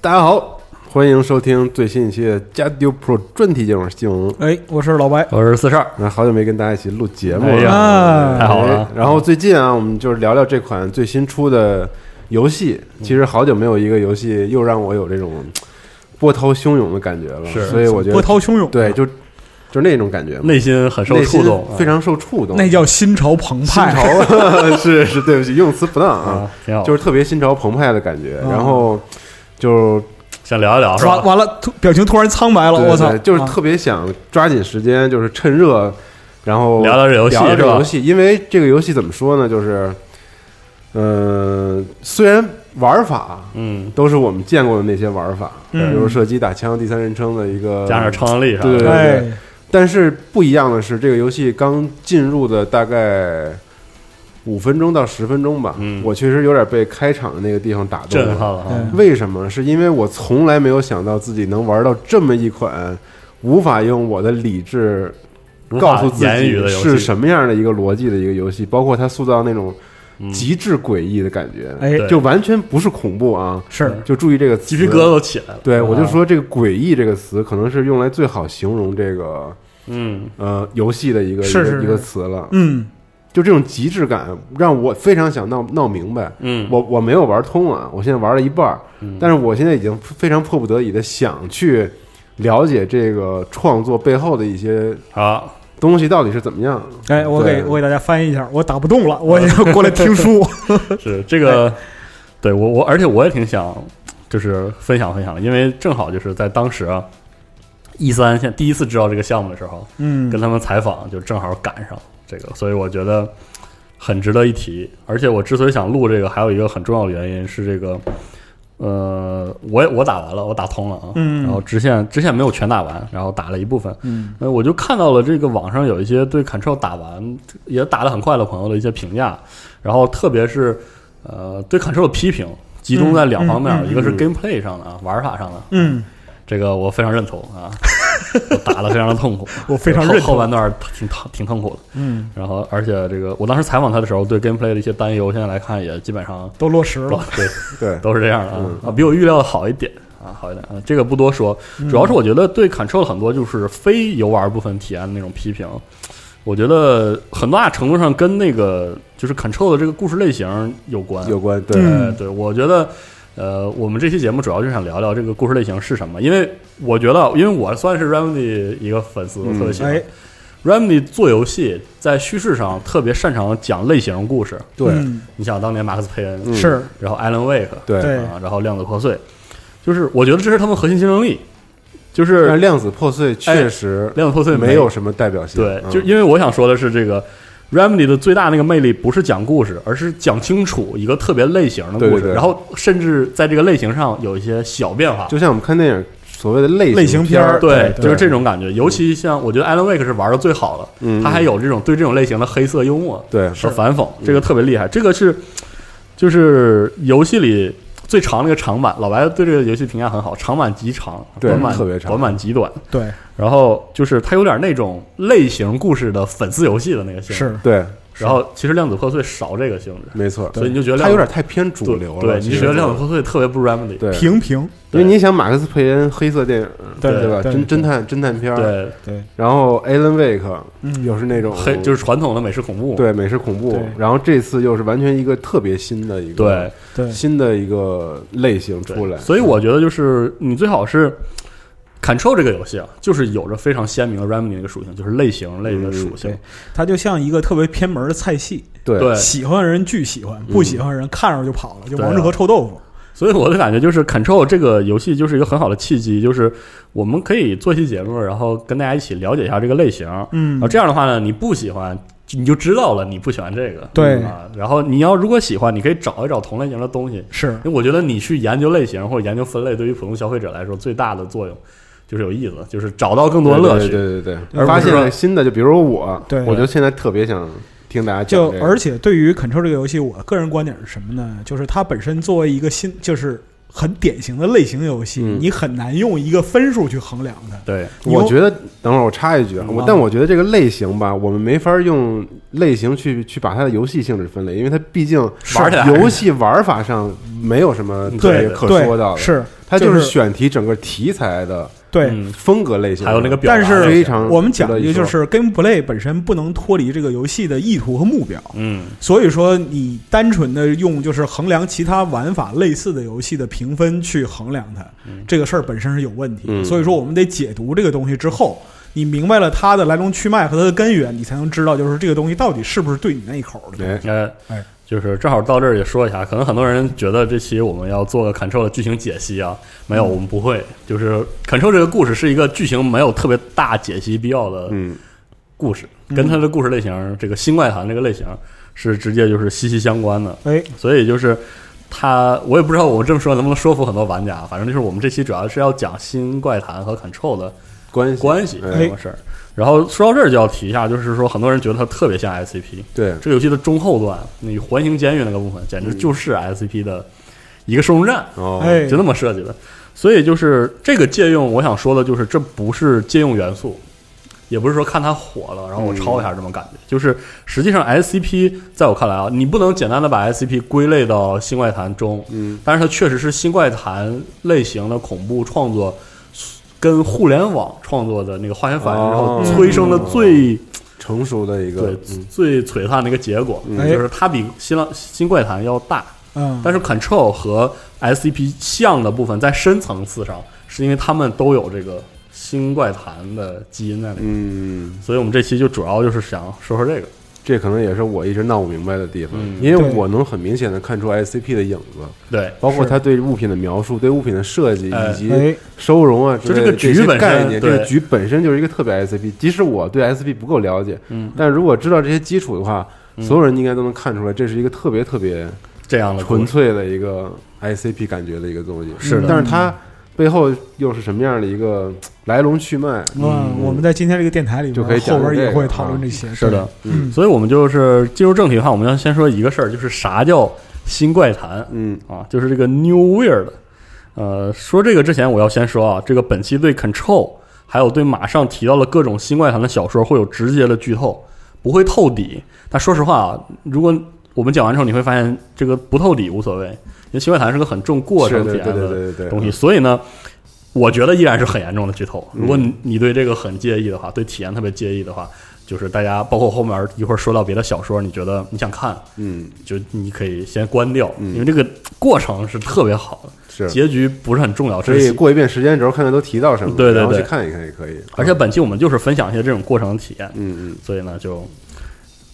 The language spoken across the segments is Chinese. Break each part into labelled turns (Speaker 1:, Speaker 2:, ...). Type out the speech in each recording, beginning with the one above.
Speaker 1: 大家好，欢迎收听最新一期的《加丢 Pro》专题节目，我是金龙。
Speaker 2: 哎，我是老白，
Speaker 3: 我是四十二，
Speaker 1: 那好久没跟大家一起录节目
Speaker 3: 哎
Speaker 1: 了，
Speaker 3: 呀
Speaker 2: 啊
Speaker 3: 太好了
Speaker 1: 哎。然后最近啊，我们就是聊聊这款最新出的游戏。
Speaker 3: 嗯
Speaker 1: 其实好久没有一个游戏又让我有这种波涛汹涌的感觉了，
Speaker 3: 是
Speaker 1: 所以我觉得
Speaker 2: 波涛汹涌，
Speaker 1: 对，就就那种感觉嘛，
Speaker 3: 哎内心很受
Speaker 1: 内心
Speaker 3: 触动，啊
Speaker 1: 非常受触动。
Speaker 2: 那叫心潮澎
Speaker 1: 心
Speaker 2: 湃，
Speaker 1: 潮 是是，对不起，用词不当啊
Speaker 3: 啊，，挺好，哦
Speaker 1: 就是是特别心潮澎湃的感觉。然后就
Speaker 3: 想聊一聊，是
Speaker 2: 完
Speaker 3: 吧？
Speaker 2: 完了，突表情突然苍白了，
Speaker 1: 对
Speaker 2: 我操
Speaker 1: 对，就是
Speaker 2: 啊
Speaker 1: 特别想抓紧时间，就是趁热，然后
Speaker 3: 聊聊这游戏
Speaker 1: 聊聊这
Speaker 3: 是吧
Speaker 1: 游戏，因为这个游戏怎么说呢，就是，呃，虽然玩法
Speaker 3: 嗯，
Speaker 1: 都是我们见过的那些玩法，
Speaker 2: 嗯
Speaker 1: 比如射击、打枪、第三人称的一个，
Speaker 3: 加上超能力啥
Speaker 1: 对
Speaker 3: 的，
Speaker 2: 哎，
Speaker 1: 但是不一样的是，这个游戏刚进入的大概。五分钟到十分钟吧，
Speaker 3: 嗯
Speaker 1: 我确实有点被开场的那个地方打动
Speaker 3: 震
Speaker 1: 了，
Speaker 3: 撼了哈。
Speaker 2: 嗯
Speaker 1: 为什么？是因为我从来没有想到自己能玩到这么一款无法用我的理智
Speaker 3: 无
Speaker 1: 告
Speaker 3: 法
Speaker 1: 诉自
Speaker 3: 言
Speaker 1: 己
Speaker 3: 语的游戏
Speaker 1: 是什么样的一个逻辑的一个游戏，包括它塑造那种
Speaker 3: 嗯
Speaker 1: 极致诡异的感觉，
Speaker 2: 哎，
Speaker 3: 对
Speaker 1: 就完全不是恐怖啊，
Speaker 2: 是
Speaker 1: 就注意这个词
Speaker 3: 鸡皮疙瘩。都起来了。
Speaker 1: 对，
Speaker 3: 啊
Speaker 1: 我就，说这个“诡异”这个词，可能是用来最好形容这个
Speaker 3: 嗯，
Speaker 1: 呃游戏的一个
Speaker 2: 是
Speaker 1: 一个
Speaker 2: 是是
Speaker 1: 一个词了。
Speaker 2: 嗯，
Speaker 1: 就这种极致感，让我非常想闹闹明白。
Speaker 3: 嗯
Speaker 1: 我我没有玩通啊，我现在玩了一半儿，
Speaker 2: 嗯
Speaker 1: 但是我现在已经非常迫不得已的想去了解这个创作背后的一些
Speaker 3: 好，
Speaker 1: 东西到底是怎么样。
Speaker 2: 哎，我给
Speaker 1: 对
Speaker 2: 我给大家翻译一下，我打不动了，我要过来听 书，
Speaker 3: 是这个，
Speaker 1: 哎
Speaker 3: 对我我，而且我也挺想就是分享分享的，因为正好就是在当时啊。E 三现第一次知道这个项目的时候，
Speaker 2: 嗯
Speaker 3: 跟他们采访就正好赶上这个，所以我觉得很值得一提。而且我之所以想录这个，还有一个很重要的原因是这个，呃，我也我打完了，我打通了啊，
Speaker 2: 嗯
Speaker 3: 然后支线支线没有全打完，然后打了一部分，
Speaker 2: 嗯
Speaker 3: 呃，我就看到了这个网上有一些对 Control 打完也打得很快的朋友的一些评价，然后特别是呃对 Control 的批评集中在两方面，
Speaker 2: 嗯嗯嗯
Speaker 3: 一个是
Speaker 1: 嗯
Speaker 3: gameplay 上的啊，玩法上的，
Speaker 2: 嗯，
Speaker 3: 这个我非常认同啊， 我打得非常的痛苦，啊
Speaker 2: 我非常认
Speaker 3: 后后半
Speaker 2: 同，
Speaker 3: 段挺痛挺痛苦的。
Speaker 2: 嗯，
Speaker 3: 然后，而且这个我当时采访他的时候，对 gameplay 的一些担忧，现在来看也基本上
Speaker 2: 都落实
Speaker 3: 都
Speaker 2: 了，
Speaker 3: 对
Speaker 1: 对，
Speaker 3: 都是这样的啊
Speaker 2: 嗯
Speaker 3: 啊，比我预料的好一点啊，好一点啊，这个不多说，主
Speaker 2: 嗯
Speaker 3: 要是我觉得对 Control 很多就是非游玩部分体验的那种批评，我觉得很大程度上跟那个就是 Control 的这个故事类型有关，
Speaker 1: 有关对，
Speaker 2: 嗯
Speaker 3: 呃，对，我觉得，呃，我们这期节目主要就想聊聊这个故事类型是什么，因为我觉得，因为我算是 Remedy 一个粉丝，我特别喜欢、
Speaker 2: 哎
Speaker 3: Remedy 做游戏，在叙事上特别擅长讲类型故事。
Speaker 1: 对
Speaker 2: 嗯
Speaker 3: 你想当年马克思佩恩，
Speaker 1: 嗯
Speaker 2: 是，
Speaker 3: 然后 Alan Wake，
Speaker 1: 对
Speaker 2: 对
Speaker 3: 啊，然后量子破碎，就是我觉得这是他们核心竞争力，就
Speaker 1: 但是
Speaker 3: 是
Speaker 1: 量子破碎确实
Speaker 3: 量子
Speaker 2: 哎
Speaker 3: 破碎
Speaker 1: 没有什么代表性。
Speaker 3: 对，
Speaker 1: 嗯
Speaker 3: 就因为我想说的是，这个 Remedy 的最大那个魅力不是讲故事，而是讲清楚一个特别类型的
Speaker 1: 对
Speaker 3: 故
Speaker 1: 对
Speaker 3: 事，
Speaker 1: 对
Speaker 3: 然后甚至在这个类型上有一些小变化。
Speaker 1: 就像我们看电影所谓的类
Speaker 2: 类型
Speaker 1: 型
Speaker 2: 片
Speaker 1: 儿
Speaker 2: 儿，
Speaker 3: 对，
Speaker 2: 对
Speaker 3: 就是这种感觉。尤其像我觉得 Alan Wake 是玩的最好的，
Speaker 1: 嗯
Speaker 3: 他还有这种对这种类型的黑色幽默
Speaker 1: 对
Speaker 3: 和反讽，这个特别厉害。这个是就是游戏里最长的一个长板。老白对这个游戏评价很好，长板极长，
Speaker 1: 对
Speaker 3: 短板
Speaker 1: 特别长
Speaker 3: 短板极短。
Speaker 2: 对，
Speaker 3: 然后就是它有点那种类型故事的粉丝游戏的那个性质。
Speaker 2: 是，
Speaker 1: 对，
Speaker 3: 然后其实量子破碎少这个性质，
Speaker 1: 没错，
Speaker 3: 所以你就觉得
Speaker 1: 它
Speaker 3: 量
Speaker 1: 有
Speaker 3: 子
Speaker 1: 点太偏主流了。
Speaker 3: 对，
Speaker 1: 其
Speaker 3: 你就
Speaker 1: 实
Speaker 3: 觉得量子破碎特别不 remedy。
Speaker 1: 对，
Speaker 2: 平平，
Speaker 1: 因为你想马克思佩恩黑色电影，
Speaker 2: 对
Speaker 1: 对吧？
Speaker 2: 对
Speaker 1: 侦
Speaker 2: 对
Speaker 1: 侦探侦探片儿，
Speaker 3: 对，
Speaker 2: 对，
Speaker 1: 然后 Alan Wake
Speaker 2: 嗯
Speaker 1: 又是那种
Speaker 3: 黑就是传统的美式恐怖。
Speaker 1: 哦对美式恐怖
Speaker 2: 对，
Speaker 1: 然后这次又是完全一个特别新的一个
Speaker 3: 对
Speaker 2: 对，
Speaker 1: 新的一个类型
Speaker 3: 对
Speaker 1: 出来，
Speaker 3: 所以我觉得就是你最好是 Control 这个游戏啊，就是有着非常鲜明的 remedy 那个属性，就是类型类的属
Speaker 1: 嗯
Speaker 3: 性
Speaker 2: 对。它就像一个特别偏门的菜系，
Speaker 1: 对嗯
Speaker 3: 对
Speaker 2: 喜欢的人巨喜欢，不喜欢的人看着就跑了，就
Speaker 3: 对啊
Speaker 2: 王致和臭豆腐，
Speaker 3: 所以我的感觉就是 Control 这个游戏就是一个很好的契机，就是我们可以做一期节目，然后跟大家一起了解一下这个类型。
Speaker 2: 嗯
Speaker 1: 啊
Speaker 3: 然后这样的话呢，你不喜欢你就知道了你不喜欢这个，
Speaker 2: 对
Speaker 3: 啊。然后你要如果喜欢，你可以找一找同类型的东西，
Speaker 2: 是
Speaker 3: 因为我觉得你去研究类型或者研究分类，对于普通消费者来说最大的作用就是有意思，就是找到更多乐
Speaker 1: 对
Speaker 3: 趣。
Speaker 1: 对对对
Speaker 2: 而
Speaker 1: 对，
Speaker 2: 不
Speaker 1: 发
Speaker 2: 是
Speaker 1: 现
Speaker 3: 说
Speaker 1: 了新的，就比如我，
Speaker 2: 对
Speaker 1: 我就现在特别想听大家讲
Speaker 2: 就
Speaker 1: 这个
Speaker 2: 而且对于 Control 这个游戏，我个人观点是什么呢？就是它本身作为一个新，就是很典型的类型游戏，
Speaker 1: 嗯
Speaker 2: 你很难用一个分数去衡量它。
Speaker 3: 对，
Speaker 1: 我觉得，等会儿我插一句啊，
Speaker 2: 嗯
Speaker 1: 我
Speaker 2: 啊
Speaker 1: 但我觉得这个类型吧，我们没法用类型去去把它的游戏性质分类，因为它毕竟
Speaker 3: 玩起来嗯
Speaker 1: 游戏玩法上没有什么特别
Speaker 3: 对
Speaker 1: 可
Speaker 2: 对
Speaker 1: 说到的，
Speaker 2: 是
Speaker 1: 它
Speaker 2: 就是
Speaker 1: 选题整个题材的
Speaker 2: 对。
Speaker 3: 嗯
Speaker 1: 风格类型，
Speaker 3: 还有那个表达
Speaker 2: 但
Speaker 3: 类
Speaker 2: 是
Speaker 3: 型，
Speaker 1: 非常
Speaker 2: 我们讲
Speaker 1: 嗯值
Speaker 2: 的
Speaker 1: 得一
Speaker 2: 就
Speaker 1: 说
Speaker 2: 是 game play 本身不能脱离这个游戏的意图和目标，
Speaker 3: 嗯，
Speaker 2: 所以说你单纯的用就是衡量其他玩法类似的游戏的评分去衡量它，
Speaker 3: 嗯
Speaker 2: 这个事儿本身是有问题的。
Speaker 1: 嗯
Speaker 2: 所以说我们得解读这个东西之后，你明白了它的来龙去脉和它的根源，你才能知道就是这个东西到底是不是对你那一口的。
Speaker 1: 哎，
Speaker 3: 呃
Speaker 2: 哎，
Speaker 3: 就是正好到这儿也说一下，可能很多人觉得这期我们要做个 Control 的剧情解析啊，没有，我们不会。就是 Control 这个故事是一个剧情没有特别大解析必要的
Speaker 1: 嗯，
Speaker 3: 故事，跟它的故事类型，这个新怪谈这个类型是直接就是息息相关的。
Speaker 2: 哎，
Speaker 3: 所以就是他，我也不知道我这么说能不能说服很多玩家。反正就是我们这期主要是要讲新怪谈和 Control 的
Speaker 1: 关系
Speaker 3: 关系
Speaker 1: 哎
Speaker 3: 这个事儿。然后说到这儿就要提一下，就是说很多人觉得它特别像 SCP，
Speaker 1: 对，
Speaker 3: 这个游戏的中后段，那个环形监狱那个部分，简直
Speaker 1: 嗯
Speaker 3: 就是 SCP 的一个收容站，
Speaker 1: 哦，
Speaker 2: 哎
Speaker 3: 就那么设计的。所以就是这个借用，我想说的就是，这不是借用元素，也不是说看它火了，然后我抄
Speaker 1: 嗯
Speaker 3: 一下这种感觉。就是实际上 SCP 在我看来啊，你不能简单的把 SCP 归类到新怪谈中，
Speaker 1: 嗯，
Speaker 3: 但是它确实是新怪谈类型的恐怖创作跟互联网创作的那个化学反应，然后
Speaker 1: 哦嗯
Speaker 3: 催生的最。
Speaker 1: 成熟的一个
Speaker 3: 对，，最璀璨的一个结果，
Speaker 1: 嗯
Speaker 3: 就是它比新浪新怪谈要大，
Speaker 2: 嗯，
Speaker 3: 但是 Control 和 SCP 像的部分在深层次上，是因为他们都有这个新怪谈的基因在里面，
Speaker 1: 嗯，
Speaker 3: 所以我们这期就主要就是想说说这个，
Speaker 1: 这可能也是我一直闹不明白的地方，
Speaker 3: 嗯
Speaker 1: 因为
Speaker 2: 对
Speaker 1: 我能很明显的看出 SCP 的影子，
Speaker 3: 对，
Speaker 1: 包括
Speaker 2: 是
Speaker 1: 他对物品的描述、对物品的设计
Speaker 3: 哎
Speaker 1: 以及
Speaker 2: 哎，
Speaker 1: 收容啊之类的，
Speaker 3: 就这个局
Speaker 1: 些
Speaker 3: 本身
Speaker 1: 概念，
Speaker 3: 对
Speaker 1: 这个局本身就是一个特别 SCP。即使我对 SCP 不够了解，
Speaker 3: 嗯，
Speaker 1: 但如果知道这些基础的话，所有人应该都能看出来，这是一个特别特别
Speaker 3: 这样的故
Speaker 1: 纯
Speaker 3: 事
Speaker 1: 粹的一个 SCP 感觉的一个东西。
Speaker 3: 是的
Speaker 1: 但是它背后又是什么样的一个来龙去脉？
Speaker 2: 嗯，我们在今天这个电台里
Speaker 1: 就可以
Speaker 2: 面
Speaker 1: 讲
Speaker 2: 后边
Speaker 1: 这
Speaker 2: 也
Speaker 1: 个
Speaker 2: 会讨论
Speaker 1: 啊
Speaker 2: 这些。
Speaker 3: 是的，
Speaker 2: 嗯
Speaker 3: 所以我们就是进入正题的话，我们要先说一个事儿，就是啥叫新怪谈
Speaker 1: 嗯
Speaker 3: 啊，就是这个 New Weird。呃，说这个之前，我要先说啊，这个本期对 Control 还有对马上提到的各种新怪谈的小说会有直接的剧透，不会透底。但说实话啊，如果我们讲完之后，你会发现这个不透底无所谓，因为新怪谈是个很重过
Speaker 1: 是
Speaker 3: 程
Speaker 1: 对
Speaker 3: 体
Speaker 1: 对
Speaker 3: 验
Speaker 1: 对
Speaker 3: 的
Speaker 1: 对对
Speaker 3: 东
Speaker 1: 对
Speaker 3: 西，所以呢，我觉得依然是很严重的剧透。如果
Speaker 1: 嗯
Speaker 3: 你你对这个很介意的话，对体验特别介意的话，就是大家包括后面一会儿说到别的小说，你觉得你想看，
Speaker 1: 嗯
Speaker 3: 就你可以先关掉，
Speaker 1: 嗯
Speaker 3: 因为这个过程是特别好的，
Speaker 1: 是。
Speaker 3: 结局不是很重要，
Speaker 1: 所
Speaker 3: 这
Speaker 1: 以
Speaker 3: 是
Speaker 1: 过一遍时间轴，看看都提到什么，
Speaker 3: 对对对
Speaker 1: 然后去看一看也可以。
Speaker 3: 而且本期我们就是分享一些这种过程的体验，
Speaker 1: 嗯嗯
Speaker 3: 所以呢，就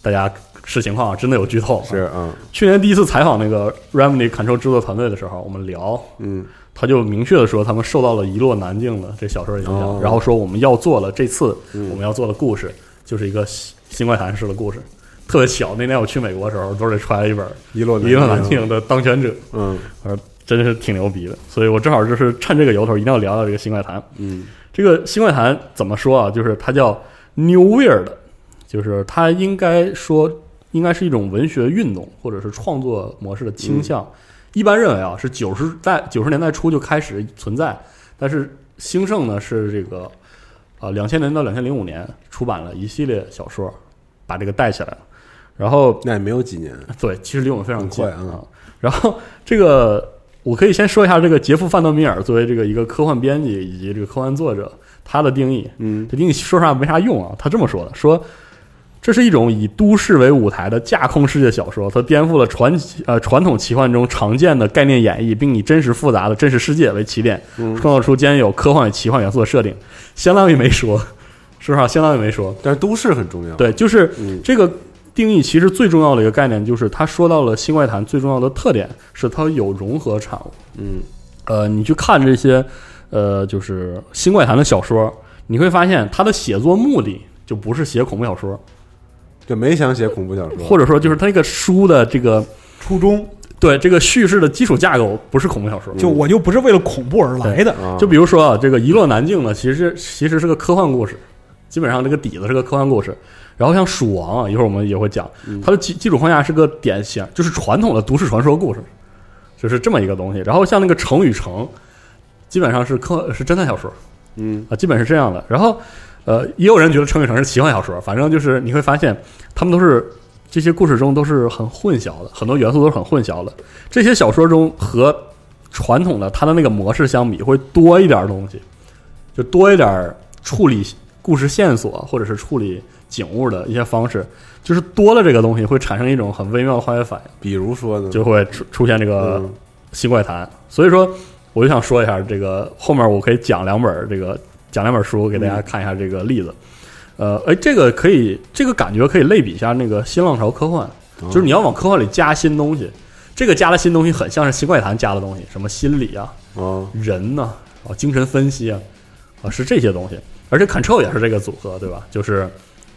Speaker 3: 大家视情况啊，真的有剧透。
Speaker 1: 是啊
Speaker 3: 去年第一次采访那个 Remedy Control 制作团队的时候，我们聊，
Speaker 1: 嗯
Speaker 3: 他就明确的说他们受到了《一落难境》的这小说的影响，
Speaker 1: 哦
Speaker 3: 然后说我们要做了这次
Speaker 1: 嗯
Speaker 3: 我们要做的故事、就是一个新新怪谈式的故事。特别巧，那年我去美国的时候，兜里揣了一本《
Speaker 1: 一落
Speaker 3: 一落难境》的《当权者》，
Speaker 1: 嗯
Speaker 3: 呃真是挺牛逼的。所以我正好就是趁这个由头，一定要聊聊这个新怪谈。
Speaker 1: 嗯
Speaker 3: 这个新怪谈怎么说啊？就是它叫 New Weird，就是它应该说应该是一种文学运动或者是创作模式的倾向。一般认为啊，是九十代九十年代初就开始存在，但是兴盛呢是这个啊两千年到两千零五年出版了一系列小说，把这个带起来了。然后
Speaker 1: 那也没有几年，
Speaker 3: 对，其实离我们非常近
Speaker 1: 很快啊。
Speaker 3: 然后这个我可以先说一下这个杰夫·范德米尔作为这个一个科幻编辑以及这个科幻作者，他的定义。
Speaker 1: 嗯
Speaker 3: 这定义说实话没啥用啊，他这么说的，说这是一种以都市为舞台的架空世界小说，它颠覆了传奇呃传统奇幻中常见的概念演绎，并以真实复杂的真实世界为起点，
Speaker 1: 嗯
Speaker 3: 创造出兼有科幻与奇幻元素的设定，相当于没说，是不是啊？相当于没说，
Speaker 1: 但是都市很重要。，
Speaker 3: 对，就是
Speaker 1: 嗯
Speaker 3: 这个定义其实最重要的一个概念就是，他说到了新怪谈最重要的特点是它有融合产物。
Speaker 1: 嗯
Speaker 3: 呃，你去看这些呃，就是新怪谈的小说，你会发现他的写作目的就不是写恐怖小说，
Speaker 1: 就没想写恐怖小说，
Speaker 3: 或者说就是它那个书的这个
Speaker 2: 初衷
Speaker 3: 对这个叙事的基础架构不是恐怖小说。
Speaker 2: 就我就不是为了恐怖而来的，
Speaker 1: 啊
Speaker 3: 就比如说啊，这个《遗落南境》呢，其实其实是个科幻故事，基本上这个底子是个科幻故事。然后像《蜀王》啊，一会儿我们也会讲，它的基基础框架是个典型，就是传统的都市传说故事，就是这么一个东西。然后像那个《城与城》，基本上是科是侦探小说，
Speaker 1: 嗯
Speaker 3: 啊，基本是这样的。然后，呃，也有人觉得《成语城》是奇幻小说，反正就是你会发现，他们都是这些故事中都是很混淆的，很多元素都是很混淆的。这些小说中和传统的它的那个模式相比，会多一点东西，就多一点处理故事线索或者是处理景物的一些方式，就是多了这个东西会产生一种很微妙的化学反应，
Speaker 1: 比如说呢，
Speaker 3: 就呃会出出现这个
Speaker 1: 嗯
Speaker 3: 新怪谈。所以说，我就想说一下这个，后面我可以讲两本儿这个讲两本书给大家看一下这个例子。呃，哎，这个可以，这个感觉可以类比一下那个新浪潮科幻，就是你要往科幻里加新东西。这个加的新东西很像是新怪谈加的东西，什么心理啊、
Speaker 1: 哦，
Speaker 3: 人呐、啊、精神分析啊，啊是这些东西。而且 Control 也是这个组合，对吧？就是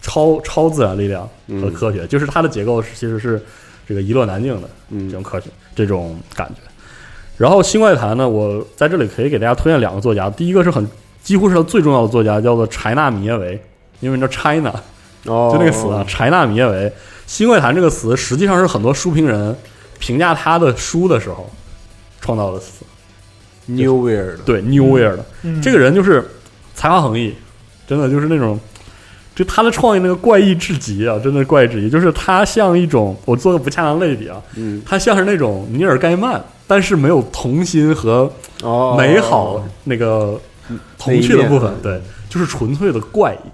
Speaker 3: 超超自然力量
Speaker 1: 嗯
Speaker 3: 和科学，就是它的结构是其实是这个一落难境的。这
Speaker 1: 嗯
Speaker 3: 种科学这种感觉。然后新怪谈呢，我在这里可以给大家推荐两个作家，第一个是很几乎是他最重要的作家，叫做柴纳米耶维，因为你知道 China
Speaker 1: 哦，
Speaker 3: 就那个词啊，柴纳米耶维。新怪谈这个词实际上是很多书评人评价他的书的时候创造的词，
Speaker 1: ，New Weird，
Speaker 3: 对 New Year 的。
Speaker 2: 嗯
Speaker 3: 这个人就是才华横溢，真的就是那种，就他的创意那个怪异至极啊，真的怪异至极。就是他像一种，我做个不恰当类比啊，
Speaker 1: 嗯，
Speaker 3: 他像是那种尼尔盖曼，但是没有童心和
Speaker 1: 哦，
Speaker 3: 美好那个童趣的部分，对，就是纯粹的怪异。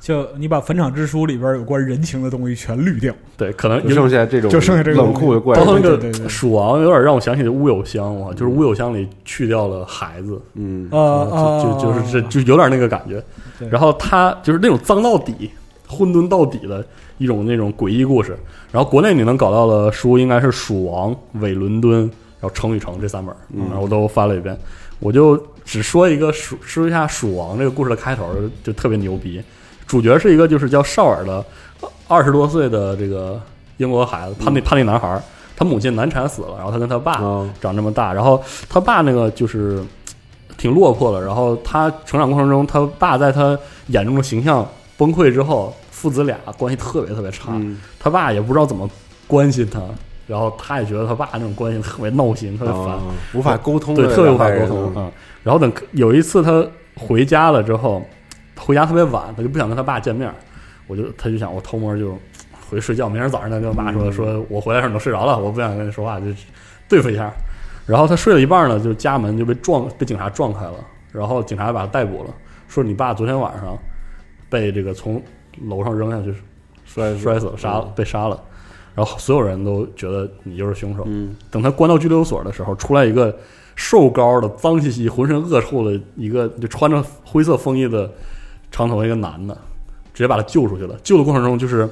Speaker 2: 就你把《坟场之书》里边有关人情的东西全滤掉，
Speaker 3: 对，可能
Speaker 1: 就剩下这种
Speaker 2: 就剩下这个
Speaker 1: 冷酷的怪
Speaker 3: 包括
Speaker 1: 人，
Speaker 3: 那
Speaker 2: 对对对
Speaker 3: 个
Speaker 2: 对嗯
Speaker 3: 蜀王，有点让我想起乌有乡哇，就是乌有乡里去掉了孩子，
Speaker 1: 嗯
Speaker 2: 呃呃，
Speaker 3: 就就就是这就有点那个感觉
Speaker 2: 对。
Speaker 3: 然后他就是那种脏到底、混沌到底的一种那种诡异故事。然后国内你能搞到的书应该是《蜀王》《伪伦敦》然后《成与城》这三本儿，然后我都翻了一遍。我就只说一个蜀说一下《蜀王》这个故事的开头就特别牛逼，主角是一个就是叫绍尔的二十多岁的这个英国孩子叛逆叛逆男孩儿，他母亲难产死了，然后他跟他爸
Speaker 1: 哦
Speaker 3: 长这么大，然后他爸那个就是挺落魄的，然后他成长过程中，他爸在他眼中的形象崩溃之后，父子俩关系特别特别差，
Speaker 1: 嗯
Speaker 3: 他爸也不知道怎么关心他，然后他也觉得他爸那种关系特别闹心，特别烦，
Speaker 1: 哦无法沟通
Speaker 3: 对，
Speaker 1: 的
Speaker 3: 特别无
Speaker 1: 两
Speaker 3: 法
Speaker 1: 代
Speaker 3: 沟
Speaker 1: 人
Speaker 3: 通啊、嗯然后等有一次他回家了之后，回家特别晚，他就不想跟他爸见面儿，我就他就想我偷摸就回去睡觉，明儿早上再跟我妈
Speaker 1: 嗯
Speaker 3: 说、说我回来的时候你都睡着了，我不想跟你说话，就对付一下。然后他睡了一半呢，就家门就被撞被警察撞开了，然后警察把他逮捕了，说你爸昨天晚上被这个从楼上扔下去
Speaker 1: 摔
Speaker 3: 摔死了，杀了，被杀了。然后所有人都觉得你就是凶手。
Speaker 1: 嗯
Speaker 3: 等他关到拘留所的时候，出来一个瘦高的、脏兮兮、浑身恶臭的一个，就穿着灰色风衣的长头发一个男的，直接把他救出去了。救的过程中，就是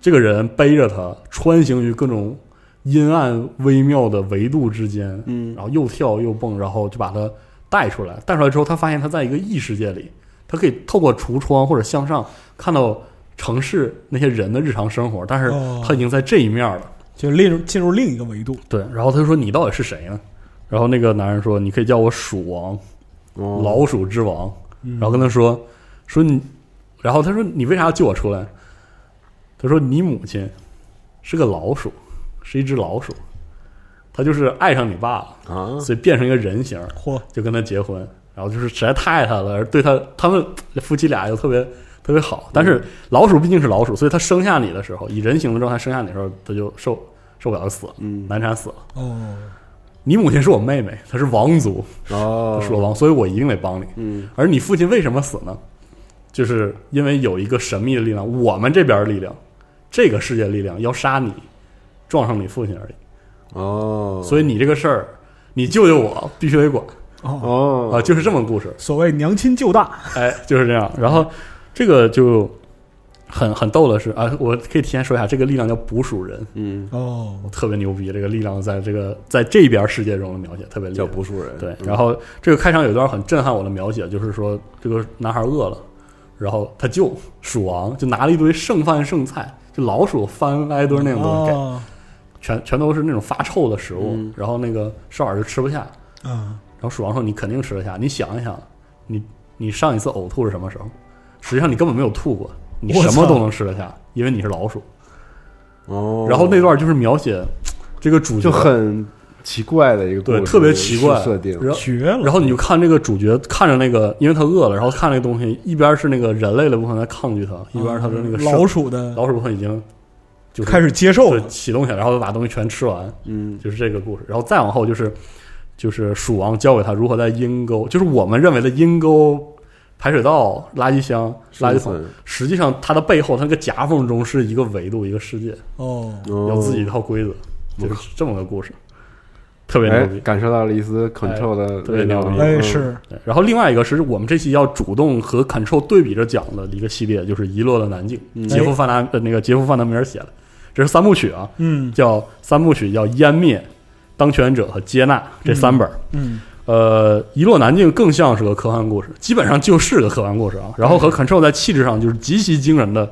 Speaker 3: 这个人背着他穿行于各种阴暗微妙的维度之间，
Speaker 1: 嗯
Speaker 3: 然后又跳又蹦，然后就把他带出来。带出来之后，他发现他在一个异世界里，他可以透过橱窗或者向上看到城市那些人的日常生活，但是
Speaker 2: 哦
Speaker 3: 他已经在这一面了。
Speaker 2: 就进入进入另一个维度，
Speaker 3: 对，然后他就说：“你到底是谁呢？”然后那个男人说：“你可以叫我鼠王，
Speaker 1: 哦
Speaker 3: 老鼠之王。
Speaker 2: 嗯
Speaker 3: 然后跟他说：“说你，然后他说你为啥要救我出来？”他说：“你母亲是个老鼠，是一只老鼠，她就是爱上你爸了，
Speaker 1: 啊，
Speaker 3: 所以变成一个人形儿，
Speaker 2: 嚯，
Speaker 3: 就跟他结婚。然后就是实在太爱他了，而对他他们夫妻俩又特别特别好。但是老鼠毕竟是老鼠，所以它生下你的时候，以人形的状态生下你的时候，它就受受不了就死了，
Speaker 1: 嗯
Speaker 3: 难产死了。”
Speaker 2: 哦，
Speaker 3: 你母亲是我妹妹，她是王族，她
Speaker 1: 哦，
Speaker 3: 是我王，所以我一定得帮你。
Speaker 1: 嗯
Speaker 3: 而你父亲为什么死呢？就是因为有一个神秘的力量，我们这边的力量，这个世界力量要杀你，撞上你父亲而已。
Speaker 1: 哦，
Speaker 3: 所以你这个事儿，你救救我，必须得管
Speaker 2: 哦，
Speaker 1: 哦
Speaker 3: 啊，就是这么个故事。
Speaker 2: 所谓娘亲救大，
Speaker 3: 哎，就是这 样。然后这个就很很逗的是啊，我可以提前说一下，这个力量叫捕鼠人，
Speaker 1: 嗯
Speaker 2: 哦，
Speaker 3: 特别牛逼。这个力量在这个在这边世界中的描写特别厉害
Speaker 1: 叫。捕鼠人
Speaker 3: 对，
Speaker 1: 嗯
Speaker 3: 然后这个开场有一段很震撼我的描写，就是说这个男孩饿了，然后他救蜀王，就拿了一堆剩饭剩菜，就老鼠翻挨堆那种东西给，
Speaker 2: 哦
Speaker 3: 全全都是那种发臭的食物。
Speaker 1: 嗯
Speaker 3: 然后那个少尔就吃不下，
Speaker 2: 嗯，
Speaker 3: 然后鼠王说：“你肯定吃得下，你想一想，你你上一次呕吐是什么时候？实际上你根本没有吐过，你
Speaker 2: 我
Speaker 3: 什么
Speaker 2: 操
Speaker 3: 都能吃得下，因为你是老鼠。”
Speaker 1: 哦，
Speaker 3: 然后那段就是描写这个主角
Speaker 1: 就很奇怪的一个故事
Speaker 3: 对特别奇怪
Speaker 1: 设定，
Speaker 3: 然后
Speaker 2: 绝 了，
Speaker 3: 然后你就看这个主角看着那个，因为他饿了，然后看那个东西，一边是那个人类的部分在抗拒他，一边他的那个生
Speaker 2: 啊嗯老鼠的
Speaker 3: 老鼠部分已经就是
Speaker 2: 开始接受
Speaker 3: 对
Speaker 2: 了，
Speaker 3: 启动起来，然后他把东西全吃完，
Speaker 1: 嗯
Speaker 3: 就是这个故事。然后再往后就是就是蜀王教给他如何在阴沟，就是我们认为的阴沟、排水道、垃圾箱、垃圾桶，
Speaker 1: 生
Speaker 3: 实际上它的背后，它那个夹缝中是一个维度，一个世界，
Speaker 2: 哦，
Speaker 1: 存哦
Speaker 3: 有自己一套规则，
Speaker 1: 我
Speaker 3: 就是这么个故事，特别牛
Speaker 1: 哎
Speaker 3: 逼，。
Speaker 1: 感受到了一丝 control 的
Speaker 3: 特别牛逼
Speaker 1: 味道
Speaker 2: 哎
Speaker 1: 嗯
Speaker 2: 是
Speaker 3: 对然后另外一个是我们这期要主动和 Control 对比着讲的一个系列，就是《遗落的南境》，
Speaker 1: 嗯
Speaker 3: 杰夫·范达呃那个杰夫·范达米尔写的，这是三部曲啊，
Speaker 2: 嗯
Speaker 3: 叫三部曲叫《湮灭》《当权者》和《接纳》这三本儿。
Speaker 2: 嗯
Speaker 3: 呃，《遗落南境》更像是个科幻故事，基本上就是个科幻故事啊。然后和 Control 在气质上就是极其惊人的，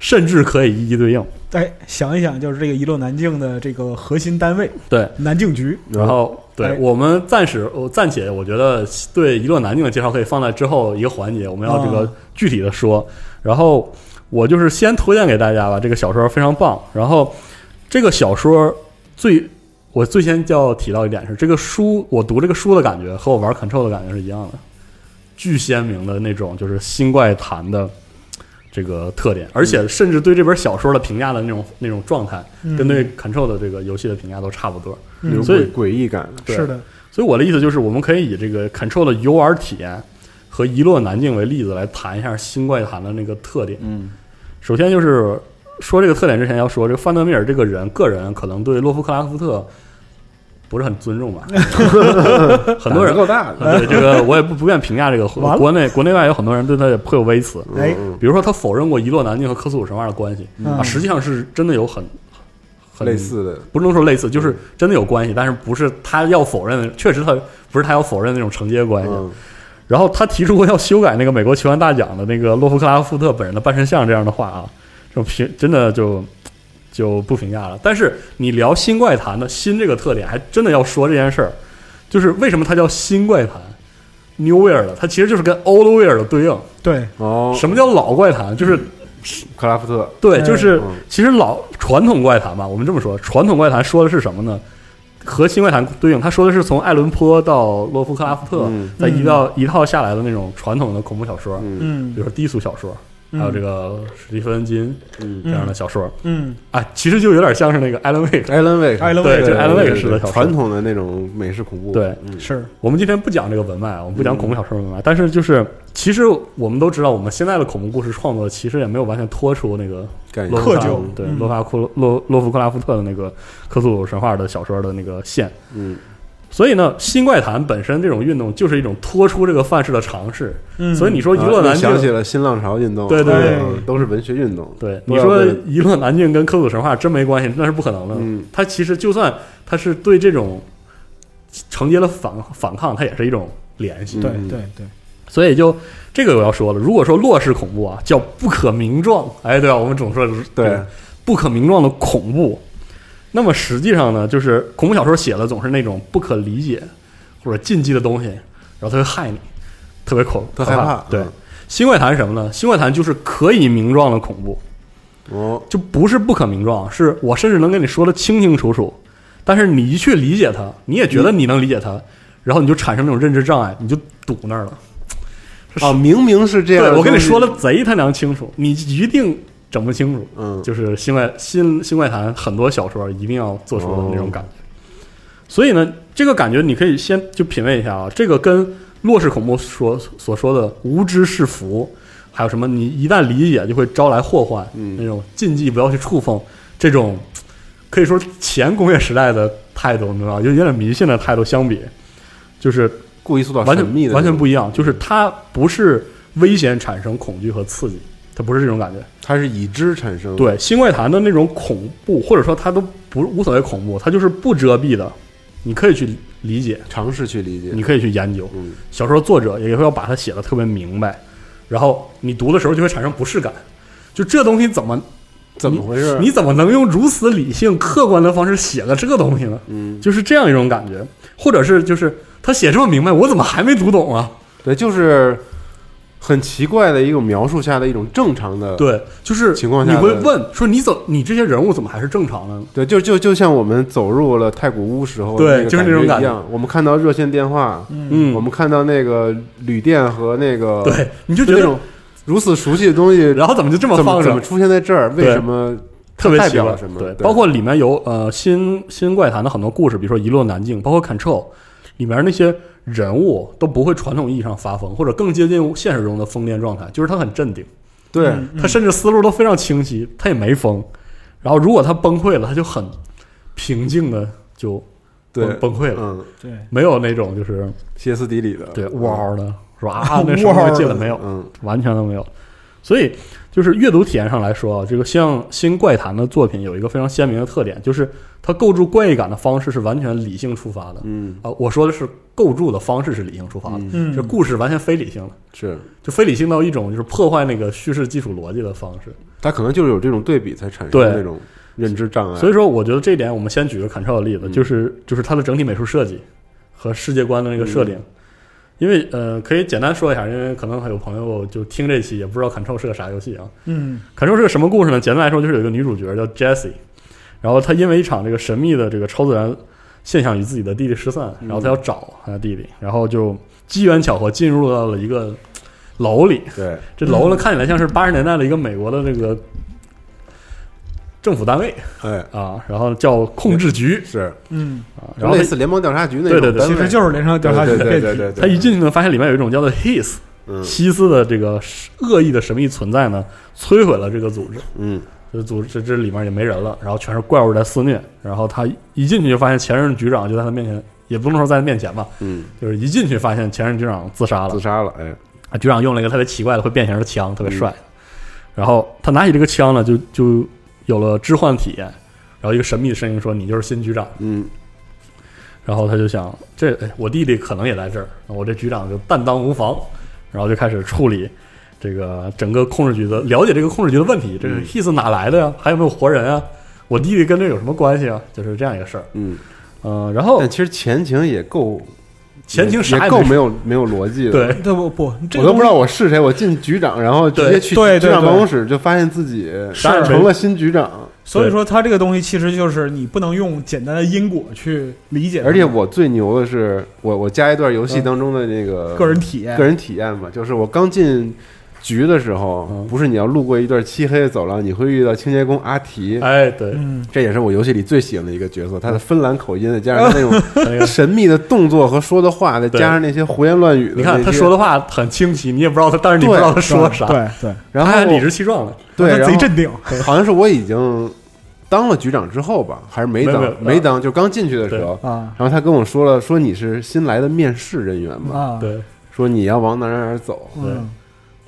Speaker 3: 甚至可以一一对应。
Speaker 2: 哎，想一想，就是这个一路南境的这个核心单位
Speaker 3: 对，
Speaker 2: 南境局，
Speaker 1: 然
Speaker 3: 然
Speaker 1: 后
Speaker 3: 后，对
Speaker 2: 哎
Speaker 3: 我们暂时，我暂且，我觉得对《遗落南境》的介绍可以放在之后一个环节，我们要这个
Speaker 2: 啊
Speaker 3: 具体的说。然后，我就是先推荐给大家吧，这个小说非常棒。然后，这个小说最我最先就要提到一点是，这个书我读这个书的感觉和我玩 Control 的感觉是一样的，巨鲜明的那种就是新怪谈的这个特点，而且甚至对这本小说的评价的那种那种状态，
Speaker 2: 嗯
Speaker 3: 跟对 Control 的这个游戏的评价都差不多。
Speaker 2: 嗯
Speaker 1: 有
Speaker 3: 所以
Speaker 1: 诡诡异感，
Speaker 3: 对
Speaker 2: 是的，
Speaker 3: 所以我的意思就是，我们可以以这个 Control 的 UR 体验和《一落难境》为例子来谈一下新怪谈的那个特点。
Speaker 4: 嗯
Speaker 3: 首先就是说这个特点之前，要说这个范德米尔这个人，个人可能对洛夫克拉夫特不是很尊重吧， 很多
Speaker 1: 胆子
Speaker 3: 人
Speaker 1: 够大的，
Speaker 3: 对这个我也不不愿评价这个。
Speaker 2: 完了
Speaker 3: 国内国内外有很多人对他也颇有微词，
Speaker 2: 哎
Speaker 1: 嗯
Speaker 3: 比如说他否认过《一落难境》和科苏鲁神话的关系啊，
Speaker 2: 嗯
Speaker 3: 实际上是真的有很很
Speaker 1: 类似的，
Speaker 3: 不能说类似，就是真的有关系，但是不是他要否认的，确实他不是他要否认的那种承接关系。
Speaker 1: 嗯
Speaker 3: 然后他提出过要修改那个美国球员大奖的那个洛夫克拉夫特本人的半身像这样的话啊，这种评真的就就不评价了。但是你聊新怪谈的新这个特点，还真的要说这件事儿，就是为什么它叫新怪谈，New Weird，它其实就是跟 Old Weird 对应。
Speaker 2: 对，
Speaker 1: 哦，
Speaker 3: 什么叫老怪谈？就是
Speaker 1: 克拉夫特，
Speaker 3: 对，就
Speaker 2: 哎
Speaker 3: 是
Speaker 1: 嗯
Speaker 3: 其实老传统怪谈吧，我们这么说，传统怪谈说的是什么呢？和新怪谈对应，他说的是从爱伦坡到洛夫克拉夫特，
Speaker 1: 嗯
Speaker 3: 再一到一套下来的那种传统的恐怖小说，
Speaker 1: 嗯
Speaker 2: 嗯
Speaker 3: 比如说低俗小说，
Speaker 2: 嗯
Speaker 3: 还有这个史蒂芬金这
Speaker 1: 嗯
Speaker 3: 样的小说
Speaker 2: 嗯
Speaker 3: 啊，其实就有点像是那个艾伦卫克。
Speaker 1: 艾伦卫克，
Speaker 2: 艾伦
Speaker 3: 对
Speaker 2: 威
Speaker 3: 就
Speaker 2: 克
Speaker 3: 艾伦威克
Speaker 1: 对
Speaker 3: 式的
Speaker 1: 对
Speaker 3: 小说
Speaker 1: 传统的那种美式恐怖，
Speaker 3: 对
Speaker 1: 嗯
Speaker 2: 是
Speaker 3: 我们今天不讲这个文脉啊，我们不讲恐怖小说文脉，但是就是其实我们都知道，我们现在的恐怖故事创作其实也没有完全脱出那个
Speaker 1: 感
Speaker 3: 洛
Speaker 1: 觉
Speaker 3: 夫克拉
Speaker 2: 克究
Speaker 3: 对
Speaker 2: 嗯
Speaker 3: 洛发库洛洛夫克拉夫特的那个克苏鲁神话的小说的那个线。
Speaker 1: 嗯
Speaker 3: 所以呢，新怪谈本身这种运动就是一种脱出这个范式的尝试。
Speaker 2: 嗯，
Speaker 3: 所以你说一落
Speaker 1: 啊又
Speaker 3: 难境，
Speaker 1: 想起了新浪潮运动，
Speaker 3: 对对
Speaker 2: 对
Speaker 1: 嗯都是文学运动，
Speaker 3: 对
Speaker 1: 不
Speaker 3: 你
Speaker 1: 要
Speaker 3: 说
Speaker 1: 问
Speaker 3: 一落难境跟科普神话真没关系，那是不可能的。
Speaker 1: 嗯
Speaker 3: 它其实就算它是对这种承接了反反抗，它也是一种联系。
Speaker 2: 对
Speaker 1: 嗯
Speaker 2: 对对，
Speaker 3: 所以就这个我要说了，如果说洛氏恐怖啊，叫不可名状，哎，对吧、我们总说的是
Speaker 1: 对，
Speaker 3: 不可名状的恐怖。那么实际上呢，就是恐怖小说写的总是那种不可理解或者禁忌的东西，然后它会害你，特别恐，
Speaker 1: 特
Speaker 3: 可
Speaker 1: 害
Speaker 3: 怕。
Speaker 1: 怕
Speaker 3: 对
Speaker 1: 嗯，
Speaker 3: 新怪谈是什么呢？新怪谈就是可以名状的恐怖，
Speaker 1: 哦，
Speaker 3: 就不是不可名状，是我甚至能跟你说的清清楚楚，但是你一去理解它，你也觉得你能理解它，然后你就产生那种认知障碍，你就堵那儿了。
Speaker 1: 啊，明明是这样的
Speaker 3: 对
Speaker 1: 东西，
Speaker 3: 我跟你说的贼他娘清楚，你一定整不清楚。
Speaker 1: 嗯，
Speaker 3: 就是新外新新怪谈很多小说一定要做出的
Speaker 1: 哦
Speaker 3: 那种感觉。所以呢，这个感觉你可以先就品味一下啊，这个跟洛氏恐怖所所说的无知是福，还有什么你一旦理解就会招来祸患，
Speaker 1: 嗯
Speaker 3: 那种禁忌不要去触碰，这种可以说前工业时代的态度，你知道吗？就有点迷信的态度相比，就是
Speaker 1: 故意塑造
Speaker 3: 完
Speaker 1: 神秘
Speaker 3: 全
Speaker 1: 的，
Speaker 3: 完全不，一样，就是它不是危险产生恐惧和刺激，它不是这种感觉。
Speaker 1: 它是已知产生，，
Speaker 3: 对新怪谈的那种恐怖，或者说它都不无所谓恐怖，它就是不遮蔽的，你可以去理解，
Speaker 1: 尝试去理解，
Speaker 3: 你可以去研究。
Speaker 1: 嗯
Speaker 3: 小说作者也会要把它写的特别明白，然后你读的时候就会产生不适感。就这东西怎么
Speaker 1: 怎么回事？
Speaker 3: 你怎么能用如此理性、客观的方式写了这个东西呢？
Speaker 1: 嗯，
Speaker 3: 就是这样一种感觉，或者是就是他写这么明白，我怎么还没读懂啊？
Speaker 1: 对，就是很奇怪的一种描述下的一种正常的，
Speaker 3: 对，就是
Speaker 1: 情况下
Speaker 3: 你会
Speaker 1: 的
Speaker 3: 问说你怎你这些人物怎么还是正常的呢？
Speaker 1: 对，就就就像我们走入了太古屋时候，
Speaker 3: 对就是那种
Speaker 1: 感
Speaker 3: 感
Speaker 1: 一
Speaker 3: 觉
Speaker 1: 样。我们看到热线电话，
Speaker 3: 嗯
Speaker 1: 我们看到那个旅店和那个，
Speaker 3: 对，你就
Speaker 1: 啊就那
Speaker 3: 觉得，
Speaker 1: 种如此熟悉的东西，
Speaker 3: 然后怎么就这么
Speaker 1: 怎
Speaker 3: 放
Speaker 1: 么怎
Speaker 3: 着
Speaker 1: 么？出现在这儿？为
Speaker 3: 对
Speaker 1: 什么
Speaker 3: 特别
Speaker 1: 代
Speaker 3: 奇
Speaker 1: 表
Speaker 3: 怪
Speaker 1: 了什，么
Speaker 3: 对，
Speaker 1: 对
Speaker 3: 包括里面有呃新新怪谈的很多故事，比如说《一落难境》，包括《Control》，里面那些人物都不会传统意义上发疯，或者更接近现实中的疯癫状态，就是他很镇定，
Speaker 1: 对
Speaker 2: 嗯
Speaker 3: 他甚至思路都非常清晰，他也没疯。然后如果他崩溃了，他就很平静的就
Speaker 1: 对
Speaker 3: 崩崩溃了，
Speaker 1: 嗯
Speaker 2: 对，
Speaker 3: 没有那种就是
Speaker 1: 歇斯底里的
Speaker 3: 对哇嗷的 说啊那什么
Speaker 2: 哇嗷
Speaker 3: 东西进
Speaker 2: 的
Speaker 3: 来没有，
Speaker 1: 嗯
Speaker 3: 完全都没有。所以就是阅读体验上来说啊，这个像新怪谈的作品有一个非常鲜明的特点，就是它构筑怪异感的方式是完全理性出发的。
Speaker 1: 嗯
Speaker 3: 啊，我说的是构筑的方式是理性出发的，
Speaker 1: 嗯
Speaker 2: 嗯，
Speaker 3: 这故事完全非理性的，
Speaker 1: 是。
Speaker 3: 就非理性到一种就是破坏那个叙事基础逻辑的方式。
Speaker 1: 他可能就是有这种对比才产生
Speaker 3: 对
Speaker 1: 那种认知障碍，
Speaker 3: 所以
Speaker 1: 以
Speaker 3: 说，我觉得这一点我们先举个砍 l 的例子，
Speaker 1: 嗯
Speaker 3: 就是就是它的整体美术设计和世界观的那个设定。因为呃，可以简单说一下，因为可能还有朋友就听这期也不知道 Control 是个啥游戏啊。
Speaker 2: 嗯，
Speaker 3: 《砍兽》是个什么故事呢？简单来说，就是有一个女主角叫 Jessie，然后她因为一场这个神秘的这个超自然现象与自己的弟弟失散，然后她要找她的弟弟，然后就机缘巧合进入到了一个楼里。
Speaker 1: 对，
Speaker 3: 这楼呢，看起来像是八十年代的一个美国的这个政府单位
Speaker 1: 哎，
Speaker 3: 啊，然后叫控制局
Speaker 1: 是
Speaker 2: 嗯，
Speaker 3: 啊，然后
Speaker 1: 类
Speaker 3: 她
Speaker 1: 似联邦调查局那种
Speaker 3: 对对对
Speaker 1: 单
Speaker 2: 其
Speaker 1: 位，
Speaker 2: 实就是联邦调查局
Speaker 1: 对
Speaker 2: 的
Speaker 1: 对
Speaker 2: 变
Speaker 1: 对
Speaker 2: 体，
Speaker 1: 对，对
Speaker 3: 她一，进去呢，发现里面有一种叫做 His
Speaker 1: 嗯
Speaker 3: 希斯的这个恶意的神秘存在呢，摧毁了这个组织。
Speaker 1: 嗯
Speaker 3: 这组织这里面也没人了，然后全是怪物在肆虐。然后他一进去就发现前任局长就在他面前，也不能说在他面前吧，
Speaker 1: 嗯，
Speaker 3: 就是一进去发现前任局长自杀了
Speaker 1: 自。杀了，哎，
Speaker 3: 啊，局长用了一个特别奇怪的会变形的枪，特别帅。然后他拿起这个枪呢，就就有了置换体验。然后一个神秘的声音说：“你就是新局长。
Speaker 1: 嗯”
Speaker 3: 然后他就想，这哎我弟弟可能也在这儿，那我这局长就担当无妨。然后就开始处理这个整个控制局的，了解这个控制局的问题，这个
Speaker 1: 嗯
Speaker 3: his 哪来的呀？还有没有活人啊？我弟弟跟这有什么关系啊？就是这样一个事儿。
Speaker 1: 嗯，
Speaker 3: 嗯、然后
Speaker 1: 但其实前情也够，
Speaker 3: 前情啥
Speaker 1: 也
Speaker 3: 也
Speaker 1: 够
Speaker 3: 没
Speaker 1: 没有没有逻辑的，
Speaker 3: 对，
Speaker 2: 对哎不不，这
Speaker 1: 我
Speaker 2: 个
Speaker 1: 都不知道
Speaker 2: 东
Speaker 1: 我是谁，我进局长，然后直接
Speaker 3: 对
Speaker 1: 去
Speaker 2: 对对
Speaker 1: 局长
Speaker 2: 对
Speaker 1: 办公室，就发现自己
Speaker 3: 当然没
Speaker 1: 成了新局长。
Speaker 2: 西，所以说它这个东西其实就是你不能用简单的因果去理解它，
Speaker 1: 而且我最牛的是，我我加一段游戏
Speaker 3: 嗯
Speaker 1: 当中的那个
Speaker 2: 个人体验，
Speaker 1: 个人体验吧，就是我刚进局的时候，
Speaker 3: 嗯
Speaker 1: 不是你要路过一段漆黑的走廊，你会遇到清洁工阿提，
Speaker 3: 哎，对，
Speaker 2: 嗯，
Speaker 1: 这也是我游戏里最喜欢的一个角色。他的芬兰口音，再加上他 那
Speaker 3: 那
Speaker 1: 种
Speaker 3: 个
Speaker 1: 神秘的动作和说的话，再加上 那些胡言乱语的，
Speaker 3: 你看他说，的话很清晰，你也不知道他，但是你不知道他说啥，
Speaker 2: 对对，
Speaker 1: 然后
Speaker 3: 他还理直气壮的，
Speaker 1: 对，
Speaker 2: 他
Speaker 1: 然
Speaker 2: 贼
Speaker 1: 后
Speaker 2: 镇定，
Speaker 1: 好像是我已经当了局长之后吧，还是没
Speaker 3: 没有
Speaker 1: 当
Speaker 3: 没有嗯
Speaker 1: 没当，就刚进去的时候。
Speaker 2: 啊
Speaker 1: 然后他跟我说了，说你是新来的面试人员嘛，
Speaker 2: 啊，，
Speaker 3: 对，
Speaker 1: 说你要往哪儿哪儿哪儿走，
Speaker 2: 嗯，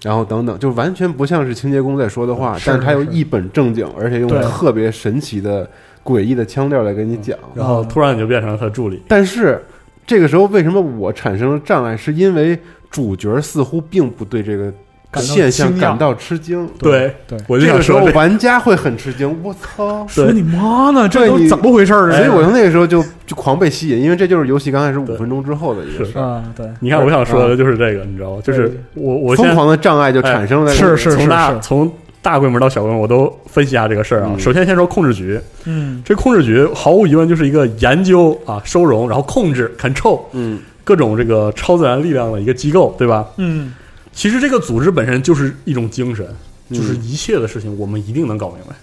Speaker 1: 然后等等，就完全不像是清洁工在说的话，
Speaker 2: 是
Speaker 1: 但是他又
Speaker 2: 是
Speaker 1: 一本正经，而且用
Speaker 2: 对
Speaker 1: 特别神奇的、诡异的腔调来跟你讲。
Speaker 3: 然后突然你就变成了他助理，
Speaker 1: 但是这个时候，为什么我产生了障碍？是因为主角似乎并不对这个
Speaker 2: 感到
Speaker 1: 现象
Speaker 2: 惊讶
Speaker 1: 感到吃惊。
Speaker 3: 对
Speaker 2: 对
Speaker 3: 我就
Speaker 1: 这
Speaker 3: 想
Speaker 1: 个时
Speaker 3: 说
Speaker 1: 候
Speaker 3: 这，
Speaker 1: 玩家会很吃惊。我操！
Speaker 2: 说你妈呢，这
Speaker 1: 对
Speaker 2: 都
Speaker 1: 你
Speaker 2: 怎么回事儿啊？
Speaker 1: 所以我从那个时候就就狂被吸引，因为这就是游戏刚开始五
Speaker 3: 对
Speaker 1: 分钟之后的一个
Speaker 3: 是
Speaker 1: 事儿。
Speaker 2: 啊，对，
Speaker 3: 你看我想说的就是这个，你知道吗？就是
Speaker 2: 对
Speaker 3: 我我哎现
Speaker 1: 疯
Speaker 3: 在
Speaker 1: 狂的障碍就产生了。
Speaker 2: 是是
Speaker 3: 从大
Speaker 2: 是
Speaker 3: 从大规模到小规模，我都分析一下这个事儿啊。
Speaker 1: 嗯
Speaker 3: 首先先说控制局，
Speaker 2: 嗯，
Speaker 3: 这控制局毫无疑问就是一个研究啊、收容，然后控制 control
Speaker 1: 嗯，
Speaker 3: 各种这个超自然力量的一个机构，对吧？
Speaker 2: 嗯，
Speaker 3: 其实这个组织本身就是一种精神，
Speaker 1: 嗯
Speaker 3: 就是一切的事情我们一定能搞明白。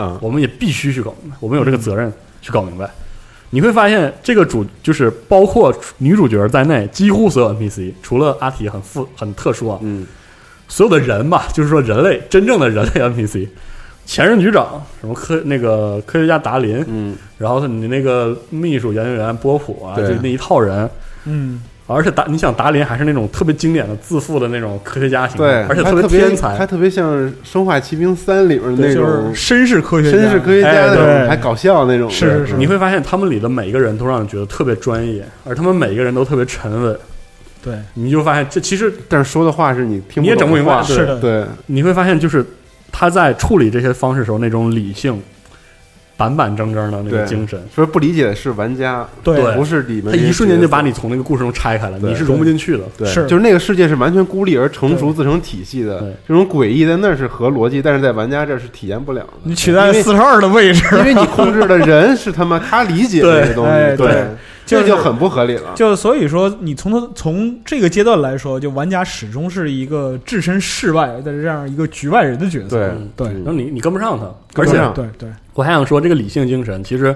Speaker 1: 啊，
Speaker 3: 我们也必须去搞明白，我们有这个责
Speaker 2: 嗯
Speaker 3: 任去搞明白。你会发现，这个主就是包括女主角在内，几乎所有 NPC，除了阿提很复很特殊啊，
Speaker 1: 嗯
Speaker 3: 所有的人吧，就是说人类真正的人类 NPC，前任局长什么科那个科学家达林，
Speaker 1: 嗯，
Speaker 3: 然后你那个秘书研究员波普啊，
Speaker 1: 对
Speaker 3: 就那一套人，
Speaker 2: 嗯，
Speaker 3: 而且达你想达林还是那种特别经典的自负的那种科学家型，
Speaker 1: 对，
Speaker 3: 而且
Speaker 1: 他
Speaker 3: 特别天才，
Speaker 1: 他特别像《生化奇兵三》里面的那
Speaker 2: 就
Speaker 1: 种
Speaker 2: 是绅士科学家，
Speaker 1: 绅士科学家
Speaker 3: 哎
Speaker 1: 那
Speaker 2: 对
Speaker 1: 种，还搞笑那种嗯的。
Speaker 2: 是是是
Speaker 3: 你会发现他们里的每一个人都让你觉得特别专业，而他们每一个人都特别沉稳，
Speaker 2: 对，
Speaker 3: 你就发现这其实
Speaker 1: 但是说的话是你听
Speaker 3: 你也整
Speaker 1: 不懂
Speaker 3: 不明
Speaker 1: 的
Speaker 3: 白，
Speaker 1: 话
Speaker 2: 是的
Speaker 1: 对，
Speaker 3: 你会发现就是他在处理这些方式时候那种理性、板板正正的那个
Speaker 1: 对
Speaker 3: 精神，
Speaker 1: 说不理解的是玩家，
Speaker 2: 对
Speaker 1: 不是里面
Speaker 3: 他
Speaker 1: 这些
Speaker 3: 一瞬间就把
Speaker 1: 角色
Speaker 3: 你从那个故事中拆开了，
Speaker 1: 对
Speaker 3: 你是融不进去的。
Speaker 1: 对，
Speaker 2: 是
Speaker 1: 就是那个世界是完全孤立而成熟自成体系的
Speaker 3: 对，
Speaker 1: 这种诡异在那儿是合逻辑，但是在玩家这儿是体验不了的，
Speaker 2: 你取代了
Speaker 1: 因为
Speaker 2: 四十二的位 置，
Speaker 1: 因为你控制的人是他妈他理解的
Speaker 3: 对
Speaker 1: 这些东
Speaker 2: 哎
Speaker 1: 西，
Speaker 2: 对，
Speaker 1: 这
Speaker 2: 就是
Speaker 1: 就很不合理了。
Speaker 2: 就所以说，你从头从这个阶段来说，就玩家始终是一个置身事外的这样一个局外人的角色。
Speaker 1: 对
Speaker 3: 嗯
Speaker 2: 对
Speaker 3: 然后你你跟不上他，
Speaker 1: 跟不
Speaker 3: 而且
Speaker 1: 上
Speaker 2: 对对
Speaker 3: 我还想说，这个理性精神其实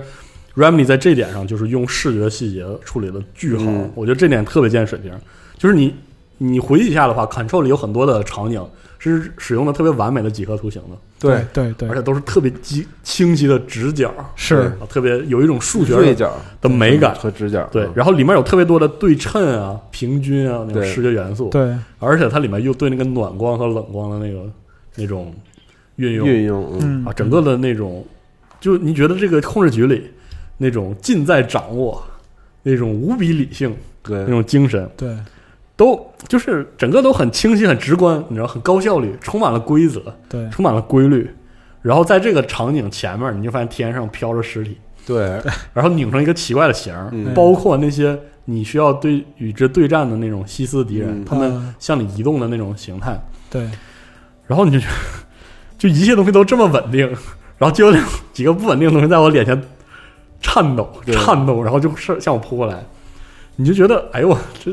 Speaker 3: Remedy 在这点上就是用视觉细节处理的巨好，
Speaker 1: 嗯
Speaker 3: 我觉得这点特别见水平。就是你你回忆一下的话，Control 里有很多的场景是使用的特别完美的几何图形的，
Speaker 1: 对，
Speaker 2: 对对
Speaker 3: 而
Speaker 2: 对，
Speaker 3: 且都是特别清清晰的直角，
Speaker 2: 是
Speaker 3: 啊特别有一种数学
Speaker 1: 锐
Speaker 3: 的
Speaker 1: 角
Speaker 3: 的美感。
Speaker 1: 和直角，
Speaker 3: 对
Speaker 1: 嗯，
Speaker 3: 然后里面有特别多的对称啊、平均啊那种
Speaker 1: 对
Speaker 3: 视觉元素，
Speaker 2: 对
Speaker 3: 而且它里面又对那个暖光和冷光的那个那种运用，
Speaker 1: 运用，嗯，
Speaker 2: 嗯
Speaker 3: 啊，整个的那种，就你觉得这个控制局里那种尽在掌握，那种无比理性，那
Speaker 1: 对，
Speaker 3: 种精神，
Speaker 2: 对
Speaker 3: 都就是整个都很清晰、很直观，你知道，很高效率，充满了规则，
Speaker 2: 对
Speaker 3: 充满了规律。然后在这个场景前面，你就发现天上飘着尸体，
Speaker 1: 对，
Speaker 3: 然后拧成一个奇怪的形儿，
Speaker 1: 嗯
Speaker 3: 包括那些你需要对与之对战的那种西斯敌人，
Speaker 1: 嗯
Speaker 3: 他们
Speaker 2: 啊
Speaker 3: 向你移动的那种形态，
Speaker 2: 对
Speaker 3: 然后你就觉得 就一切东西都这么稳定，然后就有两几个不稳定的东西在我脸前颤抖
Speaker 1: 对
Speaker 3: 颤抖，然后就是向我扑过来，你就觉得哎呦我这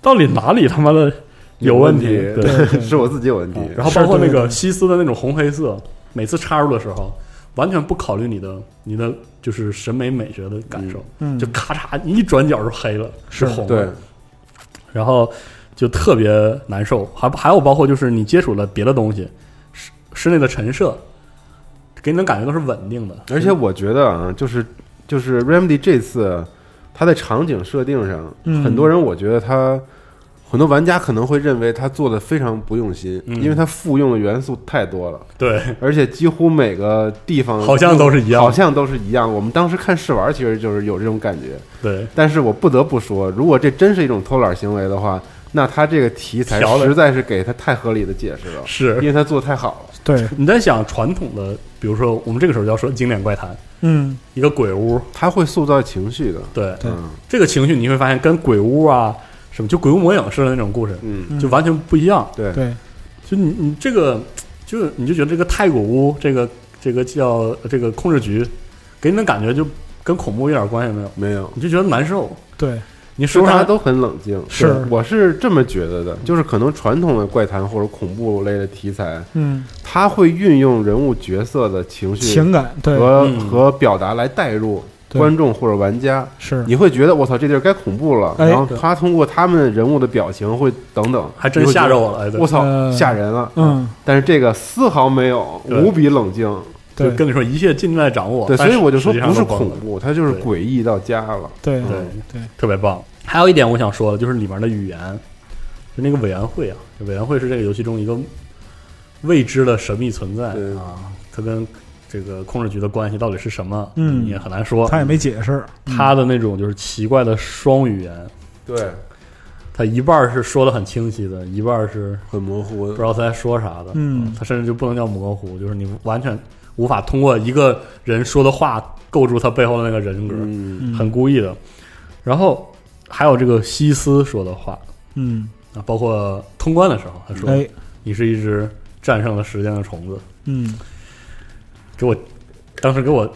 Speaker 3: 到底哪里他妈的有问
Speaker 1: 题，
Speaker 3: 对，
Speaker 2: 对
Speaker 1: 是我自己有问题
Speaker 3: 啊，然后包括
Speaker 2: 是对
Speaker 3: 那个
Speaker 2: 对
Speaker 3: 西斯的那种红黑色，每次插入的时候完全不考虑你的你的就是审美美学的感受，
Speaker 2: 嗯
Speaker 3: 就咔嚓你一转角是黑了，
Speaker 2: 是
Speaker 3: 红了，
Speaker 1: 对，
Speaker 3: 然后就特别难受。还还有包括就是你接触了别的东西，室室内的陈设，给你的感觉都是稳定的，
Speaker 1: 而且我觉得啊，就是就是 Remedy 这次它在场景设定上，
Speaker 2: 嗯
Speaker 1: 很多人我觉得他很多玩家可能会认为他做的非常不用心，
Speaker 3: 嗯
Speaker 1: 因为他复用的元素太多了，
Speaker 3: 对
Speaker 1: 而且几乎每个地方
Speaker 3: 好像都是一样
Speaker 1: 好像都是一样。我们当时看试玩，其实就是有这种感觉。
Speaker 3: 对
Speaker 1: 但是我不得不说，如果这真是一种偷懒行为的话，那他这个题材
Speaker 3: 调的
Speaker 1: 实在是给他太合理的解释了，因
Speaker 3: 是。
Speaker 1: 为他做的太好了。
Speaker 2: 对，
Speaker 3: 你在想传统的，比如说我们这个时候要说经典怪谈，
Speaker 2: 嗯
Speaker 3: 一个鬼屋，
Speaker 1: 他会塑造情绪的，
Speaker 3: 对
Speaker 2: 对
Speaker 1: 嗯
Speaker 3: 这个情绪你会发现跟鬼屋啊什么就鬼屋魔影似的那种故事
Speaker 1: 嗯，
Speaker 2: 嗯
Speaker 3: 就完全不一样。
Speaker 1: 对
Speaker 2: 对
Speaker 3: 就你你这个就你就觉得这个太古屋这个这个叫这个控制局，给你的感觉就跟恐怖一点关系没有，
Speaker 1: 没有。
Speaker 3: 你就觉得难受。
Speaker 2: 对
Speaker 3: 你
Speaker 1: 说
Speaker 3: 说
Speaker 1: 大
Speaker 3: 啥
Speaker 1: 家都很冷静，
Speaker 2: 是
Speaker 1: 对我是这么觉得的，就是可能传统的怪谈或者恐怖类的题材，
Speaker 2: 嗯
Speaker 1: 它会运用人物角色的情绪
Speaker 2: 情感对
Speaker 1: 和
Speaker 3: 嗯
Speaker 1: 和表达来带入
Speaker 2: 对
Speaker 1: 观众或者玩家，
Speaker 2: 是
Speaker 1: 你会觉得我操，这地儿该恐怖了。
Speaker 2: 哎
Speaker 1: 然后
Speaker 3: 对
Speaker 1: 他通过他们人物的表情会等等，
Speaker 3: 还真
Speaker 1: 你会觉
Speaker 3: 吓
Speaker 1: 得
Speaker 3: 着我了，哎，对
Speaker 1: 我，操，
Speaker 2: 呃
Speaker 1: 吓人了。
Speaker 2: 嗯
Speaker 1: 但是这个丝毫没有，
Speaker 3: 对
Speaker 1: 无比冷静。
Speaker 3: 就
Speaker 2: 对
Speaker 3: 跟你说一切尽在掌握，
Speaker 1: 对，所
Speaker 3: 但
Speaker 1: 以我就说
Speaker 3: 实际
Speaker 1: 不
Speaker 3: 上
Speaker 1: 哦是
Speaker 3: 都崩
Speaker 1: 恐
Speaker 3: 了，
Speaker 1: 怖，它就是
Speaker 3: 对
Speaker 1: 诡异到家了。
Speaker 2: 对
Speaker 3: 对
Speaker 2: 对
Speaker 3: 嗯特别棒。还有一点我想说的就是里面的语言，就那个委员会啊，委员会是这个游戏中一个未知的神秘存在
Speaker 1: 对
Speaker 3: 啊，它跟这个控制局的关系到底是什么，
Speaker 2: 嗯
Speaker 3: 你也很难说。
Speaker 2: 他也没解释，嗯
Speaker 3: 他的那种就是奇怪的双语言，
Speaker 1: 对，
Speaker 3: 他一半儿是说的很清晰的，一半儿是
Speaker 1: 很模糊
Speaker 3: 不知。道他在说啥的。
Speaker 2: 嗯
Speaker 3: 他甚至就不能叫模糊，就是你完全无法通过一个人说的话构筑他背后的那个人格，
Speaker 1: 嗯，
Speaker 2: 嗯
Speaker 3: 很故意的。然后还有这个西斯说的话
Speaker 2: 嗯
Speaker 3: 啊，包括通关的时候，他说
Speaker 2: 哎
Speaker 3: 你是一只战胜了时间的虫子，
Speaker 2: 嗯
Speaker 3: 给我当时给我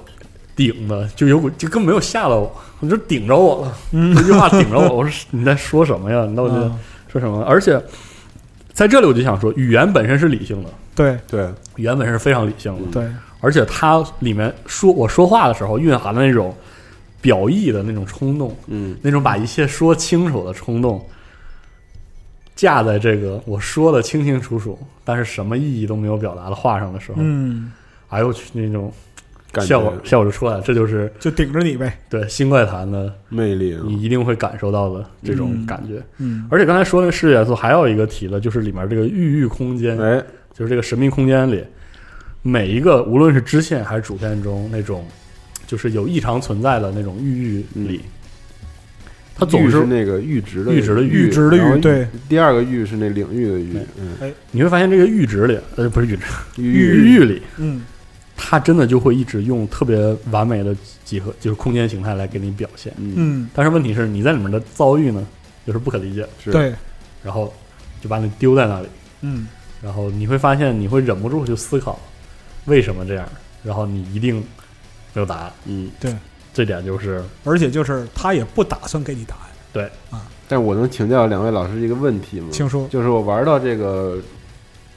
Speaker 3: 顶的，就有股就根本没有吓到我，我就顶着我了，
Speaker 2: 嗯
Speaker 3: 这句话顶着我，我说你在说什么呀？你到底在
Speaker 2: 嗯
Speaker 3: 说什么？而且在这里我就想说，语言本身是理性的，
Speaker 2: 对
Speaker 1: 对，
Speaker 3: 语言本身是非常理性的，
Speaker 1: 嗯
Speaker 2: 对
Speaker 3: 而且它里面说我说话的时候蕴含了那种表意的那种冲动，
Speaker 1: 嗯，
Speaker 3: 那种把一切说清楚的冲动，架在这个我说的清清楚楚，但是什么意义都没有表达的话上的时候，
Speaker 2: 嗯
Speaker 3: 哎呦我去，那种
Speaker 1: 感
Speaker 3: 效果
Speaker 1: 觉
Speaker 3: 效果就出来了，这就是
Speaker 2: 就顶着你呗
Speaker 3: 对新怪谈的
Speaker 1: 魅力啊，
Speaker 3: 你一定会感受到的这种感觉。
Speaker 2: 嗯
Speaker 3: 而且刚才说那个视觉元素，还有一个提了，就是里面这个域域空间，
Speaker 1: 哎，
Speaker 3: 就是这个神秘空间里，每一个无论是支线还是主线中那种，就是有异常存在的那种域域里，它总
Speaker 1: 阈
Speaker 3: 嗯是
Speaker 1: 那个阈值的
Speaker 3: 阈值的阈
Speaker 1: 阈
Speaker 2: 阈值的阈
Speaker 1: 然后
Speaker 2: 对
Speaker 1: 第二个阈是那领域的域，嗯，
Speaker 3: 你会发现这个阈值里，呃，不是阈值，
Speaker 1: 域
Speaker 3: 域域里，
Speaker 2: 嗯，
Speaker 3: 它真的就会一直用特别完美的几何，就是空间形态来给你表现。
Speaker 1: 嗯
Speaker 2: 嗯，
Speaker 3: 但是问题是，你在里面的遭遇呢，就是不可理解，
Speaker 1: 是，
Speaker 2: 对，
Speaker 3: 然后就把你丢在那里，
Speaker 2: 嗯，
Speaker 3: 然后你会发现，你会忍不住去思考为什么这样，然后你一定没有答案。
Speaker 1: 嗯，
Speaker 3: 这点就是
Speaker 2: 而且就是他也不打算给你答案，
Speaker 1: 但我能请教两位老师一个问题吗？
Speaker 2: 请说。
Speaker 1: 就是我玩到这个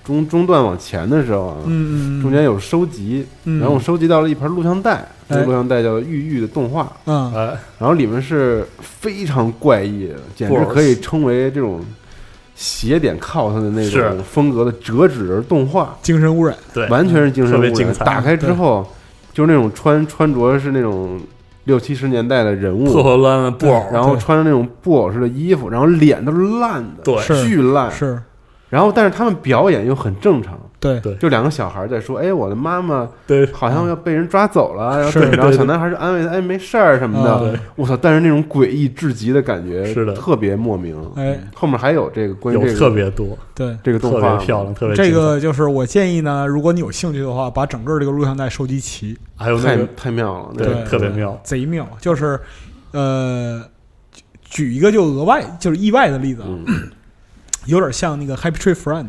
Speaker 1: 中中段往前的时候啊，
Speaker 2: 嗯嗯，
Speaker 1: 中间有收集，
Speaker 2: 嗯，
Speaker 1: 然后我收集到了一盘录像带，这
Speaker 2: 哎
Speaker 1: 个录像带叫《玉玉》的动画，
Speaker 2: 嗯
Speaker 3: 呃，
Speaker 1: 然后里面是非常怪异的，简直
Speaker 3: Course
Speaker 1: 可以称为这种斜点靠它的那
Speaker 3: 是
Speaker 1: 种风格的折纸动画，
Speaker 2: 精神污染，
Speaker 3: 对，
Speaker 1: 完全是精神
Speaker 3: 特别
Speaker 1: 污
Speaker 3: 精
Speaker 1: 染。
Speaker 3: 彩
Speaker 1: 打开之后，就是那种穿穿着是那种六七十年代的人
Speaker 3: 破
Speaker 1: 物，
Speaker 3: 破烂烂布偶，
Speaker 1: 然后穿着那种布偶式的衣服，然后脸都是烂的，
Speaker 3: 对
Speaker 2: 是
Speaker 1: 巨烂。
Speaker 2: 是
Speaker 1: 然后，但是他们表演又很正常，
Speaker 2: 对
Speaker 3: 对
Speaker 1: 就两个小孩在说：“哎，我的妈妈
Speaker 3: 对
Speaker 1: 好像要被人抓走了。”然后
Speaker 2: 是
Speaker 1: 怎么着，
Speaker 3: 对对
Speaker 1: 小男孩就安慰他：“哎，没事儿什么的。
Speaker 2: 啊
Speaker 3: 对
Speaker 1: 我操！但是那种诡异至极的感觉，
Speaker 3: 是的
Speaker 1: 特别莫名。
Speaker 2: 哎，
Speaker 1: 后面还有这个关于
Speaker 3: 有
Speaker 1: 这个
Speaker 3: 特别多，
Speaker 2: 对。
Speaker 1: 这个动
Speaker 3: 特
Speaker 1: 画
Speaker 3: 别
Speaker 1: 吗
Speaker 3: 漂亮，，特别
Speaker 2: 这
Speaker 3: 精彩
Speaker 2: 个就是我建议呢，如果你有兴趣的话，把整个这个录像带收集齐，
Speaker 3: 还有那
Speaker 1: 太
Speaker 3: 个
Speaker 1: 太妙了。
Speaker 3: 对
Speaker 1: 那个
Speaker 3: 特别妙
Speaker 2: 贼妙。就是，呃，举举一个就额外就是意外的例子啊，
Speaker 1: 嗯，
Speaker 2: 有点像那个 Happy Tree Friend，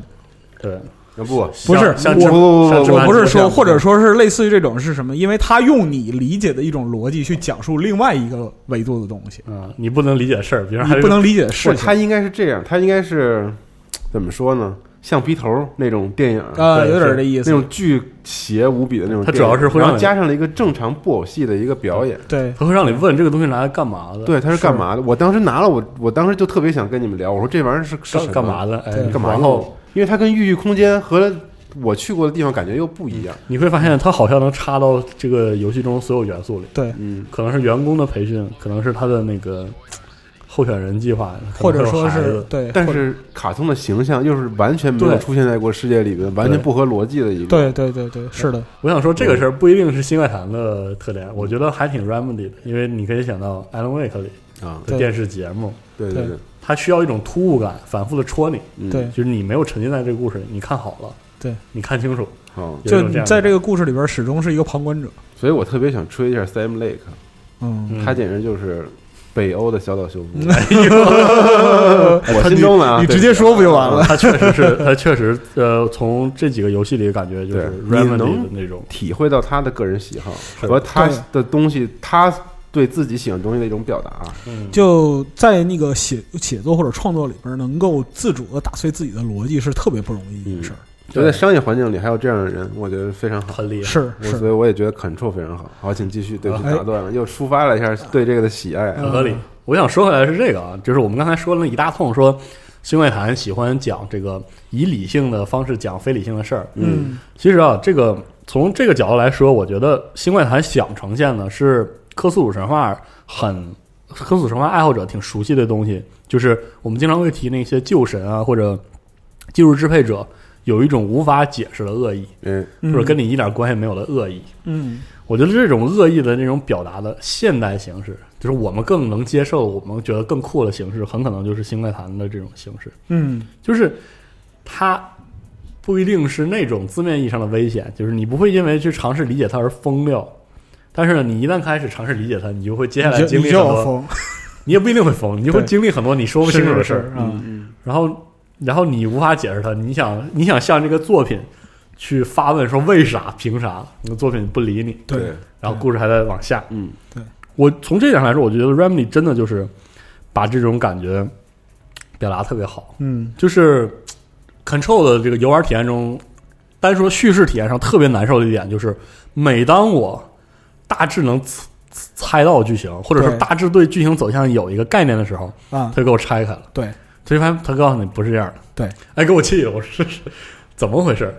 Speaker 3: 对，
Speaker 1: 要不
Speaker 2: 不是
Speaker 3: 像
Speaker 1: 我不不不
Speaker 2: 我不是说，或者
Speaker 3: 说
Speaker 2: 说是类似于这种是什么？因为他用你理解的一种逻辑去讲述另外一个维度的东西，
Speaker 3: 嗯，你不能理解事儿，比如说还
Speaker 2: 你
Speaker 3: 有
Speaker 2: 不能理解的事
Speaker 1: 不，
Speaker 2: 情
Speaker 1: 他。应该是这样，他应该是怎么说呢？橡皮头那种电影，
Speaker 2: 呃，
Speaker 3: 对
Speaker 2: 有点
Speaker 3: 是
Speaker 2: 这意
Speaker 1: 那
Speaker 2: 思。
Speaker 1: 种巨邪无比的那种电影。
Speaker 3: 它主要是会让嗯
Speaker 1: 然后
Speaker 3: 你
Speaker 1: 加上了一个正常布偶戏的一个表演。
Speaker 2: 对，
Speaker 3: 他会让你问这个东西拿来干嘛的，
Speaker 1: 对，他是干嘛的？我当时拿了，我我当时就特别想跟你们聊，我说这玩意儿是是
Speaker 3: 干干嘛
Speaker 1: 的？
Speaker 3: 的，哎
Speaker 2: 对，
Speaker 1: 干嘛
Speaker 3: 然
Speaker 1: 用
Speaker 3: 后
Speaker 1: 的？因为它跟寓意空间和我去过的地方感觉又不一样。
Speaker 3: 你会发现它好像能插到这个游戏中所有元素里，
Speaker 1: 嗯，
Speaker 3: 可能是员工的培训，可能是他的那个候选人计划，
Speaker 2: 或者
Speaker 3: 可能会有
Speaker 2: 说
Speaker 3: 孩
Speaker 2: 是
Speaker 3: 子
Speaker 2: 对，
Speaker 1: 但
Speaker 2: 或者
Speaker 1: 是卡通的形象又是完全没有
Speaker 3: 对
Speaker 1: 出现在过世界里面，完全不合逻辑的一个。
Speaker 2: 对对对对，是的，
Speaker 3: 我想说这个事儿不一定是新外坛的特点，我觉得还挺 Remedy 的，因为你可以想到 Alan Wake 里
Speaker 1: 啊，
Speaker 3: 的
Speaker 2: 对
Speaker 3: 电视节目，
Speaker 1: 对
Speaker 2: 对
Speaker 1: 对，
Speaker 3: 它需要一种突兀感，反复的戳你，
Speaker 1: 嗯
Speaker 2: 对，
Speaker 3: 就是你没有沉浸在这个故事里，你看好了，
Speaker 2: 对，
Speaker 3: 你看清楚，
Speaker 1: 好，
Speaker 3: 有一
Speaker 2: 就
Speaker 3: 种
Speaker 2: 你
Speaker 3: 这样的
Speaker 2: 在这个故事里边始终是一个旁观者。
Speaker 1: 所以我特别想吹一下 Sam Lake，
Speaker 2: 嗯，
Speaker 3: 嗯
Speaker 1: 他简直就是北欧的小岛秀夫。
Speaker 2: 哎我
Speaker 1: 我心中的啊，
Speaker 2: 哎你
Speaker 1: 对
Speaker 2: 直接说不就完了？
Speaker 3: 他确实是， 他确实，呃，从这几个游戏里感觉就是
Speaker 1: 对
Speaker 3: Remedy
Speaker 1: 你能
Speaker 3: 的那种，
Speaker 1: 体会到他的个人喜好
Speaker 3: 的
Speaker 1: 和他
Speaker 2: 对
Speaker 1: 的东西，他对自己喜欢东西的一种表达。啊
Speaker 3: 嗯，
Speaker 2: 就在那个写写作或者创作里边，能够自主的打碎自己的逻辑是特别不容易的一个事儿。
Speaker 1: 就在商业环境里还有这样的人，我觉得非常好。
Speaker 3: 很厉害，
Speaker 2: 是
Speaker 1: 我
Speaker 2: 是
Speaker 1: 所以，我也觉得 Control 非常好。好，请继续，对不起，
Speaker 2: 哎呃
Speaker 1: 打断了，又抒发了一下对这个的喜爱啊。
Speaker 3: 很合理。我想说回来是这个啊，就是我们刚才说了一大通，说新外坛喜欢讲这个以理性的方式讲非理性的事儿，
Speaker 2: 嗯
Speaker 3: 其实啊，这个从这个角度来说，我觉得新怪谈想呈现的是科苏鲁神话很呃科苏鲁神话爱好者挺熟悉的东西，就是我们经常会提那些旧神啊或者技术支配者有一种无法解释的恶意，
Speaker 1: 嗯，
Speaker 2: 嗯
Speaker 3: 或者跟你一点关系没有的恶意。
Speaker 2: 嗯
Speaker 3: 我觉得这种恶意的那种表达的现代形式，就是我们更能接受、我们觉得更酷的形式，很可能就是新怪谈的这种形式。
Speaker 2: 嗯
Speaker 3: 就是它不一定是那种字面意义上的危险，就是你不会因为去尝试理解它而疯掉。但是呢，你一旦开始尝试理解它，你就会接下来
Speaker 2: 你就
Speaker 3: 经
Speaker 2: 你
Speaker 3: 历
Speaker 2: 就
Speaker 3: 很
Speaker 2: 要
Speaker 3: 多，
Speaker 2: 疯，
Speaker 3: 你也不一定会疯，你就会经历很多你说不清楚的事儿。嗯
Speaker 2: 啊。
Speaker 3: 然后，然后你无法解释它，你想你想向这个作品去发问说为啥、凭啥，那个作品不理你，
Speaker 2: 对，
Speaker 3: 然后故事还在往下。
Speaker 1: 嗯，
Speaker 3: 我从这点上来说，我觉得 Remedy 真的就是把这种感觉表达特别好。
Speaker 2: 嗯
Speaker 3: 就是 Control 的这个游玩体验中，单说叙事体验上特别难受的一点就是，每当我大致能猜猜到剧情，或者说
Speaker 2: 对
Speaker 3: 大致对剧情走向有一个概念的时候，
Speaker 2: 啊
Speaker 3: 他，就给我拆开了。
Speaker 2: 对，
Speaker 3: 他就发现他告诉你不是这样的。
Speaker 2: 对，
Speaker 3: 哎，给我气的，我说是怎么回事？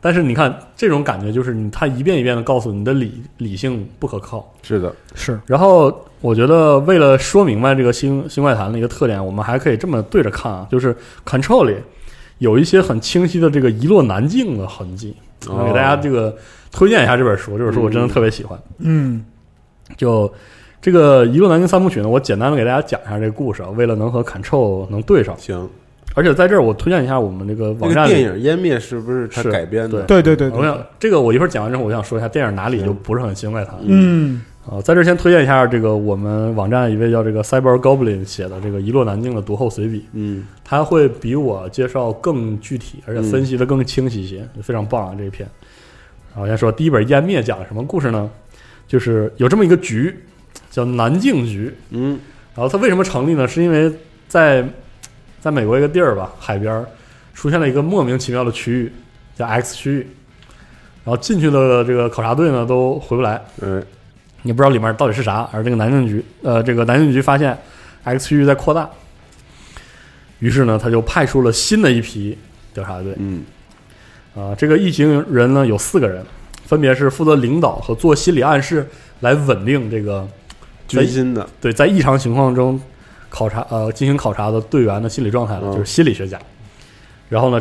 Speaker 3: 但是你看，这种感觉就是你，他一遍一遍的告诉你的理理性不可靠，
Speaker 1: 是的，
Speaker 2: 是
Speaker 3: 然后我觉得，为了说明白这个新新怪谈的一个特点，我们还可以这么对着看啊，就是 Control 里有一些很清晰的这个一落难境的痕迹。我
Speaker 1: 哦
Speaker 3: 嗯给大家这个推荐一下这本书，这本书我真的特别喜欢。
Speaker 2: 嗯
Speaker 3: 就这个《一路南京三部曲》呢，我简单的给大家讲一下这个故事，啊，为了能和 Control 能对上。
Speaker 1: 行，
Speaker 3: 而且在这儿我推荐一下我们这个
Speaker 1: 那
Speaker 3: 网
Speaker 1: 个
Speaker 3: 站里
Speaker 1: 电影《湮灭》是不是它
Speaker 3: 是
Speaker 1: 改编的？
Speaker 2: 对对对
Speaker 3: 我
Speaker 2: 对，
Speaker 3: 想这个我一会儿讲完之后，我想说一下电影哪里就不是很欣慰他。
Speaker 2: 嗯
Speaker 3: 啊，在这儿先推荐一下这个我们网站一位叫这个 Cyber Goblin 写的这个《一落难境》的读后随笔，
Speaker 1: 嗯，
Speaker 3: 他会比我介绍更具体，而且分析的更清晰一些，非常棒啊这一篇。然后先说第一本《湮灭》讲什么故事呢？就是有这么一个局叫南境局，
Speaker 1: 嗯
Speaker 3: 然后它为什么成立呢？是因为在在美国一个地儿吧，海边儿出现了一个莫名其妙的区域，叫 X 区域。然后进去的这个考察队呢都回不来，
Speaker 1: 嗯，
Speaker 3: 也不知道里面到底是啥。而这个南京局，呃，这个南京局发现 X 区域在扩大，于是呢，他就派出了新的一批调查队。
Speaker 1: 嗯
Speaker 3: 啊、这个一行人呢有四个人，分别是负责领导和做心理暗示来稳定这个
Speaker 1: 军心的，
Speaker 3: 对，在异常情况中考察呃进行考察的队员的心理状态了，
Speaker 1: 嗯
Speaker 3: 就是心理学家。然后呢，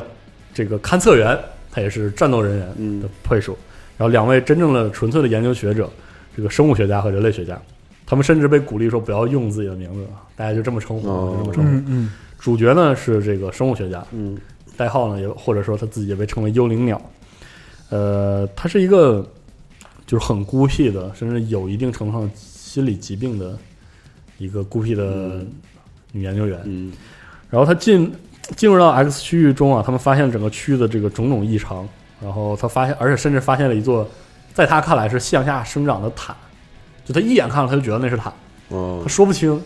Speaker 3: 这个勘测员他也是战斗人员的
Speaker 1: 嗯
Speaker 3: 配属。然后两位真正的纯粹的研究学者，这个生物学家和人类学家，他们甚至被鼓励说不要用自己的名字，大家就这么称呼，
Speaker 1: 哦
Speaker 3: 就这么称呼。
Speaker 2: 嗯嗯，
Speaker 3: 主角呢是这个生物学家，
Speaker 1: 嗯
Speaker 3: 代号呢，也或者说他自己也被称为幽灵鸟。呃，他是一个就是很孤僻的，甚至有一定程度上心理疾病的一个孤僻的女研究员。
Speaker 1: 嗯
Speaker 3: 然后他进进入到 X 区域中啊，他们发现整个区域的这个种种异常，然后他发现，而且甚至发现了一座在他看来是向下生长的塔，就他一眼看了他就觉得那是塔，
Speaker 1: 哦
Speaker 3: 他，说不清。嗯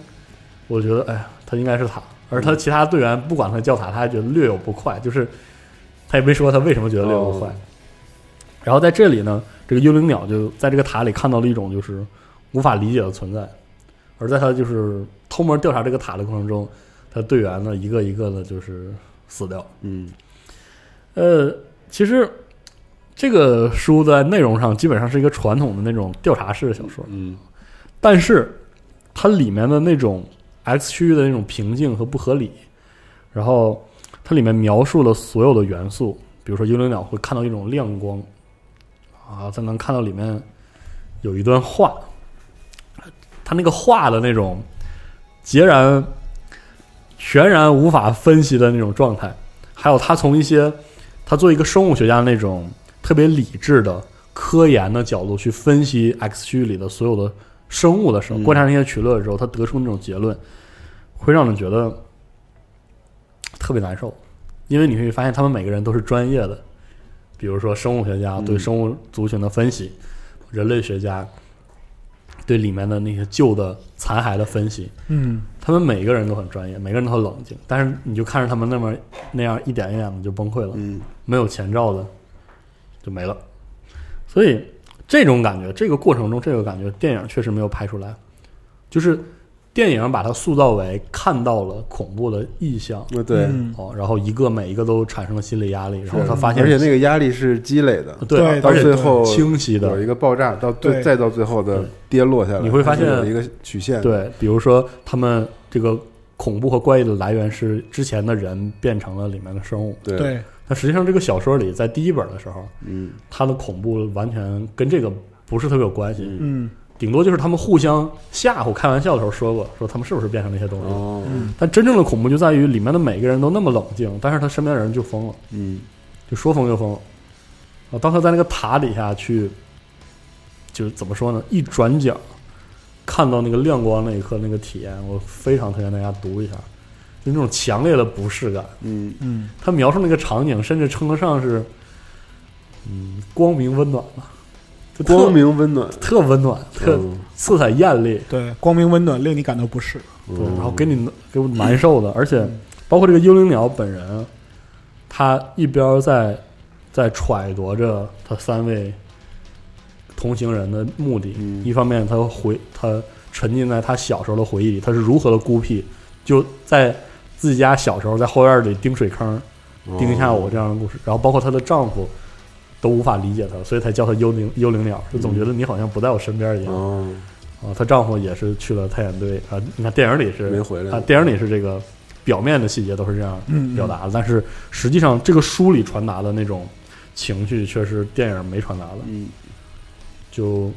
Speaker 3: 我觉得，哎呀，他应该是塔。而他其他队员不管他叫塔，他还觉得略有不快，就是他也没说他为什么觉得略有不快。
Speaker 1: 哦
Speaker 3: 然后在这里呢，这个幽灵鸟就在这个塔里看到了一种就是无法理解的存在，而在他就是偷摸调查这个塔的过程中，他队员呢一个一个的就是死掉。
Speaker 1: 嗯
Speaker 3: 呃，其实这个书在内容上基本上是一个传统的那种调查式的小说，
Speaker 1: 嗯
Speaker 3: 但是它里面的那种 X 区域的那种平静和不合理，然后它里面描述了所有的元素，比如说幽灵鸟会看到一种亮光，啊，它能看到里面有一段话，它那个画的那种截然、全然无法分析的那种状态，还有他从一些他作为一个生物学家那种特别理智的科研的角度去分析 X 区域里的所有的生物的时候，
Speaker 1: 嗯
Speaker 3: 观察那些群落的时候，他得出那种结论，会让你觉得特别难受，因为你会发现他们每个人都是专业的，比如说生物学家对
Speaker 1: 嗯
Speaker 3: 生物族群的分析，人类学家对里面的那些旧的残骸的分析，
Speaker 2: 嗯，
Speaker 3: 他们每个人都很专业，每个人都很冷静，但是你就看着他们那么那样一点一点的就崩溃了，
Speaker 1: 嗯
Speaker 3: 没有前兆的就没了。所以这种感觉，这个过程中这个感觉，电影确实没有拍出来，就是电影把它塑造为看到了恐怖的意象。
Speaker 1: 那对，
Speaker 2: 嗯
Speaker 3: 哦，然后一个每一个都产生了心理压力，然后
Speaker 1: 是
Speaker 3: 他发现，
Speaker 1: 而且那个压力是积累的，
Speaker 3: 对，
Speaker 2: 对
Speaker 1: 到
Speaker 3: 而且
Speaker 1: 最后
Speaker 3: 清晰的
Speaker 1: 有一个爆炸，到
Speaker 2: 对
Speaker 1: 最再到最后的
Speaker 3: 对
Speaker 1: 跌落下来，
Speaker 3: 你会发现
Speaker 1: 有一个曲线，，
Speaker 3: 对，比如说他们这个恐怖和怪异的来源是之前的人变成了里面的生物。
Speaker 1: 对，
Speaker 2: 对，
Speaker 3: 那实际上这个小说里，在第一本的时候，
Speaker 1: 嗯
Speaker 3: 它的恐怖完全跟这个不是特别有关系，
Speaker 1: 嗯
Speaker 2: 嗯
Speaker 3: 顶多就是他们互相吓唬、开玩笑的时候说过，说他们是不是变成那些东西。
Speaker 1: 哦
Speaker 2: 嗯
Speaker 3: 但真正的恐怖就在于里面的每个人都那么冷静，但是他身边的人就疯了，
Speaker 1: 嗯
Speaker 3: 就说疯就疯了。啊，当他在那个塔底下去，就是怎么说呢？一转角看到那个亮光那一刻，那个体验，我非常推荐大家读一下，就那种强烈的不适感。
Speaker 1: 嗯
Speaker 2: 嗯，
Speaker 3: 他描述那个场景，甚至称得上是，嗯，光明温暖吧，就特
Speaker 1: 光明温暖，
Speaker 3: 特温暖，特
Speaker 1: 嗯
Speaker 3: 色彩艳丽，
Speaker 2: 对，光明温暖令你感到不适，
Speaker 1: 嗯
Speaker 3: 对，然后给你给我难受的，而且包括这个幽灵鸟本人，他一边儿在在揣度着他三位同行人的目的，
Speaker 1: 嗯
Speaker 3: 一方面他回他沉浸在他小时候的回忆里，他是如何的孤僻，就在自己家小时候在后院里钉水坑，丁
Speaker 1: 哦
Speaker 3: 夏我这样的故事，然后包括她的丈夫都无法理解她，所以才叫她幽灵幽灵鸟，就总觉得你好像不在我身边一样。
Speaker 1: 嗯哦，
Speaker 3: 啊，她丈夫也是去了探险队啊，你看电影里
Speaker 1: 哦没
Speaker 3: 是
Speaker 1: 回来
Speaker 3: 啊，电影里是这个表面的细节都是这样
Speaker 2: 嗯，嗯
Speaker 3: 表，达的，但是实际上这个书里传达的那种情绪却是电影没传达的，
Speaker 1: 嗯
Speaker 3: 就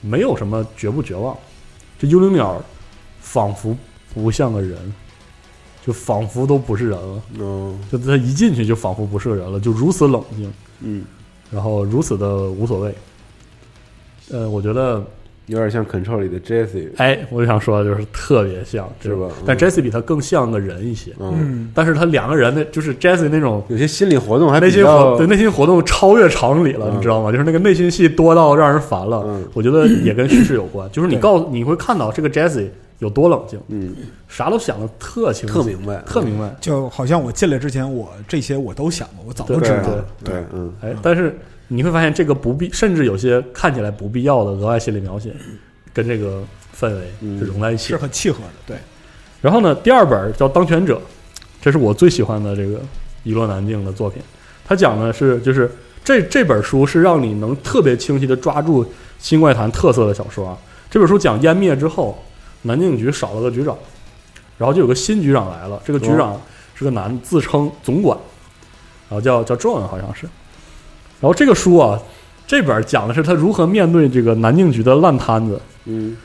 Speaker 3: 没有什么绝不绝望，这幽灵鸟仿佛不像个人，就仿佛都不是人了，
Speaker 1: 嗯
Speaker 3: 就它一进去就仿佛不是个人了，就如此冷静，
Speaker 1: 嗯，
Speaker 3: 然后如此的无所谓。呃，我觉得，
Speaker 1: 有点像 Control 里的 Jesse，
Speaker 3: 哎，我就想说，就是特别像，
Speaker 1: 是吧
Speaker 3: 但
Speaker 1: 嗯
Speaker 3: Jesse 比他更像个人一些，
Speaker 1: 嗯，
Speaker 2: 嗯，
Speaker 3: 但是他两个人的就是 Jesse 那种
Speaker 1: 有些心理活动还
Speaker 3: 内
Speaker 1: 比
Speaker 3: 心活
Speaker 1: 较
Speaker 3: 对内心活动超越常理了，
Speaker 1: 嗯
Speaker 3: 你知道吗？就是那个内心戏多到让人烦了。
Speaker 1: 嗯
Speaker 3: 我觉得也跟叙事有 关，就是你
Speaker 1: 对
Speaker 3: 告诉你会看到这个 Jesse 有多冷静，
Speaker 1: 嗯
Speaker 3: 啥都想的特清楚，
Speaker 1: 特明白，
Speaker 3: 嗯特明白。
Speaker 2: 就好像我进来之前，我这些我都想过，我早都知
Speaker 1: 对啊
Speaker 2: 道了。
Speaker 1: 对对嗯
Speaker 3: 哎，但是你会发现这个不必，甚至有些看起来不必要的额外心理描写，跟这个氛围
Speaker 1: 嗯
Speaker 3: 是融在一起
Speaker 2: 是
Speaker 3: 的。
Speaker 2: 很契合的，对，
Speaker 3: 然后呢，第二本叫《当权者》，这是我最喜欢的这个遗落南境的作品。它讲的是，就是这这本书是让你能特别清晰的抓住新怪谈特色的小说啊。这本书讲湮灭之后，南京局少了个局长，然后就有个新局长来了。这个局长是个男，自称总管，然后叫叫 John 好像是。然后这个书啊，这本讲的是他如何面对这个南京局的烂摊子，
Speaker 1: 嗯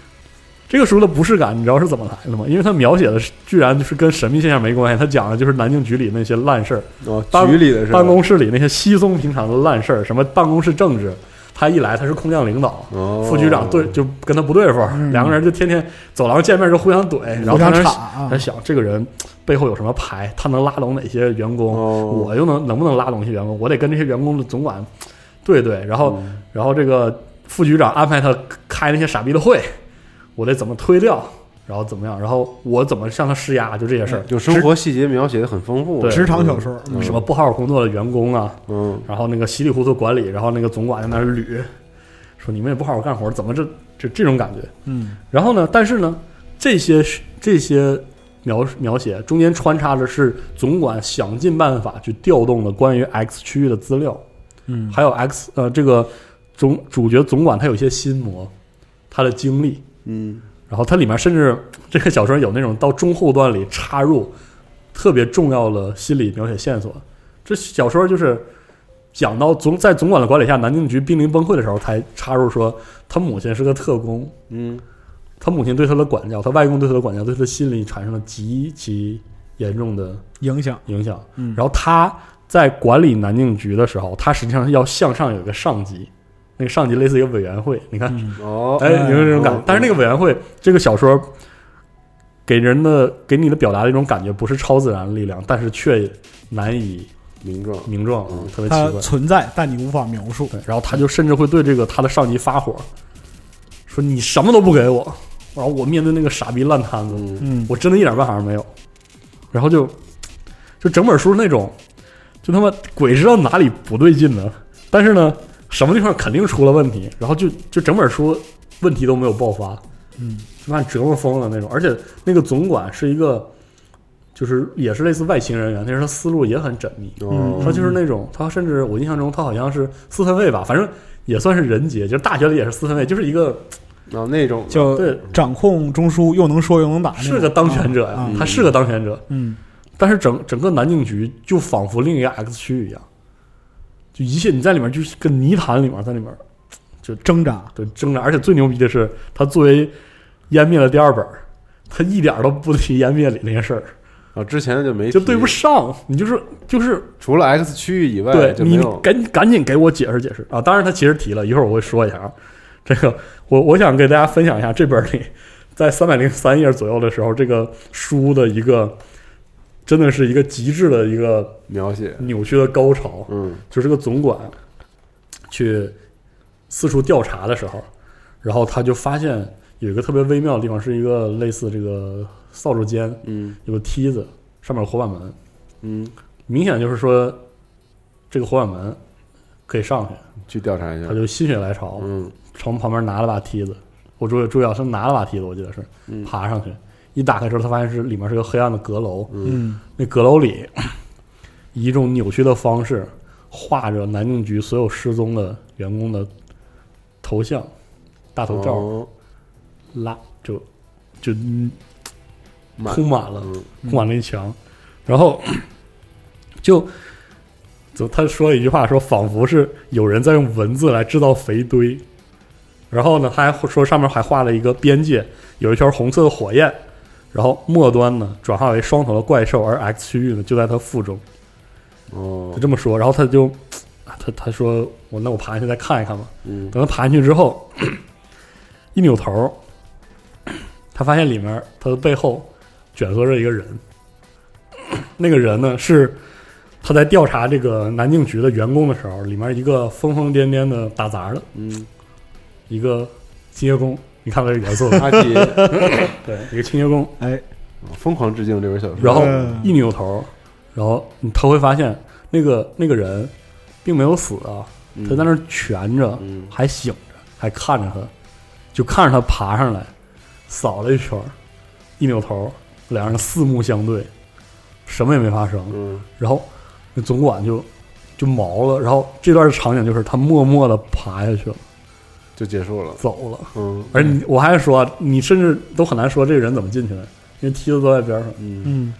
Speaker 3: 这个书的不适感，你知道是怎么来的吗？因为它描写的是居然就是跟神秘现象没关系，它讲的就是南京局里那些烂事儿，
Speaker 1: 哦，
Speaker 3: 办
Speaker 1: 局里的是吧
Speaker 3: 办公室里那些稀松平常的烂事儿，什么办公室政治。他一来，他是空降领导，
Speaker 1: 哦
Speaker 3: 副局长对就跟他不对付，
Speaker 2: 嗯
Speaker 3: 两个人就天天走廊见面就互相怼，然后
Speaker 2: 互
Speaker 3: 他
Speaker 2: 相
Speaker 3: 在
Speaker 2: 插
Speaker 3: 那
Speaker 2: 啊
Speaker 3: 他，想这个人背后有什么牌，他能拉拢哪些员工，
Speaker 1: 哦
Speaker 3: 我又能能不能拉拢一些员工？我得跟这些员工的总管对对，然后、
Speaker 2: 嗯
Speaker 3: 然后这个副局长安排他开那些傻逼的会，我得怎么推掉，然后怎么样，然后我怎么向他施压，就这些事儿。
Speaker 1: 就生活细节描写的很丰富，
Speaker 3: 对
Speaker 2: 职场小说，嗯
Speaker 3: 什么不好好工作的员工啊，
Speaker 1: 嗯
Speaker 3: 然后那个稀里糊涂管理，然后那个总管在那儿捋，说你们也不好好干活，怎么这这这种感觉？
Speaker 2: 嗯，
Speaker 3: 然后呢，但是呢，这些这些描描写中间穿插的是总管想尽办法去调动的关于 X 区域的资料，
Speaker 2: 嗯，
Speaker 3: 还有 X 呃这个总主角总管他有一些心魔，他的经历，
Speaker 1: 嗯
Speaker 3: 然后它里面甚至这个小说有那种到中后段里插入特别重要的心理描写线索，这小说就是。讲到总在总管的管理下，南京局濒临崩溃的时候，才插入说他母亲是个特工，
Speaker 1: 嗯
Speaker 3: 他母亲对他的管教，他外公对他的管教，对他的心理产生了极其严重的
Speaker 2: 影响，
Speaker 3: 影响。
Speaker 2: 嗯，
Speaker 3: 然后他在管理南京局的时候，他实际上要向上有一个上级，那个上级类似一个委员会。你看，
Speaker 2: 嗯
Speaker 1: 哦，
Speaker 3: 哎，有没有这种感觉
Speaker 1: 嗯？
Speaker 3: 但是那个委员会，这个小说给人的给你的表达的一种感觉，不是超自然的力量，但是却难以
Speaker 1: 名状，
Speaker 3: 名状啊
Speaker 1: 嗯，
Speaker 3: 特别奇
Speaker 2: 它
Speaker 3: 怪。
Speaker 2: 存在，但你无法描述，
Speaker 3: 对，然后他就甚至会对这个他的上级发火，说你什么都不给我，然后我面对那个傻逼烂摊子，
Speaker 1: 嗯
Speaker 2: 嗯，
Speaker 3: 我真的一点办法都没有。然后就就整本书是那种，就他妈鬼知道哪里不对劲呢，但是呢，什么地方肯定出了问题，然后就就整本书问题都没有爆发，
Speaker 2: 嗯，
Speaker 3: 就把你折磨疯了那种。而且那个总管是一个，就是也是类似外勤人员，但是他思路也很缜密，
Speaker 1: 哦
Speaker 3: 他就是那种，他甚至我印象中他好像是四分卫吧，反正也算是人杰，就是大学里也是四分卫，就是一个
Speaker 1: 哦那种的
Speaker 2: 就
Speaker 3: 对
Speaker 2: 掌控中枢，又能说又能打呃那种，
Speaker 3: 是个当权者呀
Speaker 2: 啊，
Speaker 3: 他是个当权者，
Speaker 2: 嗯，
Speaker 3: 但是整整个南京局就仿佛另一个 X 区一样，就一切你在里面就是跟泥潭里面，在里面
Speaker 2: 挣扎，
Speaker 3: 对挣扎。而且最牛逼的是，他作为湮灭了第二本儿，他一点儿都不提湮灭里那些事儿，
Speaker 1: 哦之前就没
Speaker 3: 就对不
Speaker 1: 上，
Speaker 3: 上。你就是就是
Speaker 1: 除了 X 区域以外，
Speaker 3: 对
Speaker 1: 就没
Speaker 3: 你
Speaker 1: 有
Speaker 3: 赶赶紧给我解释解释啊！当然，他其实提了，一会儿我会说一下啊。这个我我想给大家分享一下这本里在三百零三页左右的时候，这个书的一个真的是一个极致的一个
Speaker 1: 描写，
Speaker 3: 扭曲的高潮。
Speaker 1: 嗯
Speaker 3: 就是这个总管去四处调查的时候，然后他就发现有一个特别微妙的地方，是一个类似这个扫帚间，
Speaker 1: 嗯
Speaker 3: 有个梯子，上面有火把门，
Speaker 1: 嗯，
Speaker 3: 明显就是说这个火把门可以上去，
Speaker 1: 去调查一下
Speaker 3: 他，就心血来潮，
Speaker 1: 嗯
Speaker 3: 从旁边拿了把梯子，我注意注意啊，是拿了把梯子，我记得是
Speaker 1: 嗯
Speaker 3: 爬上去，一打开之后，他发现是里面是个黑暗的阁楼，
Speaker 1: 嗯
Speaker 2: 嗯
Speaker 3: 那阁楼里以一种扭曲的方式画着南京局所有失踪的员工的头像、大头照、
Speaker 1: 哦
Speaker 3: 拉就就
Speaker 1: 满
Speaker 3: 铺满了，
Speaker 1: 嗯
Speaker 3: 铺满了一墙，然后就就他说了一句话，说仿佛是有人在用文字来制造肥堆。然后呢，他还说上面还画了一个边界，有一条红色的火焰，然后末端呢转化为双头的怪兽，而 X 区域呢就在它腹中。
Speaker 1: 哦
Speaker 3: 他，这么说，然后他就，啊他他说我那我爬进去再看一看吧。
Speaker 1: 嗯，
Speaker 3: 等他爬进去之后，一扭头，他发现里面他的背后卷缩着一个人。那个人呢是他在调查这个南京局的员工的时候，里面一个疯疯癫癫的打杂的
Speaker 1: 嗯，
Speaker 3: 一个清洁工。你看他是元 素的，
Speaker 1: 阿奇
Speaker 3: 对，一个清洁工。
Speaker 2: 哎，
Speaker 1: 疯狂致敬这本小说，
Speaker 3: 然后
Speaker 2: 嗯
Speaker 3: 一扭头，然后他会发现那个那个人并没有死啊，他在那儿蜷着，
Speaker 1: 嗯
Speaker 3: 还醒着，还看着他，就看着他爬上来，扫了一圈儿，一扭头，两人四目相对，什么也没发生。
Speaker 1: 嗯
Speaker 3: 然后那总管就就毛了，然后这段场景就是他默默的爬下去了，
Speaker 1: 就结束了，
Speaker 3: 走了。
Speaker 1: 嗯，
Speaker 3: 而你我还说，啊你甚至都很难说这个人怎么进去的，因为梯子都在边上。
Speaker 1: 嗯
Speaker 2: 嗯，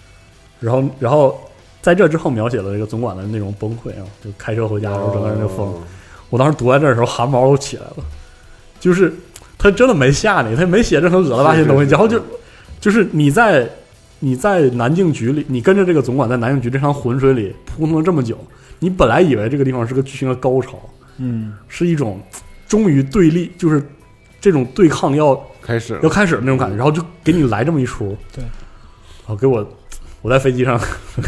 Speaker 3: 然后，然后在这之后描写了这个总管的那种崩溃啊，就开车回家，然后整个人就疯了。
Speaker 1: 哦
Speaker 3: 我当时读完这儿的时候，汗毛都起来了，就是他真的没吓你，他没写任何恶了吧唧的东
Speaker 1: 是是
Speaker 3: 西，
Speaker 1: 是
Speaker 3: 然后就就是你在你在南京局里，你跟着这个总管在南京局这趟浑水里扑腾了这么久，你本来以为这个地方是个剧情的高潮，
Speaker 2: 嗯，
Speaker 3: 是一种终于对立，就是这种对抗要
Speaker 1: 哦开始了
Speaker 3: 要开始的那种感觉，然后就给你来这么一出，
Speaker 2: 对
Speaker 3: 然后给我我在飞机上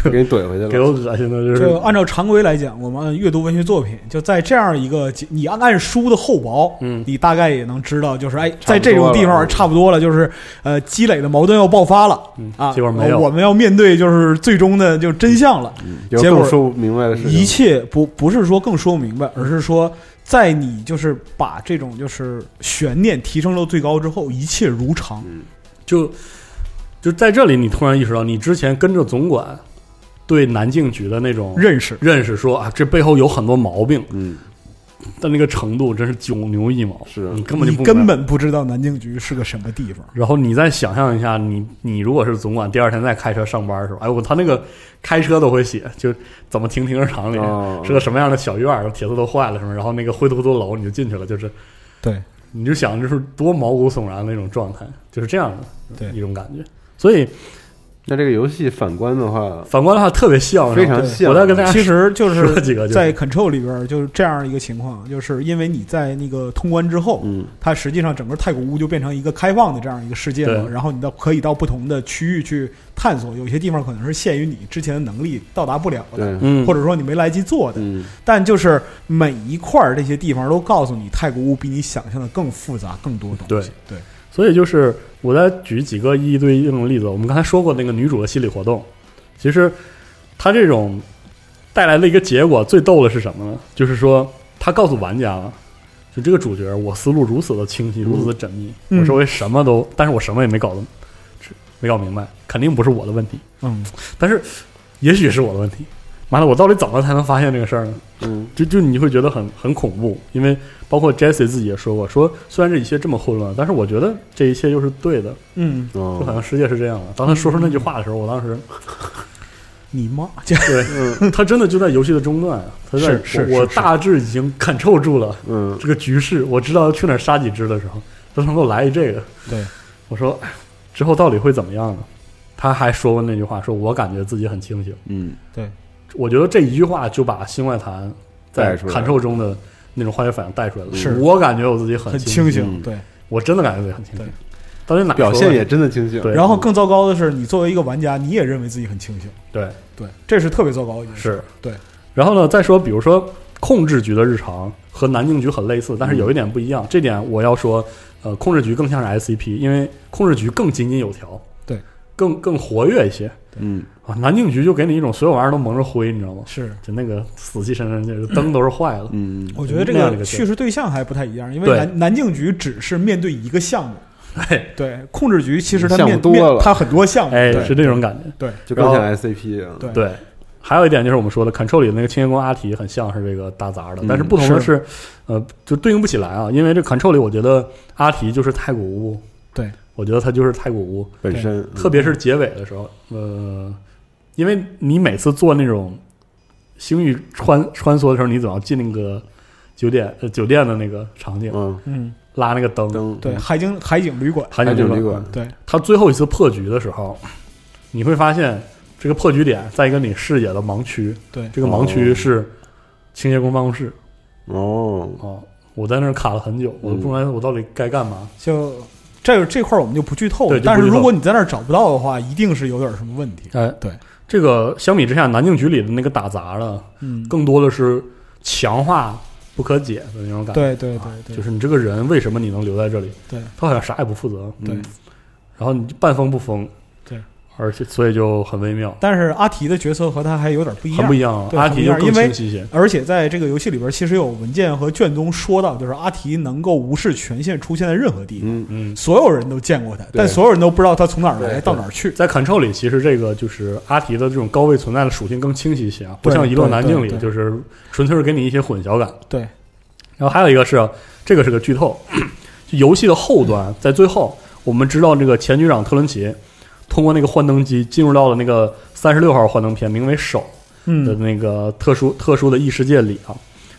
Speaker 1: 给你怼回去了，
Speaker 3: 给我恶心的就是
Speaker 2: 就按照常规来讲，我们阅读文学作品，就在这样一个节你按按书的厚薄，
Speaker 3: 嗯
Speaker 2: 你大概也能知道，就是哎，
Speaker 1: 差不多了
Speaker 2: 在这种地方差不多了，就是呃积累的矛盾要爆发了
Speaker 3: 嗯
Speaker 2: 啊，
Speaker 3: 结果没有
Speaker 2: 我们要面对就是最终的就真相了。
Speaker 1: 有
Speaker 2: 结
Speaker 1: 更
Speaker 2: 果
Speaker 1: 说不明白的事情，
Speaker 2: 一切不不是说更说明白，而是说在你就是把这种就是悬念提升到最高之后，一切如常。
Speaker 3: 就就在这里，你突然意识到，你之前跟着总管对南靖局的那种
Speaker 2: 认识，
Speaker 3: 认识说，啊，这背后有很多毛病，
Speaker 1: 嗯，
Speaker 3: 但那个程度真是九牛一毛，
Speaker 1: 是
Speaker 3: 你根本就
Speaker 2: 你
Speaker 3: 不
Speaker 2: 根
Speaker 3: 明白。
Speaker 2: 本不知道南京局是个什么地 方。
Speaker 3: 然后你再想象一下，你你如果是总管，第二天再开车上班的时候，哎我他那个开车都会写，就怎么停停车场里、
Speaker 1: 哦
Speaker 3: 是个什么样的小院儿，铁丝都坏了什么，然后那个灰秃秃楼你就进去了，就是
Speaker 2: 对，
Speaker 3: 你就想就是多毛骨悚然的那种状态， 就是这样的
Speaker 2: 对
Speaker 3: 一种感觉。所以
Speaker 1: 那这个游戏反观的话，
Speaker 3: 反观的话，特别像，
Speaker 1: 非常
Speaker 2: 对
Speaker 1: 像，
Speaker 3: 哦我再跟大家
Speaker 2: 其实就
Speaker 3: 啊说
Speaker 2: 是
Speaker 3: 几个就是
Speaker 2: 在 Control 里边儿就是这样一个情况，就是因为你在那个通关之后，
Speaker 1: 嗯
Speaker 2: 它实际上整个太古屋就变成一个开放的这样一个世界了。
Speaker 3: 对
Speaker 2: 然后你到可以到不同的区域去探索，有些地方可能是限于你之前的能力到达不了的，
Speaker 1: 对，
Speaker 3: 嗯
Speaker 2: 或者说你没来及做的。
Speaker 1: 嗯
Speaker 2: 但就是每一块儿这些地方都告诉你，太古屋比你想象的更复杂、更多东西。对
Speaker 3: 所以就是我再举几个一对应的例子。我们刚才说过那个女主的心理活动，其实她这种带来的一个结果最逗的是什么呢？就是说她告诉玩家了，就这个主角，我思路如此的清晰，如此的缜密，
Speaker 2: 嗯
Speaker 3: 我周围什么都，但是我什么也没搞懂，没搞明白，肯定不是我的问题，
Speaker 2: 嗯，
Speaker 3: 但是也许是我的问题。妈的，我到底怎么才能发现这个事儿呢？
Speaker 1: 嗯
Speaker 3: 就就你会觉得很很恐怖，因为包括 Jesse 自己也说过，说虽然这一切这么混乱，但是我觉得这一切又是对的，
Speaker 2: 嗯，
Speaker 3: 就好
Speaker 1: 哦，
Speaker 3: 像世界是这样的。当他说出那句话的时候，我当时
Speaker 2: 你妈，
Speaker 3: 对， 他真的就在游戏的中段啊，他在
Speaker 2: 是是
Speaker 3: 我我
Speaker 2: 是是
Speaker 3: 大致已经 control 住了
Speaker 1: 嗯
Speaker 3: 这个局势，我知道去哪儿杀几只的时候，他能够来一这个，
Speaker 2: 对，
Speaker 3: 我说哎之后到底会怎么样呢？他还说过那句话，说我感觉自己很清醒。
Speaker 1: 嗯
Speaker 3: 我觉得这一句话就把新外谈在
Speaker 1: 带出来
Speaker 3: control 中的那种化学反应带出来了。
Speaker 2: 是
Speaker 3: 我感觉我自己
Speaker 2: 很
Speaker 3: 很
Speaker 2: 清
Speaker 3: 醒，
Speaker 2: 醒，
Speaker 1: 嗯
Speaker 2: 对。
Speaker 3: 我真的感觉自己很清醒
Speaker 2: 对。
Speaker 3: 到底哪
Speaker 1: 表
Speaker 3: 说
Speaker 1: 现
Speaker 3: 的
Speaker 1: 也真的清醒，
Speaker 3: 对
Speaker 2: 然后更糟糕的是，你作为一个玩家，你也认为自己很清醒，
Speaker 3: 对
Speaker 2: 对，这是特别糟糕的一件事。
Speaker 3: 是
Speaker 2: 对。
Speaker 3: 然后呢，再说，比如说控制局的日常和南京局很类似，但是有一点不一样，这点我要说，呃，控制局更像是 SCP，因为控制局更井井有条，
Speaker 2: 对，
Speaker 3: 更更活跃一些
Speaker 1: 嗯
Speaker 3: 啊。南京局就给你一种所有玩意儿都蒙着灰，你知道吗？
Speaker 2: 是，
Speaker 3: 就那个死气沉沉，就是灯都是坏了。
Speaker 1: 嗯，
Speaker 2: 我觉得这
Speaker 3: 那样的一
Speaker 2: 个
Speaker 3: 个
Speaker 2: 叙事对象还不太一样，因为
Speaker 3: 对
Speaker 2: 南南靖局只是面对一个项 目，
Speaker 3: 哎
Speaker 2: 对，控制局其实它
Speaker 1: 项目
Speaker 2: 面
Speaker 1: 多
Speaker 2: 面
Speaker 1: 了
Speaker 2: 它很多项目，
Speaker 3: 哎，
Speaker 2: 嗯对
Speaker 3: 是这种感觉。
Speaker 2: 对
Speaker 1: 就更像
Speaker 3: 然
Speaker 1: SCP 啊，
Speaker 2: 对
Speaker 3: 对，还有一点就是我们说的 control 里的那个清洁工阿提很像是这个打杂的，
Speaker 1: 嗯
Speaker 3: 但是不同的是，呃，就对应不起来啊，因为这 control 里我觉得阿提就是太古屋，
Speaker 2: 对
Speaker 3: 我觉得他就是太古屋，
Speaker 1: 本身嗯
Speaker 3: 特别是结尾的时候，呃，因为你每次做那种星域穿穿梭的时候，你总要进那个酒店呃酒店的那个场景，
Speaker 1: 嗯
Speaker 2: 嗯，
Speaker 3: 拉那个灯，
Speaker 1: 灯
Speaker 2: 对，海景海景旅馆，
Speaker 3: 海
Speaker 1: 海
Speaker 3: 景
Speaker 1: 景旅
Speaker 3: 馆。
Speaker 1: 馆，
Speaker 2: 对，
Speaker 3: 他最后一次破局的时候，你会发现这个破局点在一个你视野的盲区，
Speaker 2: 对
Speaker 3: 这个盲
Speaker 2: 哦
Speaker 3: 区是清洁工办公室。
Speaker 1: 哦，
Speaker 3: 哦，我在那儿卡了很久，我
Speaker 2: 嗯
Speaker 3: 都不明白我到底该干嘛。
Speaker 2: 就这这块儿我们就不剧透
Speaker 3: 对
Speaker 2: 了。
Speaker 3: 就不
Speaker 2: 但是
Speaker 3: 剧透
Speaker 2: 如果你在那儿找不到的话，一定是有点什么问题。
Speaker 3: 哎，
Speaker 2: 对，
Speaker 3: 这个相比之下，南京局里的那个打杂的，
Speaker 2: 嗯，
Speaker 3: 更多的是强化不可解的那种感觉。
Speaker 2: 对对对对，
Speaker 3: 啊就是你这个人为什么你能留在这里？
Speaker 2: 对，
Speaker 3: 他好像啥也不负责，
Speaker 2: 对
Speaker 1: 嗯
Speaker 3: 然后你就半疯不疯。
Speaker 2: 对，
Speaker 3: 而且所以就很微妙，
Speaker 2: 但是阿提的角色和他还有点不一
Speaker 3: 很
Speaker 2: 样
Speaker 3: 不。一样啊。
Speaker 2: 对
Speaker 3: 阿
Speaker 2: 很不
Speaker 3: 提
Speaker 2: 一
Speaker 3: 就
Speaker 2: 样
Speaker 3: 更
Speaker 2: 因为
Speaker 3: 清晰一些。
Speaker 2: 而且在这个游戏里边，其实有文件和卷宗说到，就是阿提能够无视权限出现在任何地方，
Speaker 1: 嗯，
Speaker 3: 嗯，
Speaker 2: 所有人都见过他，但所有人都不知道他从哪儿
Speaker 1: 对
Speaker 2: 来
Speaker 1: 对
Speaker 2: 到哪儿去。
Speaker 3: 在 Control 里，其实这个就是阿提的这种高位存在的属性更清晰一些啊，不
Speaker 2: 对
Speaker 3: 像《遗落南境》
Speaker 2: 对
Speaker 3: 里
Speaker 2: 对
Speaker 3: 就是纯粹是给你一些混淆感。
Speaker 2: 对，
Speaker 3: 然后还有一个是，啊这个是个剧透，就游戏的后端，在最后我们知道这个前局长特伦奇通过那个幻灯机进入到了那个三十六号幻灯片，名为“手”的
Speaker 2: 嗯，
Speaker 3: 那个特殊特殊的异世界里啊。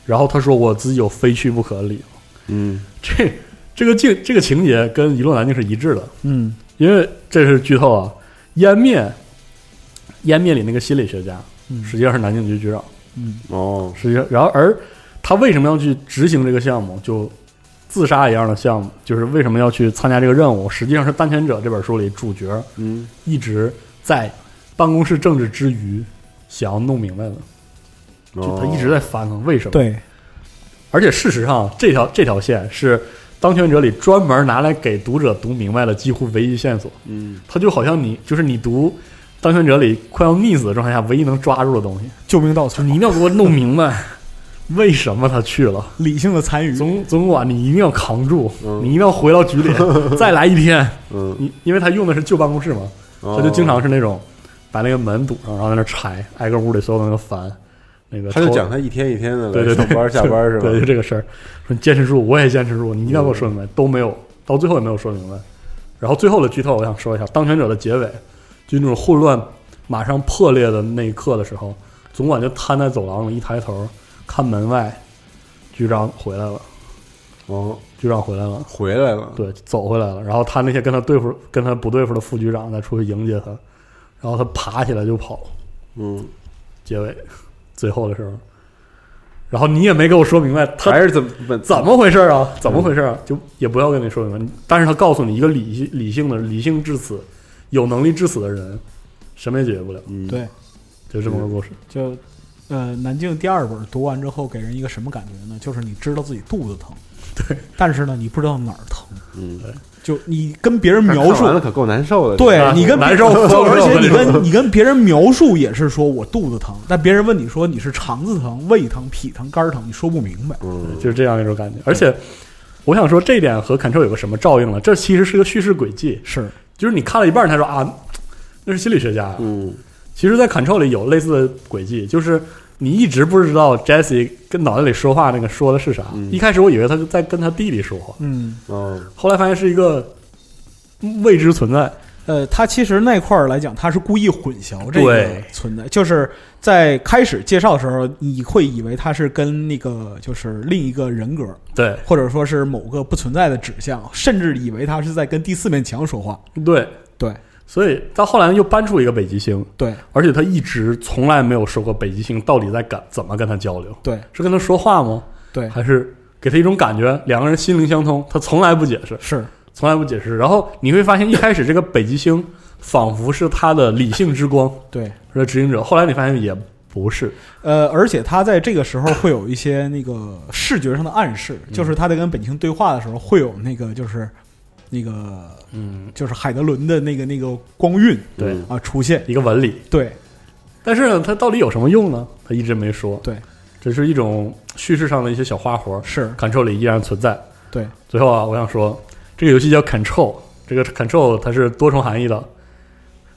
Speaker 3: 然后他说：“我自己有非去不可的理由。
Speaker 1: 嗯，”
Speaker 3: 这这个镜这个情节跟《遗落南境》是一致的，
Speaker 2: 嗯，
Speaker 3: 因为这是剧透啊。湮灭，湮灭里那个心理学家
Speaker 2: 嗯
Speaker 3: 实际上是南京局局长，
Speaker 2: 嗯，
Speaker 1: 哦，
Speaker 3: 实际上，然后而他为什么要去执行这个项目，就自杀一样的项目，就是为什么要去参加这个任务，实际上是《当权者》这本书里主角
Speaker 1: 嗯，
Speaker 3: 一直在办公室政治之余想要弄明白的，就
Speaker 1: 哦
Speaker 3: 他一直在翻腾为什么。，
Speaker 2: 对，
Speaker 3: 而且事实上，这条这条线是《当权者》里专门拿来给读者读明白的几乎唯一线索。
Speaker 1: 嗯，
Speaker 3: 它就好像你就是你读《当权者》里快要溺死的状态下唯一能抓住的东西，
Speaker 2: 救命稻
Speaker 3: 就
Speaker 2: 草
Speaker 3: 是，你一定要给我弄明白 为什么他去了。
Speaker 2: 理性的残余。
Speaker 3: 总总管你一定要扛住，
Speaker 1: 嗯
Speaker 3: 你一定要回到局 里再来一天。
Speaker 1: 嗯，
Speaker 3: 你因为他用的是旧办公室嘛，
Speaker 1: 他
Speaker 3: 他就经常是那种把那个门堵上，然后在那拆，挨个屋里所有东西都翻。那个
Speaker 1: 他就
Speaker 3: 抽
Speaker 1: 讲他一天一天的
Speaker 3: 对
Speaker 1: 来
Speaker 3: 对对
Speaker 1: 上 班下班是吧？
Speaker 3: 对，就这个事儿，说你坚持住，我也坚持住，你一定要给我说明白，都没有，到最后也没有说明白。然后最后的剧透，我想说一下，当权者的结尾，就那种混乱马上破裂的那一刻的时候，总管就瘫在走廊里，一抬头看门外，局长回来了，
Speaker 1: 哦，
Speaker 3: 局长回来了。
Speaker 1: 回来了，
Speaker 3: 对，走回来了。然后他那些跟他对付、跟他不对付的副局长再出去迎接他，然后他爬起来就跑。
Speaker 1: 嗯，
Speaker 3: 结尾最后的时候，然后你也没给我说明白他
Speaker 1: 还是怎么
Speaker 3: 怎么回事儿啊？怎么回事儿啊？就也不要跟你说明白。但是他告诉你，一个理性理性的理性至此、有能力至此的人，什么也解决不了。
Speaker 1: 嗯
Speaker 2: 对，
Speaker 3: 就这么个故事。
Speaker 2: 就呃，南京第二本读完之后，给人一个什么感觉呢？就是你知道自己肚子疼，对，但是呢，你不知道哪儿疼，
Speaker 1: 嗯，
Speaker 2: 就你跟别人描
Speaker 1: 看完
Speaker 2: 述
Speaker 1: 了。嗯可够难受的。
Speaker 2: 对
Speaker 3: 啊
Speaker 2: 你跟
Speaker 3: 难受
Speaker 2: 就
Speaker 3: 疯了
Speaker 2: 而且你
Speaker 3: 我跟你说
Speaker 2: 跟你跟别人描述也是说我肚子疼，但别人问你说你是肠子疼、胃疼、脾疼、肝儿疼，你说不明白。
Speaker 1: 嗯，
Speaker 3: 就是这样一种感觉。而且，我想说这一点和 Control 有个什么照应了？这其实是个叙事轨迹，
Speaker 2: 是，
Speaker 3: 就是你看了一半儿，他说啊，那是心理学家啊、
Speaker 1: 嗯，
Speaker 3: 其实，在 Control 里有类似的轨迹，就是你一直不知道 Jesse 跟脑袋里说话那个说的是啥。
Speaker 1: 嗯
Speaker 3: 一开始我以为他在跟他弟弟说话，
Speaker 2: 嗯，
Speaker 1: 哦，
Speaker 3: 后来发现是一个未知存在。
Speaker 2: 呃，他其实那块儿来讲，他是故意混淆这个
Speaker 3: 对
Speaker 2: 存在，就是在开始介绍的时候，你会以为他是跟那个就是另一个人格，
Speaker 3: 对
Speaker 2: 或者说是某个不存在的指向，甚至以为他是在跟第四面墙说话。
Speaker 3: 对，
Speaker 2: 对
Speaker 3: 所以到后来又搬出一个北极星，
Speaker 2: 对
Speaker 3: 而且他一直从来没有说过北极星到底在跟怎么跟他交流，
Speaker 2: 对
Speaker 3: 是跟他说话吗？
Speaker 2: 对，
Speaker 3: 还是给他一种感觉，两个人心灵相通？他从来不解释。
Speaker 2: 是
Speaker 3: 从来不解释。然后你会发现，一开始这个北极星仿佛是他的理性之光，
Speaker 2: 对。
Speaker 3: 是指引者。后来你发现也不是，
Speaker 2: 呃，而且他在这个时候会有一些那个视觉上的暗示，就是他在跟本清对话的时候会有那个就是那个
Speaker 3: 嗯，
Speaker 2: 就是海德伦的那个那个光晕
Speaker 3: 对，
Speaker 1: 嗯
Speaker 2: 啊出现。
Speaker 3: 一个纹理。
Speaker 2: 对
Speaker 3: 但是呢，它到底有什么用呢？他一直没说。
Speaker 2: 对，
Speaker 3: 这是一种叙事上的一些小花活
Speaker 2: 是，
Speaker 3: ，Control 里依然存在。
Speaker 2: 对
Speaker 3: 最后啊，我想说，这个游戏叫 Control，这个 Control 它是多重含义的，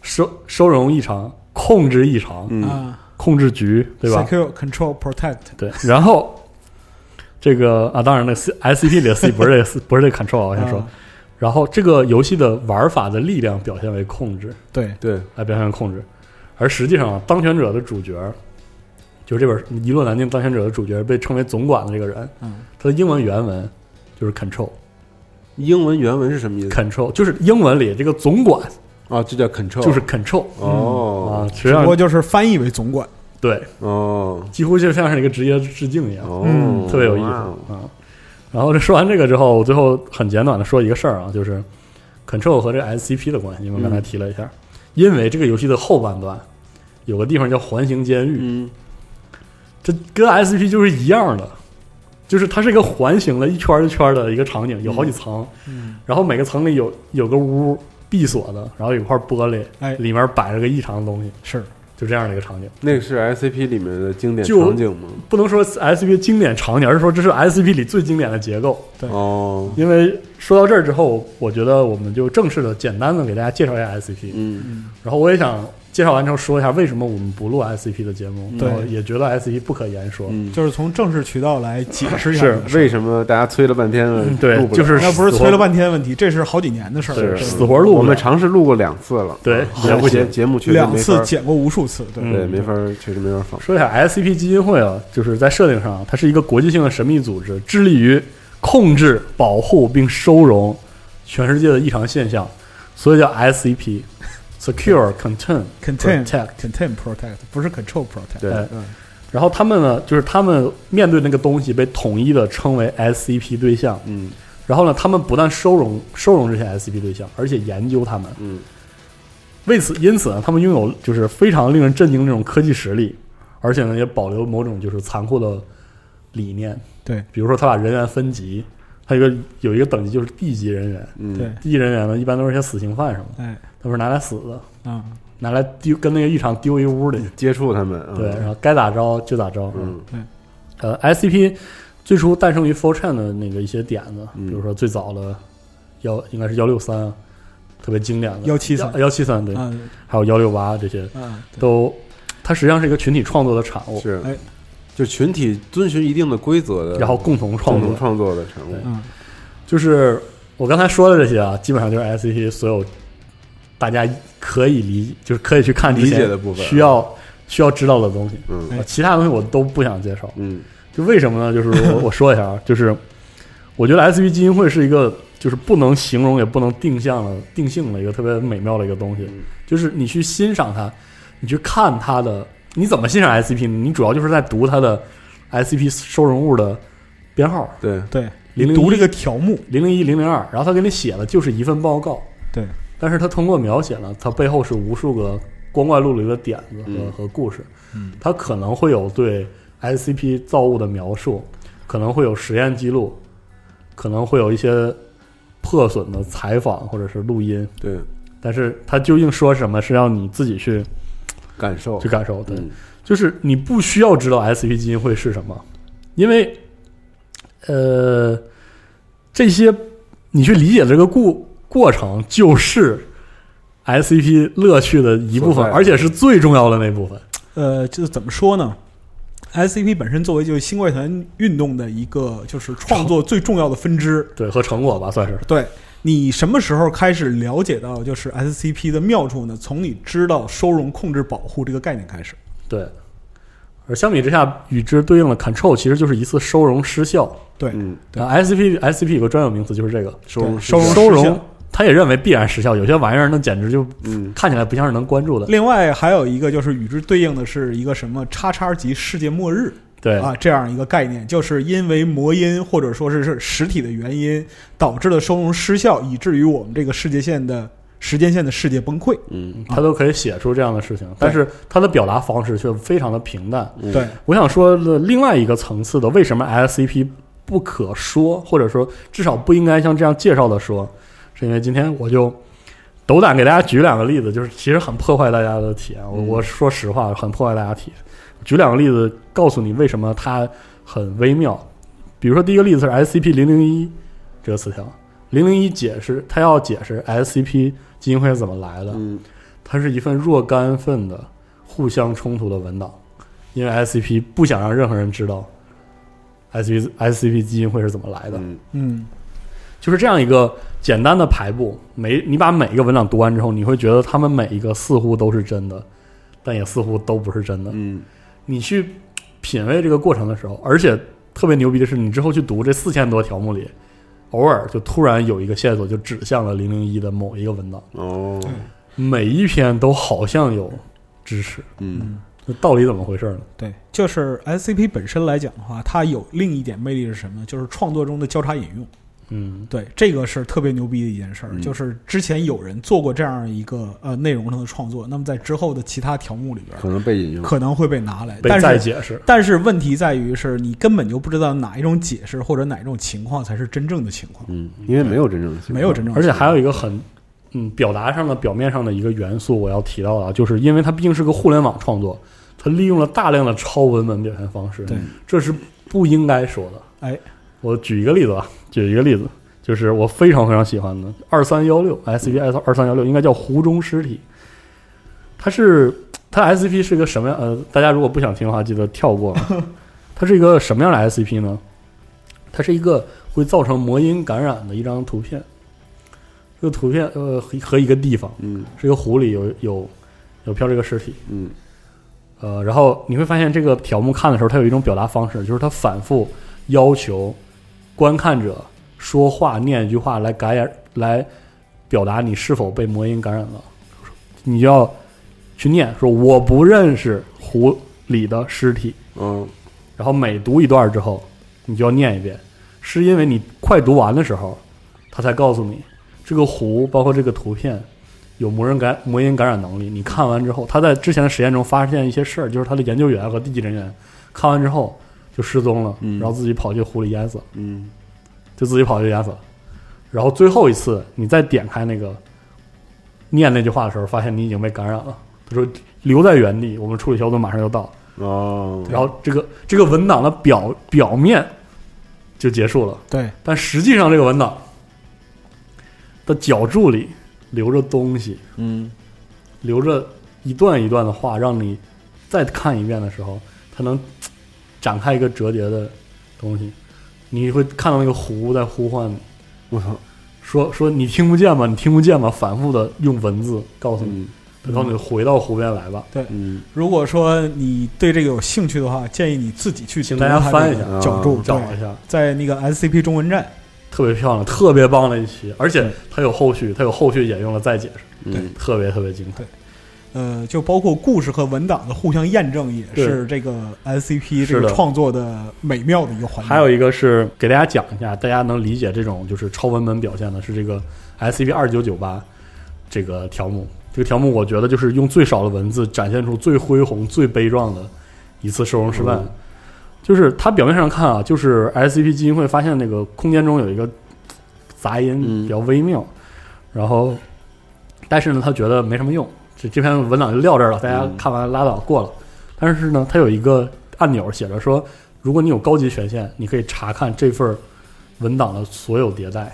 Speaker 3: 收收容异常，控制异常，
Speaker 1: 嗯，
Speaker 2: 啊，
Speaker 3: 控制局，对吧？
Speaker 2: ？Secure, control, protect。
Speaker 3: 对，然后这个啊，当然那 C S C P 里的 C 不是这个 C，不是这个 Control，啊我先说
Speaker 2: 啊。
Speaker 3: 然后这个游戏的玩法的力量表现为控制，
Speaker 2: 对，
Speaker 1: 对，
Speaker 3: 来表现为控制，而实际上啊当权者的主角，就是这本《一路南境》当权者的主角被称为总管的这个人，
Speaker 2: 嗯
Speaker 3: 他的英文原文就是 Control，
Speaker 1: 英文原文是什么意思
Speaker 3: Control 就是英文里这个总管
Speaker 1: 啊？这叫 control，
Speaker 3: 就是 Control 啊
Speaker 1: 哦，
Speaker 2: 只
Speaker 3: 实际
Speaker 2: 不
Speaker 3: 上
Speaker 2: 过就是翻译为总管。
Speaker 3: 对，
Speaker 1: 哦
Speaker 3: 几乎就像是一个职业致敬一样。
Speaker 1: 哦，
Speaker 3: 啊特别有意思
Speaker 1: 哇
Speaker 3: 啊
Speaker 1: 哦。
Speaker 3: 嗯然后这说完这个之后，我最后很简短的说一个事儿啊，就是 Control 和这个 SCP 的关系，因为我刚
Speaker 1: 嗯
Speaker 3: 才提了一下，因为这个游戏的后半段有个地方叫环形监狱，
Speaker 1: 嗯
Speaker 3: 这跟 SCP 就是一样的，就是它是一个环形的，一圈儿一圈儿的一个场景，有好几层，
Speaker 2: 嗯，
Speaker 3: 然后每个层里有有个屋闭锁的，然后有块玻璃，
Speaker 2: 哎
Speaker 3: 里面摆着个异常的东西，
Speaker 2: 是
Speaker 3: 就这样的一个场景。
Speaker 1: 那个是 SCP 里面的经典
Speaker 3: 就
Speaker 1: 场景吗？
Speaker 3: 不能说 SCP 经典场景，而是说这是 SCP 里最经典的结构。
Speaker 2: 对
Speaker 1: 哦，
Speaker 3: 因为说到这儿之后，我觉得我们就正式的、简单的给大家介绍一下 SCP。
Speaker 1: 嗯
Speaker 3: 然后我也想介绍完之后说一下为什么我们不录 SCP 的节目，
Speaker 2: 对
Speaker 3: 然后也觉得 SCP 不可言说。
Speaker 1: 嗯，
Speaker 2: 就是从正式渠道来解释一下这
Speaker 3: 是
Speaker 2: 个事儿。
Speaker 1: 为什么大家催了半天了
Speaker 3: 嗯，对
Speaker 1: 录了
Speaker 3: 就是
Speaker 2: 那不是
Speaker 3: 死活
Speaker 2: 催了半天问题，这是好几年的事儿
Speaker 3: 是
Speaker 2: 了，
Speaker 1: 是
Speaker 2: 是
Speaker 3: 死活录不了
Speaker 1: 我们尝试录过两次了，
Speaker 3: 对
Speaker 1: 啊
Speaker 3: 也不行
Speaker 1: 节节目确实
Speaker 2: 两
Speaker 1: 没法
Speaker 2: 次
Speaker 1: 儿，
Speaker 2: 剪过无数次，对
Speaker 3: 嗯
Speaker 1: 对，没法儿，确实没法儿放。
Speaker 3: 说一下 SCP 基金会啊，就是在设定上，它是一个国际性的神秘组织，致力于控制、保护并收容全世界的异常现象，所以叫 SCP。Secure, contain,
Speaker 2: Contain
Speaker 3: protect。
Speaker 2: ，contain protect 不是 control protect，
Speaker 1: 对
Speaker 3: 哎
Speaker 2: 嗯
Speaker 3: 然后他们呢，就是他们面对那个东西被统一的称为 SCP 对象，
Speaker 1: 嗯
Speaker 3: 然后呢，他们不但收容收容这些 SCP 对象，而且研究他们。
Speaker 1: 嗯
Speaker 3: 为此，因此呢，他们拥有就是非常令人震惊的那种科技实力，而且呢，也保留某种就是残酷的理念。
Speaker 2: 对，
Speaker 3: 比如说他把人员分级，他有一个有一个等级就是 B 级人员
Speaker 1: 嗯，
Speaker 2: 对，
Speaker 3: ，D 级人员呢一般都是一些死刑犯什么的，
Speaker 2: 哎
Speaker 3: 他们是拿来死的，
Speaker 2: 啊，
Speaker 3: 拿来丢跟那个异常丢一屋里。
Speaker 1: 接触他们，
Speaker 3: 对，然后该咋着就咋着。
Speaker 1: 嗯
Speaker 3: 呃，SCP 最初诞生于 Fortran 的那个一些点子，
Speaker 1: 嗯
Speaker 3: 比如说最早的幺应该是幺六三，啊特别经典的
Speaker 2: 173
Speaker 3: 幺七三对，
Speaker 1: 嗯
Speaker 2: 啊
Speaker 3: 还有幺六八这些
Speaker 2: 啊，对
Speaker 3: 都，它实际上是一个群体创作的产
Speaker 1: 嗯
Speaker 3: 物，
Speaker 1: 是
Speaker 2: 哎，
Speaker 1: 就群体遵循一定的规则的，
Speaker 3: 然后共同创
Speaker 1: 共
Speaker 3: 作
Speaker 1: 同。创作的产物
Speaker 3: 对，
Speaker 2: 嗯，
Speaker 3: 就是我刚才说的这些啊，基本上就是 SCP 所有大家可以理就是可以去看之前
Speaker 1: 理解的部分啊
Speaker 3: 需要需要知道的东西。呃
Speaker 1: 嗯
Speaker 2: 哎
Speaker 3: 其他东西我都不想介绍，
Speaker 1: 嗯
Speaker 3: 就为什么呢？就是 我我说一下啊，就是我觉得 S V 基金会是一个就是不能形容也不能定向的定性的一个特别美妙的一个东西
Speaker 1: 嗯，
Speaker 3: 就是你去欣赏它，你去看它的，你怎么欣赏 S C P？你主要就是在读它的 S C P 收容物的编号
Speaker 1: 对，
Speaker 2: 对，
Speaker 3: 001
Speaker 2: 你读这个条目，
Speaker 3: 零零一零零二，然后他给你写的就是一份报告，
Speaker 2: 对，
Speaker 3: 但是他通过描写呢，它背后是无数个光怪陆离的点子和、
Speaker 1: 嗯
Speaker 3: 和故事，
Speaker 2: 嗯，
Speaker 3: 它可能会有对 SCP 造物的描述，可能会有实验记录，可能会有一些破损的采访或者是录音，
Speaker 1: 对，
Speaker 3: 但是它究竟说什么是让你自己去
Speaker 1: 感受
Speaker 3: 去，感受，对，
Speaker 1: 嗯
Speaker 3: 就是你不需要知道 SCP 基金会是什么，因为呃，这些你去理解这个过过程就是 SCP 乐趣的一部
Speaker 1: 所
Speaker 3: 分，
Speaker 1: 在
Speaker 3: 而且是最重要的那部分。
Speaker 2: 呃，这怎么说呢？SCP 本身作为就是新怪谈运动的一个就是创作最重要的分支，
Speaker 3: 对，和成果吧，算是
Speaker 2: 对你什么时候开始了解到就是 SCP 的妙处呢？从你知道收容、控制、保护这个概念开始。
Speaker 3: 对。而相比之下，与之对应的 Control 其实就是一次收容失效。
Speaker 2: 对，
Speaker 1: 嗯，
Speaker 2: 对
Speaker 3: 啊 SCP SCP 有个专有名词就是这个
Speaker 1: 收容
Speaker 2: 对收容
Speaker 3: 收
Speaker 2: 失
Speaker 3: 容
Speaker 2: 效，
Speaker 3: 他也认为必然失效。有些玩意儿那简直就
Speaker 1: 嗯
Speaker 3: 看起来不像是能关注的。
Speaker 2: 另外还有一个就是与之对应的是一个什么叉叉级世界末日
Speaker 3: 对，
Speaker 2: 啊这样一个概念，就是因为魔音或者说是是实体的原因导致的收容失效，以至于我们这个世界线的时间线的世界崩溃。
Speaker 1: 嗯
Speaker 3: 他都可以写出这样的事情，但是他的表达方式却非常的平淡。
Speaker 1: 嗯
Speaker 2: 对，
Speaker 3: 我想说的另外一个层次的，为什么 SCP 不可说，或者说至少不应该像这样介绍的说，是因为今天我就斗胆给大家举两个例子，就是其实很破坏大家的体验。我
Speaker 1: 嗯
Speaker 3: 我说实话，很破坏大家体验。举两个例子，告诉你为什么它很微妙。比如说，第一个例子是 SCP 零零一这个词条，零零一解释，它要解释 SCP 基金会是怎么来的。
Speaker 1: 嗯
Speaker 3: 它是一份若干份的互相冲突的文档，因为 SCP 不想让任何人知道 SCP SCP 基金会是怎么来的，
Speaker 1: 嗯
Speaker 2: 嗯，
Speaker 3: 就是这样一个简单的排布。每你把每一个文档读完之后，你会觉得他们每一个似乎都是真的，但也似乎都不是真的。
Speaker 1: 嗯
Speaker 3: 你去品味这个过程的时候，而且特别牛逼的是，你之后去读这四千多条目里，偶尔就突然有一个线索就指向了零零一的某一个文档，
Speaker 1: 哦，
Speaker 3: 每一篇都好像有支持，
Speaker 1: 嗯
Speaker 3: 那到底怎么回事呢？
Speaker 2: 对，就是 SCP 本身来讲的话，它有另一点魅力是什么呢？就是创作中的交叉引用。
Speaker 3: 嗯
Speaker 2: 对，这个是特别牛逼的一件事儿，
Speaker 1: 嗯
Speaker 2: 就是之前有人做过这样一个呃内容上的创作，那么在之后的其他条目里边
Speaker 1: 可能被引用，
Speaker 2: 可能会被拿来，
Speaker 3: 被再
Speaker 2: 但是
Speaker 3: 解释，
Speaker 2: 但是问题在于是你根本就不知道哪一种解释或者哪一种情况才是真正的情况，
Speaker 1: 嗯，因为没有真正的情况
Speaker 2: 没有真正的
Speaker 3: 而
Speaker 2: 情
Speaker 3: 且
Speaker 2: 况，
Speaker 3: 还有一个很嗯表达上的表面上的一个元素，我要提到的啊，就是因为它毕竟是个互联网创作，它利用了大量的超文本表现方式，
Speaker 2: 对，
Speaker 3: 这是不应该说的。
Speaker 2: 哎，
Speaker 3: 我举一个例子啊，举一个例子，就是我非常非常喜欢的二三幺六 SCP 二三幺六，应该叫湖中尸体。它是它 SCP 是个什么样？呃，大家如果不想听的话，记得跳过 啊。它是一个什么样的 SCP 呢？它是一个会造成魔音感染的一张图片。这个图片呃和和一个地方
Speaker 1: 嗯
Speaker 3: 是一个湖里有有有漂这个尸体，
Speaker 1: 嗯
Speaker 3: 呃，然后你会发现这个条目看的时候，它有一种表达方式，就是它反复要求观看者说话念一句话来感染，来表达你是否被魔音感染了。你就要去念说我不认识湖里的尸体，
Speaker 1: 嗯
Speaker 3: 然后每读一段之后，你就要念一遍，是因为你快读完的时候，他才告诉你这个湖包括这个图片有魔人感魔音感染能力。你看完之后，他在之前的实验中发现一些事儿，就是他的研究员和地级人员看完之后就失踪了，
Speaker 1: 嗯
Speaker 3: 然后自己跑去湖里淹死了，
Speaker 1: 嗯
Speaker 3: 就自己跑去淹死了。然后最后一次你再点开那个念那句话的时候，发现你已经被感染了。他说留在原地，我们处理小组马上就到。
Speaker 1: 哦，
Speaker 3: 然后这个这个文档的表表面就结束了，
Speaker 2: 对
Speaker 3: 但实际上这个文档的脚注里留着东西，
Speaker 1: 嗯
Speaker 3: 留着一段一段的话，让你再看一遍的时候，它能展开一个折叠的东西。你会看到那个湖在呼唤你，
Speaker 1: 我操，
Speaker 3: 说说你听不见吗？你听不见吗？反复的用文字告诉你，
Speaker 1: 嗯
Speaker 3: 然后你回到湖边来吧。
Speaker 1: 嗯
Speaker 2: 如果说你对这个有兴趣的话，建议你自己去
Speaker 3: 请大家翻一下啊
Speaker 2: 角注，
Speaker 3: 找
Speaker 2: 对
Speaker 3: 一下，
Speaker 2: 在那个 SCP 中文站，
Speaker 3: 特别漂亮，特别棒的一期，而且它有后续，它有后续引用了再解释，
Speaker 1: 嗯
Speaker 3: 特别特别精彩。
Speaker 2: 呃，就包括故事和文档的互相验证，也是这个 SCP 这
Speaker 3: 是
Speaker 2: 个
Speaker 3: 的
Speaker 2: 创作的美妙的一个环节。
Speaker 3: 还有一个是给大家讲一下，大家能理解这种就是超文本表现的是这个 SCP 二九九八这个条目。这个条目我觉得就是用最少的文字展现出最恢宏、最悲壮的一次收容失败。
Speaker 1: 嗯
Speaker 3: 就是它表面上看啊，就是 SCP 基金会发现那个空间中有一个杂音
Speaker 1: 嗯
Speaker 3: 比较微妙，然后但是呢，他觉得没什么用，这这篇文档就撂这儿了，大家
Speaker 1: 嗯
Speaker 3: 看完拉倒过了。但是呢，它有一个按钮写着说，如果你有高级权限，你可以查看这份儿文档的所有迭代。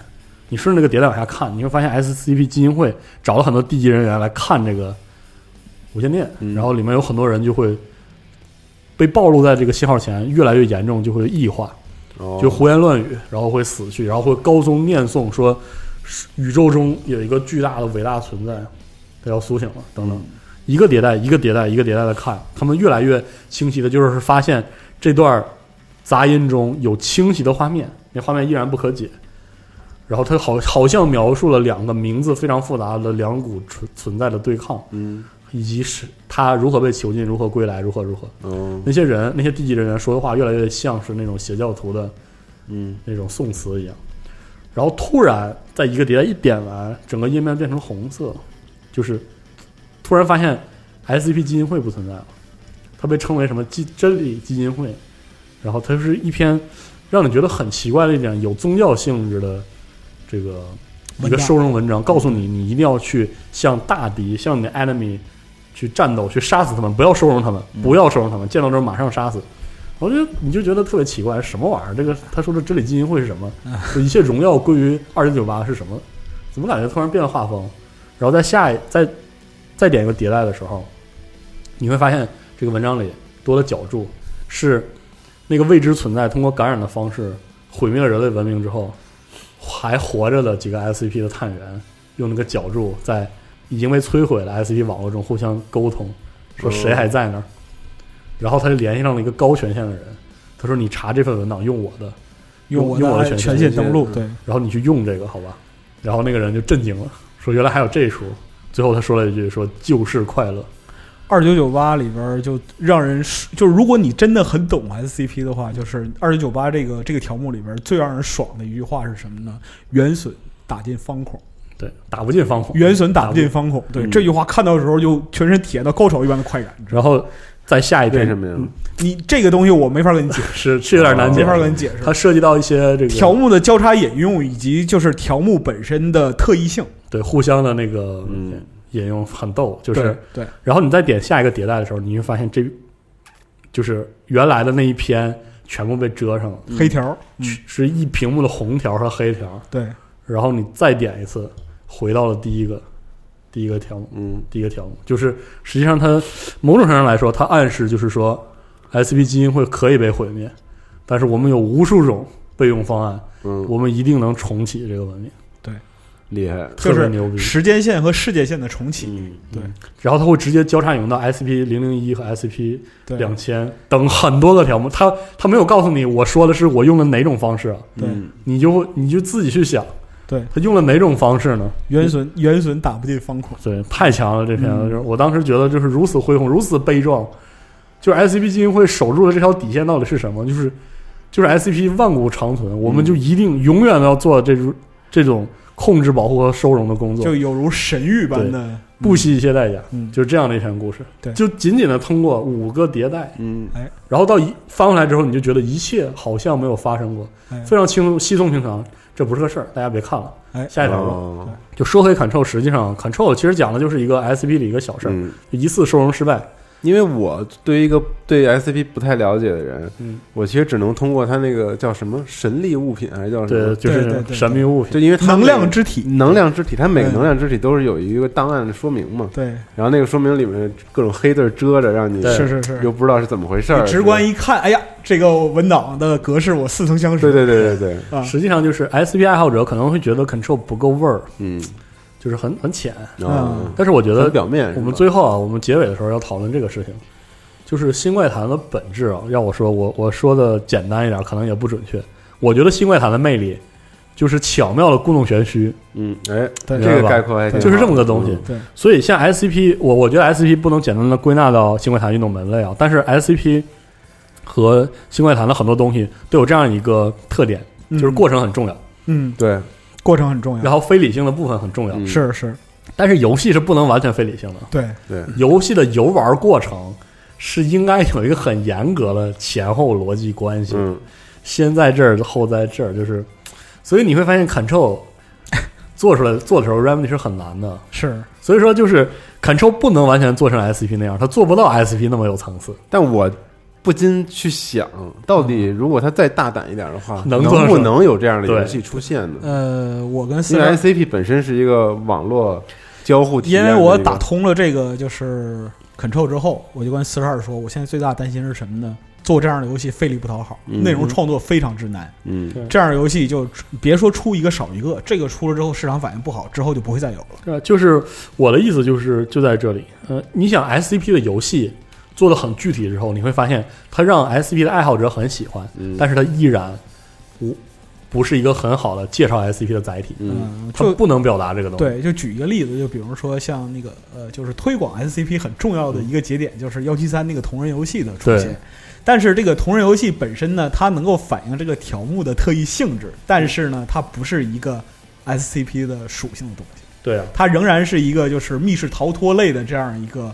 Speaker 3: 你顺着这个迭代往下看，你会发现 SCP 基金会找了很多地级人员来看这个无线电，
Speaker 1: 嗯
Speaker 3: 然后里面有很多人就会被暴露在这个信号前，越来越严重，就会异化。
Speaker 1: 哦
Speaker 3: 就胡言乱语，然后会死去，然后会高诵念诵说，宇宙中有一个巨大的伟大存在，他要苏醒了，等等，一个迭代一个迭代一个迭代的看，他们越来越清晰的，就是发现这段杂音中有清晰的画面，那画面依然不可解，然后他好好像描述了两个名字非常复杂的两股存存在的对抗，
Speaker 1: 嗯
Speaker 3: 以及是他如何被囚禁，如何归来，如何如何，
Speaker 1: 哦
Speaker 3: 那些人那些地级人员说的话越来越像是那种邪教徒的。
Speaker 1: 嗯
Speaker 3: 那种宋词一样。然后突然在一个迭代一点完，整个页面变成红色，就是突然发现 SCP 基金会不存在了，它被称为什么基真理基金会。然后它是一篇让你觉得很奇怪的一点有宗教性质的这个一
Speaker 2: 文
Speaker 3: 个
Speaker 2: 章
Speaker 3: 收容文章，告诉你你一定要去向大敌、向你的 enemy 去战斗，去杀死他们，不要收容他们，不要收容他们，见到之后马上杀死。我就你就觉得特别奇怪，什么玩意儿？这个他说的真理基金会是什么？就一切荣耀归于二零九八是什么？怎么感觉突然变了画风？然后在下一再再点一个迭代的时候，你会发现这个文章里多了角注，是那个未知存在通过感染的方式毁灭了人类文明之后，还活着的几个 SCP 的探员用那个角注在已经被摧毁的 SCP 网络中互相沟通，说
Speaker 1: 哦
Speaker 3: 谁还在那儿。然后他就联系上了一个高权限的人，他说：“你查这份文档用我的，嗯
Speaker 2: 用我
Speaker 3: 用我的权
Speaker 2: 权
Speaker 1: 限
Speaker 2: 限登录，对，
Speaker 3: 然后你去用这个，好吧？然后那个人就震惊了，说原来还有这一出。最后他说了一句：“说就是快乐。
Speaker 2: 二九九八里边儿就让人就是，如果你真的很懂 SCP 的话，就是二九九八这个这个条目里边儿最让人爽的一句话是什么呢？元损打进方孔，”
Speaker 3: 对，打不进方孔，
Speaker 2: 元损打不进方孔。对、
Speaker 3: 哦嗯
Speaker 2: 这句话看到的时候，就全身体验到高潮一般的快感。
Speaker 3: 然后再下一
Speaker 1: 为
Speaker 3: 遍
Speaker 1: 什么呀？
Speaker 3: 嗯
Speaker 2: 你这个东西我没法跟你解
Speaker 3: 是是有点难
Speaker 2: 释，
Speaker 3: 解
Speaker 1: 哦
Speaker 2: 没法
Speaker 3: 释。
Speaker 2: 跟你解释。
Speaker 3: 它涉及到一些这
Speaker 2: 条
Speaker 3: 个
Speaker 2: 目的交叉引用以及就是条目本身的特异性，
Speaker 3: 对互相的那个
Speaker 1: 嗯
Speaker 3: 引用很逗，就是
Speaker 2: 对对
Speaker 3: 然后你再点下一个迭代的时候，你会发现这就是原来的那一篇全部被遮上了，
Speaker 2: 黑条，嗯
Speaker 3: 是是一屏幕的红条和黑条。
Speaker 2: 对，
Speaker 3: 然后你再点一次，回到了第一个第一个条目，
Speaker 1: 嗯，
Speaker 3: 第一个条目就是实际上它某种程度上来说，它暗示就是说 S B 基因会可以被毁灭，但是我们有无数种备用方案，
Speaker 1: 嗯，
Speaker 3: 我们一定能重启这个文明，
Speaker 1: 厉害，
Speaker 2: 就
Speaker 3: 特别
Speaker 2: 是
Speaker 3: 牛逼。
Speaker 2: 时间线和世界线的重启。
Speaker 1: 嗯，
Speaker 3: 然后它会直接交叉引用到 S P 零零一和 S P
Speaker 2: 对
Speaker 3: 两千等很多个条目，它它没有告诉你我说的是我用的哪种方式啊，
Speaker 2: 对
Speaker 1: 嗯
Speaker 3: 你就会你就自己去想，
Speaker 2: 对，
Speaker 3: 它用了哪种方式呢？
Speaker 2: 元损元损打不进方孔，
Speaker 3: 对，太强了！这片子、
Speaker 2: 嗯
Speaker 3: 就是我当时觉得就是如此恢宏，如此悲壮，就是 S C P 基金会守住的这条底线到底是什么？就是就是 S C P 万古长存，我们就一定永远要做这种这种控制、保护和收容的工作
Speaker 2: 就，有如神谕般的
Speaker 3: 不惜一切代价。
Speaker 2: 嗯，
Speaker 3: 就是这样的一篇故事，
Speaker 2: 对
Speaker 3: 就仅仅的通过五个迭代，
Speaker 1: 嗯
Speaker 3: 然后到一翻过来之后，你就觉得一切好像没有发生过，
Speaker 2: 哎
Speaker 3: 非常轻松、稀松平常，这不是个事儿，大家别看了，
Speaker 2: 哎
Speaker 3: 下一条吧。
Speaker 1: 哦
Speaker 3: 就说回 Control，实际上 Control 其实讲的就是一个 S P 的一个小事儿，
Speaker 1: 嗯，
Speaker 3: 一次收容失败，
Speaker 1: 因为我对于一个对 SCP 不太了解的人，
Speaker 3: 嗯，
Speaker 1: 我其实只能通过他那个叫什么神力物品还是叫什
Speaker 3: 对，
Speaker 1: 么，
Speaker 3: 就是
Speaker 2: 对
Speaker 3: 那
Speaker 2: 对
Speaker 3: 种
Speaker 2: 对
Speaker 3: 神秘物
Speaker 1: 就
Speaker 3: 品，
Speaker 1: 因为它
Speaker 2: 能量
Speaker 1: 每
Speaker 2: 之体。
Speaker 1: 能量之体，它每个
Speaker 2: 嗯
Speaker 1: 能量之体都是有一个档案的说明嘛，
Speaker 2: 对，
Speaker 1: 然后那个说明里面各种黑字儿遮着，让你
Speaker 3: 对
Speaker 2: 是是是，
Speaker 1: 又不知道是怎么回事儿，
Speaker 2: 直观
Speaker 1: 是吧
Speaker 2: 一看，哎呀，这个文档的格式我似曾相识。
Speaker 1: 对对对对对，
Speaker 2: 啊，
Speaker 3: 实际上就是 SP 爱好者可能会觉得 Control 不够味儿，
Speaker 1: 嗯，
Speaker 3: 就是很很浅。
Speaker 1: 啊，
Speaker 3: 但是我嗯觉
Speaker 1: 很
Speaker 3: 得
Speaker 1: 表面是吧，
Speaker 3: 我们最后啊，我们结尾的时候要讨论这个事情，就是新怪谈的本质啊。要我说，我我说的简单一点，可能也不准确。我觉得新怪谈的魅力就是巧妙的故弄玄虚，
Speaker 1: 嗯，哎，
Speaker 2: 对
Speaker 1: 这
Speaker 3: 明白吧
Speaker 1: 个概括还挺
Speaker 3: 就是
Speaker 1: 好嗯
Speaker 3: 这么个东西。
Speaker 2: 对，
Speaker 3: 所以像 SCP，我我觉得 SCP 不能简单的归纳到新怪谈运动门类啊，但是 SCP 和新怪谈的很多东西都有这样一个特点，
Speaker 2: 嗯
Speaker 3: 就是过程很重要，
Speaker 2: 嗯，
Speaker 1: 对，
Speaker 2: 过程很重要。
Speaker 3: 然后非理性的部分很重要，
Speaker 1: 嗯
Speaker 2: 是是，
Speaker 3: 但是游戏是不能完全非理性的，
Speaker 2: 对，
Speaker 1: 对，
Speaker 3: 游戏的游玩过程是应该有一个很严格的前后逻辑关系，
Speaker 1: 嗯，
Speaker 3: 先在这儿后在这儿，就是，所以你会发现 Control 做出来做的时候 Remedy 是很难的，
Speaker 2: 是
Speaker 3: 所以说就是 Control 不能完全做成 SCP 那样，它做不到 SCP 那么有层次。
Speaker 1: 但我不禁去想，到底
Speaker 2: 嗯
Speaker 1: 如果他再大胆一点的 话，
Speaker 3: 能
Speaker 1: 能
Speaker 3: 做
Speaker 1: 不
Speaker 3: 什么
Speaker 1: 能有这样的
Speaker 3: 对
Speaker 1: 游戏出现呢？
Speaker 2: 呃，我跟四
Speaker 1: 因为
Speaker 2: 然，
Speaker 1: SCP 本身是一个网络交互体
Speaker 2: 因
Speaker 1: 验的一
Speaker 2: 为
Speaker 1: 个，
Speaker 2: 我打通了这个就是 Control 之后，我就跟四十二说，我现在最大的担心是什么呢？做这样的游戏费力不讨好，
Speaker 1: 嗯
Speaker 2: 内容创作非常之难。
Speaker 1: 嗯
Speaker 3: 对
Speaker 2: 这样的游戏就别说出一个少一个，这个出了之后市场反应不好，之后就不会再有了。
Speaker 3: 呃，就是我的意思就是就在这里。呃，你想 SCP 的游戏做的很具体之后，你会发现它让 SCP 的爱好者很喜欢，
Speaker 1: 嗯，
Speaker 3: 但是它依然不不是一个很好的介绍 SCP 的载体，
Speaker 1: 嗯
Speaker 2: 嗯，
Speaker 3: 它
Speaker 2: 就
Speaker 3: 不能表达这个东西。
Speaker 2: 对，就举一个例子，就比如说像那个呃，就是推广 SCP 很重要的一个节点，就是幺七三那个同人游戏的出
Speaker 3: 对
Speaker 2: 现。但是这个同人游戏本身呢，它能够反映这个条目的特异性质，但是呢，它不是一个 SCP 的属性的东西，
Speaker 3: 对啊，
Speaker 2: 它仍然是一个就是密室逃脱类的这样一个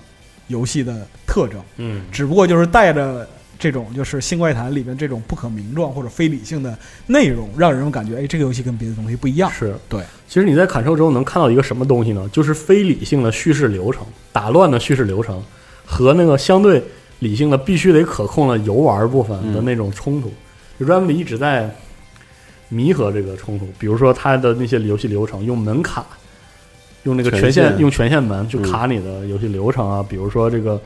Speaker 2: 游戏的特征，
Speaker 3: 嗯，
Speaker 2: 只不过就是带着。这种就是《新怪谈》里面这种不可名状或者非理性的内容，让人们感觉，哎，这个游戏跟别的东西不一样。
Speaker 3: 是
Speaker 2: 对。
Speaker 3: 其实你在砍兽之后能看到一个什么东西呢？就是非理性的叙事流程，打乱的叙事流程和那个相对理性的必须得可控的游玩部分的那种冲突。就 Remedy 一直在弥合这个冲突，比如说它的那些游戏流程用门卡。用那个
Speaker 1: 权
Speaker 3: 权限，
Speaker 1: 限
Speaker 3: 用权限门去卡你的游戏流程啊，比如说这个，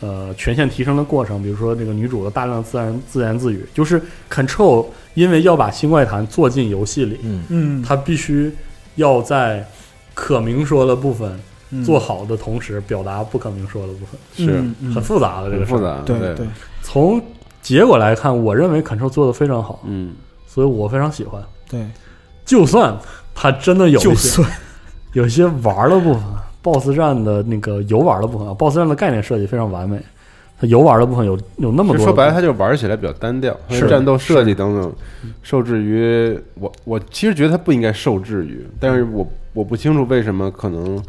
Speaker 3: 呃，权限提升的过程，比如说这个女主的大量自然自言自语，就是 Control 因为要把新怪谈做进游戏里，
Speaker 4: 嗯，
Speaker 2: 嗯，
Speaker 3: 他必须要在可明说的部分
Speaker 2: 嗯
Speaker 3: 做好的同时，表达不可明说的部分，
Speaker 1: 是
Speaker 2: 嗯嗯
Speaker 3: 很复杂的这
Speaker 1: 很
Speaker 3: 个事
Speaker 1: 复
Speaker 3: 儿。
Speaker 1: 杂，
Speaker 2: 对对，
Speaker 3: 从结果来看，我认为 Control 做的非常好，
Speaker 1: 嗯
Speaker 3: 所以我非常喜欢。
Speaker 2: 对，
Speaker 3: 就算它真的有
Speaker 2: 就
Speaker 3: 一些
Speaker 2: 算
Speaker 3: 有一些玩儿的部分，BOSS 战的那个游玩儿的部分啊，BOSS 战的概念设计非常完美。它游玩儿的部分有有那
Speaker 1: 其
Speaker 3: 么多
Speaker 1: 实
Speaker 3: 的，
Speaker 1: 说白了，它就玩起来比较单调，它的
Speaker 3: 是
Speaker 1: 战斗设计等等，受制于我。我其实觉得它不应该受制于，但是我我不清楚为什么，可能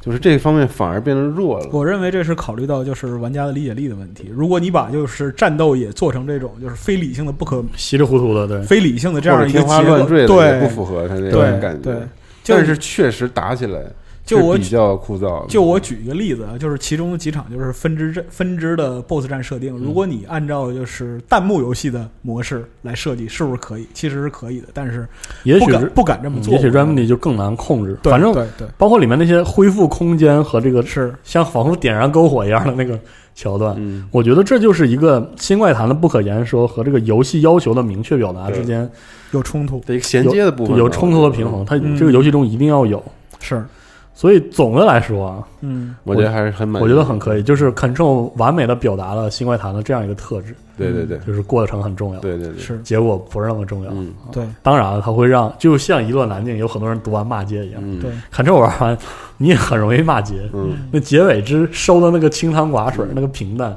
Speaker 1: 就是这方面反而变得弱了。
Speaker 2: 我认为这是考虑到就是玩家的理解力的问题。如果你把就是战斗也做成这种就是非理性的、不可
Speaker 3: 稀里糊涂的，对，
Speaker 2: 非理性的这
Speaker 1: 或
Speaker 2: 样
Speaker 1: 者
Speaker 2: 一个
Speaker 1: 天花
Speaker 2: 结
Speaker 1: 乱
Speaker 2: 构，
Speaker 1: 坠的，也不符
Speaker 2: 对
Speaker 1: 合它那
Speaker 2: 对
Speaker 1: 种感觉
Speaker 2: 对。，就
Speaker 1: 但是确实打起来
Speaker 2: 就是我
Speaker 1: 比较枯燥的。
Speaker 2: 就我举一个例子啊，就是其中的几场就是分支战分支的 BOSS 战设定，如果你按照就是弹幕游戏的模式来设计，是不是可以？其实是可以的，但是
Speaker 3: 也
Speaker 2: 不
Speaker 3: 许
Speaker 2: 敢
Speaker 3: 是
Speaker 2: 不敢这么
Speaker 3: 嗯
Speaker 2: 做。
Speaker 3: 也许 Remedy 就更难控制。
Speaker 2: 对
Speaker 3: 反正
Speaker 2: 对对
Speaker 3: 包括里面那些恢复空间和这个
Speaker 2: 是
Speaker 3: 像仿佛点燃篝火一样的那个桥段，
Speaker 1: 嗯，
Speaker 3: 我觉得这就是一个新怪谈的不可言说和这个游戏要求的明确表达之间
Speaker 2: 有冲突，
Speaker 1: 的一个衔接的部分
Speaker 3: 有冲突和平衡，。它
Speaker 2: 嗯
Speaker 3: 这个游戏中一定要有。
Speaker 2: 是
Speaker 3: 所以总的来说啊，
Speaker 2: 嗯
Speaker 1: 我觉得还是很满意，
Speaker 3: 我觉得很可以，就是 Control 完美的表达了新怪谈的这样一个特质，
Speaker 1: 对对对
Speaker 3: 就是过程很重
Speaker 1: 嗯
Speaker 3: 要，
Speaker 1: 对对对，
Speaker 2: 是
Speaker 3: 结果嗯不是那么重要。
Speaker 1: 嗯
Speaker 2: 对
Speaker 3: 当然了，它会让就像一落难境，有很多人读完骂街一样。
Speaker 1: 嗯
Speaker 2: 对
Speaker 3: Control 玩完，你也很容易骂街。
Speaker 1: 嗯。
Speaker 3: 那结尾之收的那个清汤寡水，那个平淡，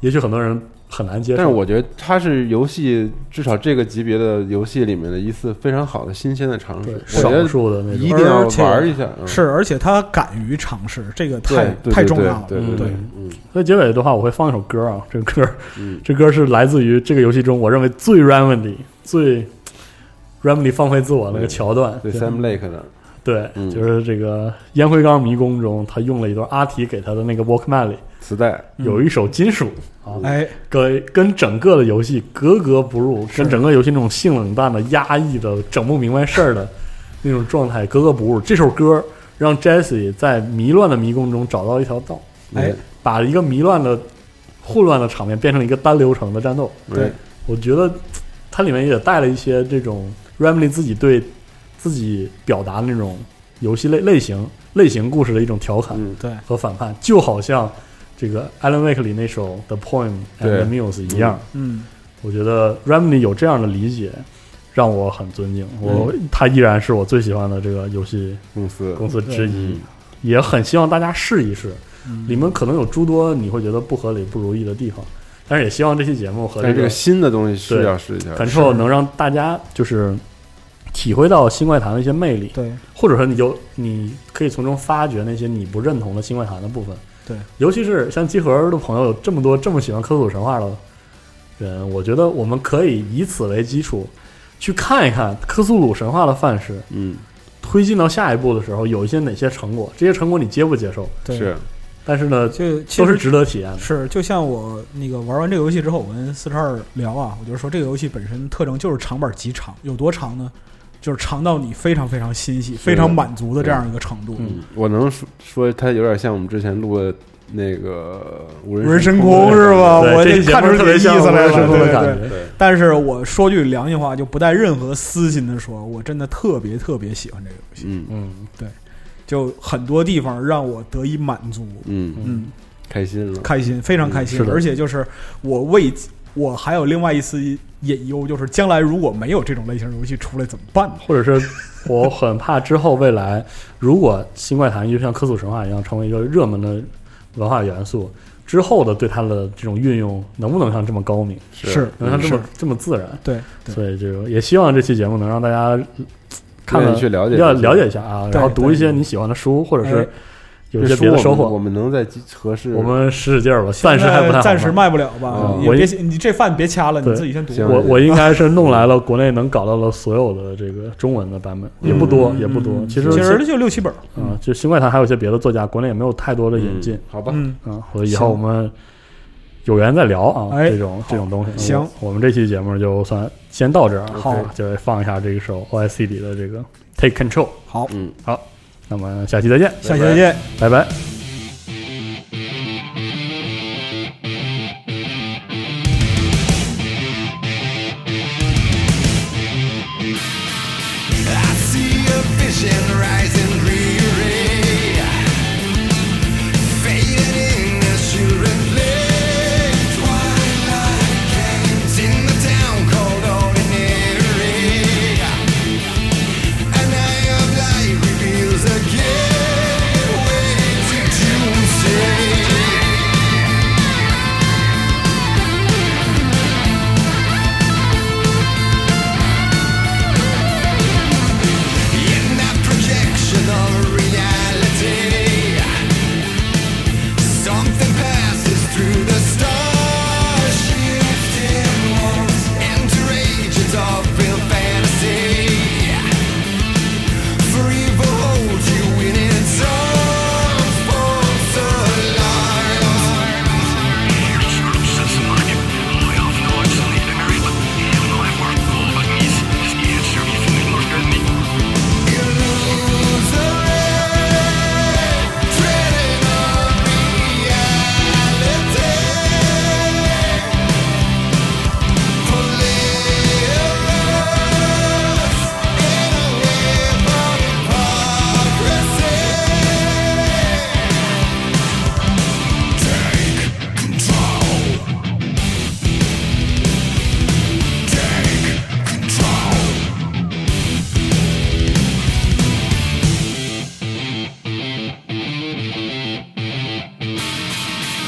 Speaker 3: 也许很多人很难接受。
Speaker 1: 但是我觉得它是游戏至少这个级别的游戏里面的一次非常好的新鲜的尝试
Speaker 3: 对，
Speaker 1: 我觉
Speaker 3: 少
Speaker 1: 得
Speaker 3: 数的那
Speaker 1: 一
Speaker 3: 种，
Speaker 1: 定要
Speaker 2: 而且
Speaker 1: 玩一下。嗯
Speaker 2: 是，而且他敢于尝试，这个太
Speaker 1: 对对
Speaker 2: 太
Speaker 1: 对
Speaker 2: 重
Speaker 1: 对
Speaker 2: 要了。
Speaker 1: 对对
Speaker 2: 对
Speaker 1: 对，嗯
Speaker 3: 所以结尾的话，我会放一首歌啊，这个歌，
Speaker 1: 嗯
Speaker 3: 这歌是来自于这个游戏中我认为最 Remedy 最 Remedy 放飞自我那个桥段，
Speaker 1: 对，Sam Lake 的，
Speaker 3: 对，
Speaker 1: 嗯
Speaker 3: 就是这个烟灰缸迷宫中，他用了一段阿提给他的那个 Walkman 里
Speaker 1: 磁带，
Speaker 2: 嗯
Speaker 3: 有一首金属啊，
Speaker 2: 哎，
Speaker 3: 跟跟整个的游戏格格不入，跟整个游戏那种性冷淡的、压抑的、整不明白事 儿的那种状态格格不入。这首歌让 Jesse 在迷乱的迷宫中找到一条道，
Speaker 2: 哎
Speaker 3: 把一个迷乱的、混乱的场面变成了一个单流程的战斗。
Speaker 1: 对，
Speaker 2: 对
Speaker 3: 我觉得嘖它里面也带了一些这种 Remedy 自己对自己表达的那种游戏类类型、类型故事的一种调侃。
Speaker 1: 嗯，
Speaker 2: 对
Speaker 3: 和反叛，就好像这个 Alan Wake 里那首《The Poem and
Speaker 1: 对
Speaker 3: the Muse》一样。
Speaker 2: 嗯
Speaker 3: 我觉得 Remedy 有这样的理解，让我很尊敬。
Speaker 1: 嗯
Speaker 3: 我、他依然是我最喜欢的这个游戏
Speaker 1: 公司，
Speaker 3: 公司之一，
Speaker 1: 嗯，
Speaker 3: 也很希望大家试一试。
Speaker 2: 嗯
Speaker 3: 里面可能有诸多你会觉得不合理、不如意的地方，但是也希望这期节目和
Speaker 1: 但哎是这个
Speaker 3: 个
Speaker 1: 新的东西是
Speaker 3: 对
Speaker 1: 要试一下，
Speaker 3: Control 能让大家就是体会到新怪谈的一些魅力。
Speaker 2: 对
Speaker 3: 或者说你有你可以从中发掘那些你不认同的新怪谈的部分。
Speaker 2: 对，
Speaker 3: 尤其是像集合的朋友有这么多这么喜欢科普神话的人，我觉得我们可以以此为基础，去看一看科苏鲁神话的范式
Speaker 1: 嗯，
Speaker 3: 推进到下一步的时候有一些哪些成果，这些成果你接不接受？
Speaker 2: 对，
Speaker 1: 是，
Speaker 3: 但是呢，
Speaker 2: 就其
Speaker 3: 都是
Speaker 2: 实
Speaker 3: 值得体验的。
Speaker 2: 是，就像我那个玩完这个游戏之后，我跟四十二聊啊，我就说这个游戏本身特征就是长板极长，有多长呢？就是长到你非常非常欣喜、非常满足的这样一个程度。
Speaker 3: 嗯
Speaker 1: 嗯，我能说说它有点像我们之前录的那个无
Speaker 2: 无人
Speaker 1: 人
Speaker 2: 深空是吧？
Speaker 3: 对
Speaker 2: 我
Speaker 3: 这
Speaker 2: 就
Speaker 3: 期节
Speaker 2: 看
Speaker 3: 目
Speaker 2: 出这
Speaker 3: 特别
Speaker 2: 个意
Speaker 3: 像
Speaker 2: 思来
Speaker 3: 我
Speaker 2: 了，
Speaker 3: 们
Speaker 2: 对
Speaker 3: 的感
Speaker 2: 对
Speaker 3: 觉。
Speaker 1: 对，
Speaker 2: 但是我说句良心话，就不带任何私心的说，我真的特别特别喜欢这个游戏，
Speaker 1: 嗯
Speaker 3: 嗯，
Speaker 2: 就很多地方让我得以满足，
Speaker 1: 嗯，
Speaker 2: 嗯，
Speaker 1: 开心了，
Speaker 2: 开心，非常开心
Speaker 3: 嗯是，的
Speaker 2: 而且就是我为我还有另外一丝隐忧，就是将来如果没有这种类型游戏出来怎么办呢？
Speaker 3: 或者是我很怕之后未来，如果新怪谈就像科索神话一样成为一个热门的文化元素，之后的对它的这种运用能不能像这么高明，
Speaker 2: 是
Speaker 3: 能像这么
Speaker 2: 是
Speaker 3: 这么自然？
Speaker 2: 对对
Speaker 3: 所以这个也希望这期节目能让大家呃看
Speaker 1: 愿
Speaker 3: 了
Speaker 1: 意去了解
Speaker 3: 要
Speaker 1: 这些
Speaker 3: 了解一下啊，
Speaker 2: 对
Speaker 3: 然后读
Speaker 2: 对
Speaker 3: 一些你喜欢的书，或者
Speaker 2: 哎
Speaker 3: 是有一
Speaker 1: 这
Speaker 3: 些别的
Speaker 1: 书我
Speaker 3: 收
Speaker 1: 们哎我
Speaker 3: 获。
Speaker 1: 们能在几合适，
Speaker 3: 我们使使劲儿吧，暂时还不太好
Speaker 2: 呃暂 时
Speaker 3: 卖
Speaker 2: 卖不了吧
Speaker 1: 嗯，
Speaker 2: 也
Speaker 3: 我
Speaker 2: 别你这饭别掐了，你
Speaker 3: 对
Speaker 2: 自己先读
Speaker 1: 行
Speaker 3: 我我应该是弄来了国内能搞到了所有的这个中文的版本，也不多，也不多。
Speaker 2: 嗯
Speaker 3: 其实
Speaker 2: 其实就六七本，
Speaker 3: 啊，就新怪谈还有一些别的作家，国内也没有太多的引进
Speaker 1: 嗯好吧，
Speaker 2: 嗯，
Speaker 3: 啊。所以以后
Speaker 2: 行
Speaker 3: 我们有缘再聊啊，
Speaker 2: 哎
Speaker 3: 这种这种东西。
Speaker 2: 行
Speaker 3: 我，我们这期节目就算先到这儿啊，
Speaker 2: 好
Speaker 3: 对就放一下这一首 OSC 里的这个 Take Control。
Speaker 2: 好，
Speaker 1: 嗯，
Speaker 3: 好，那么下期再见，
Speaker 2: 下期再见。
Speaker 3: 拜拜。
Speaker 4: I see a vision rising dreary, fading assuredly. Twilight games in the town called ordinary.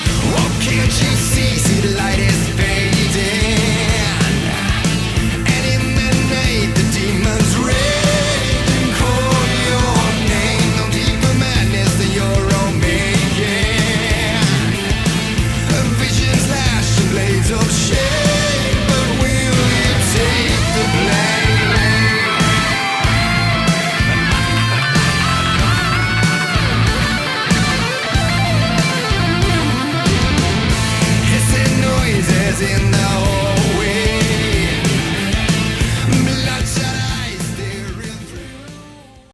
Speaker 4: you cease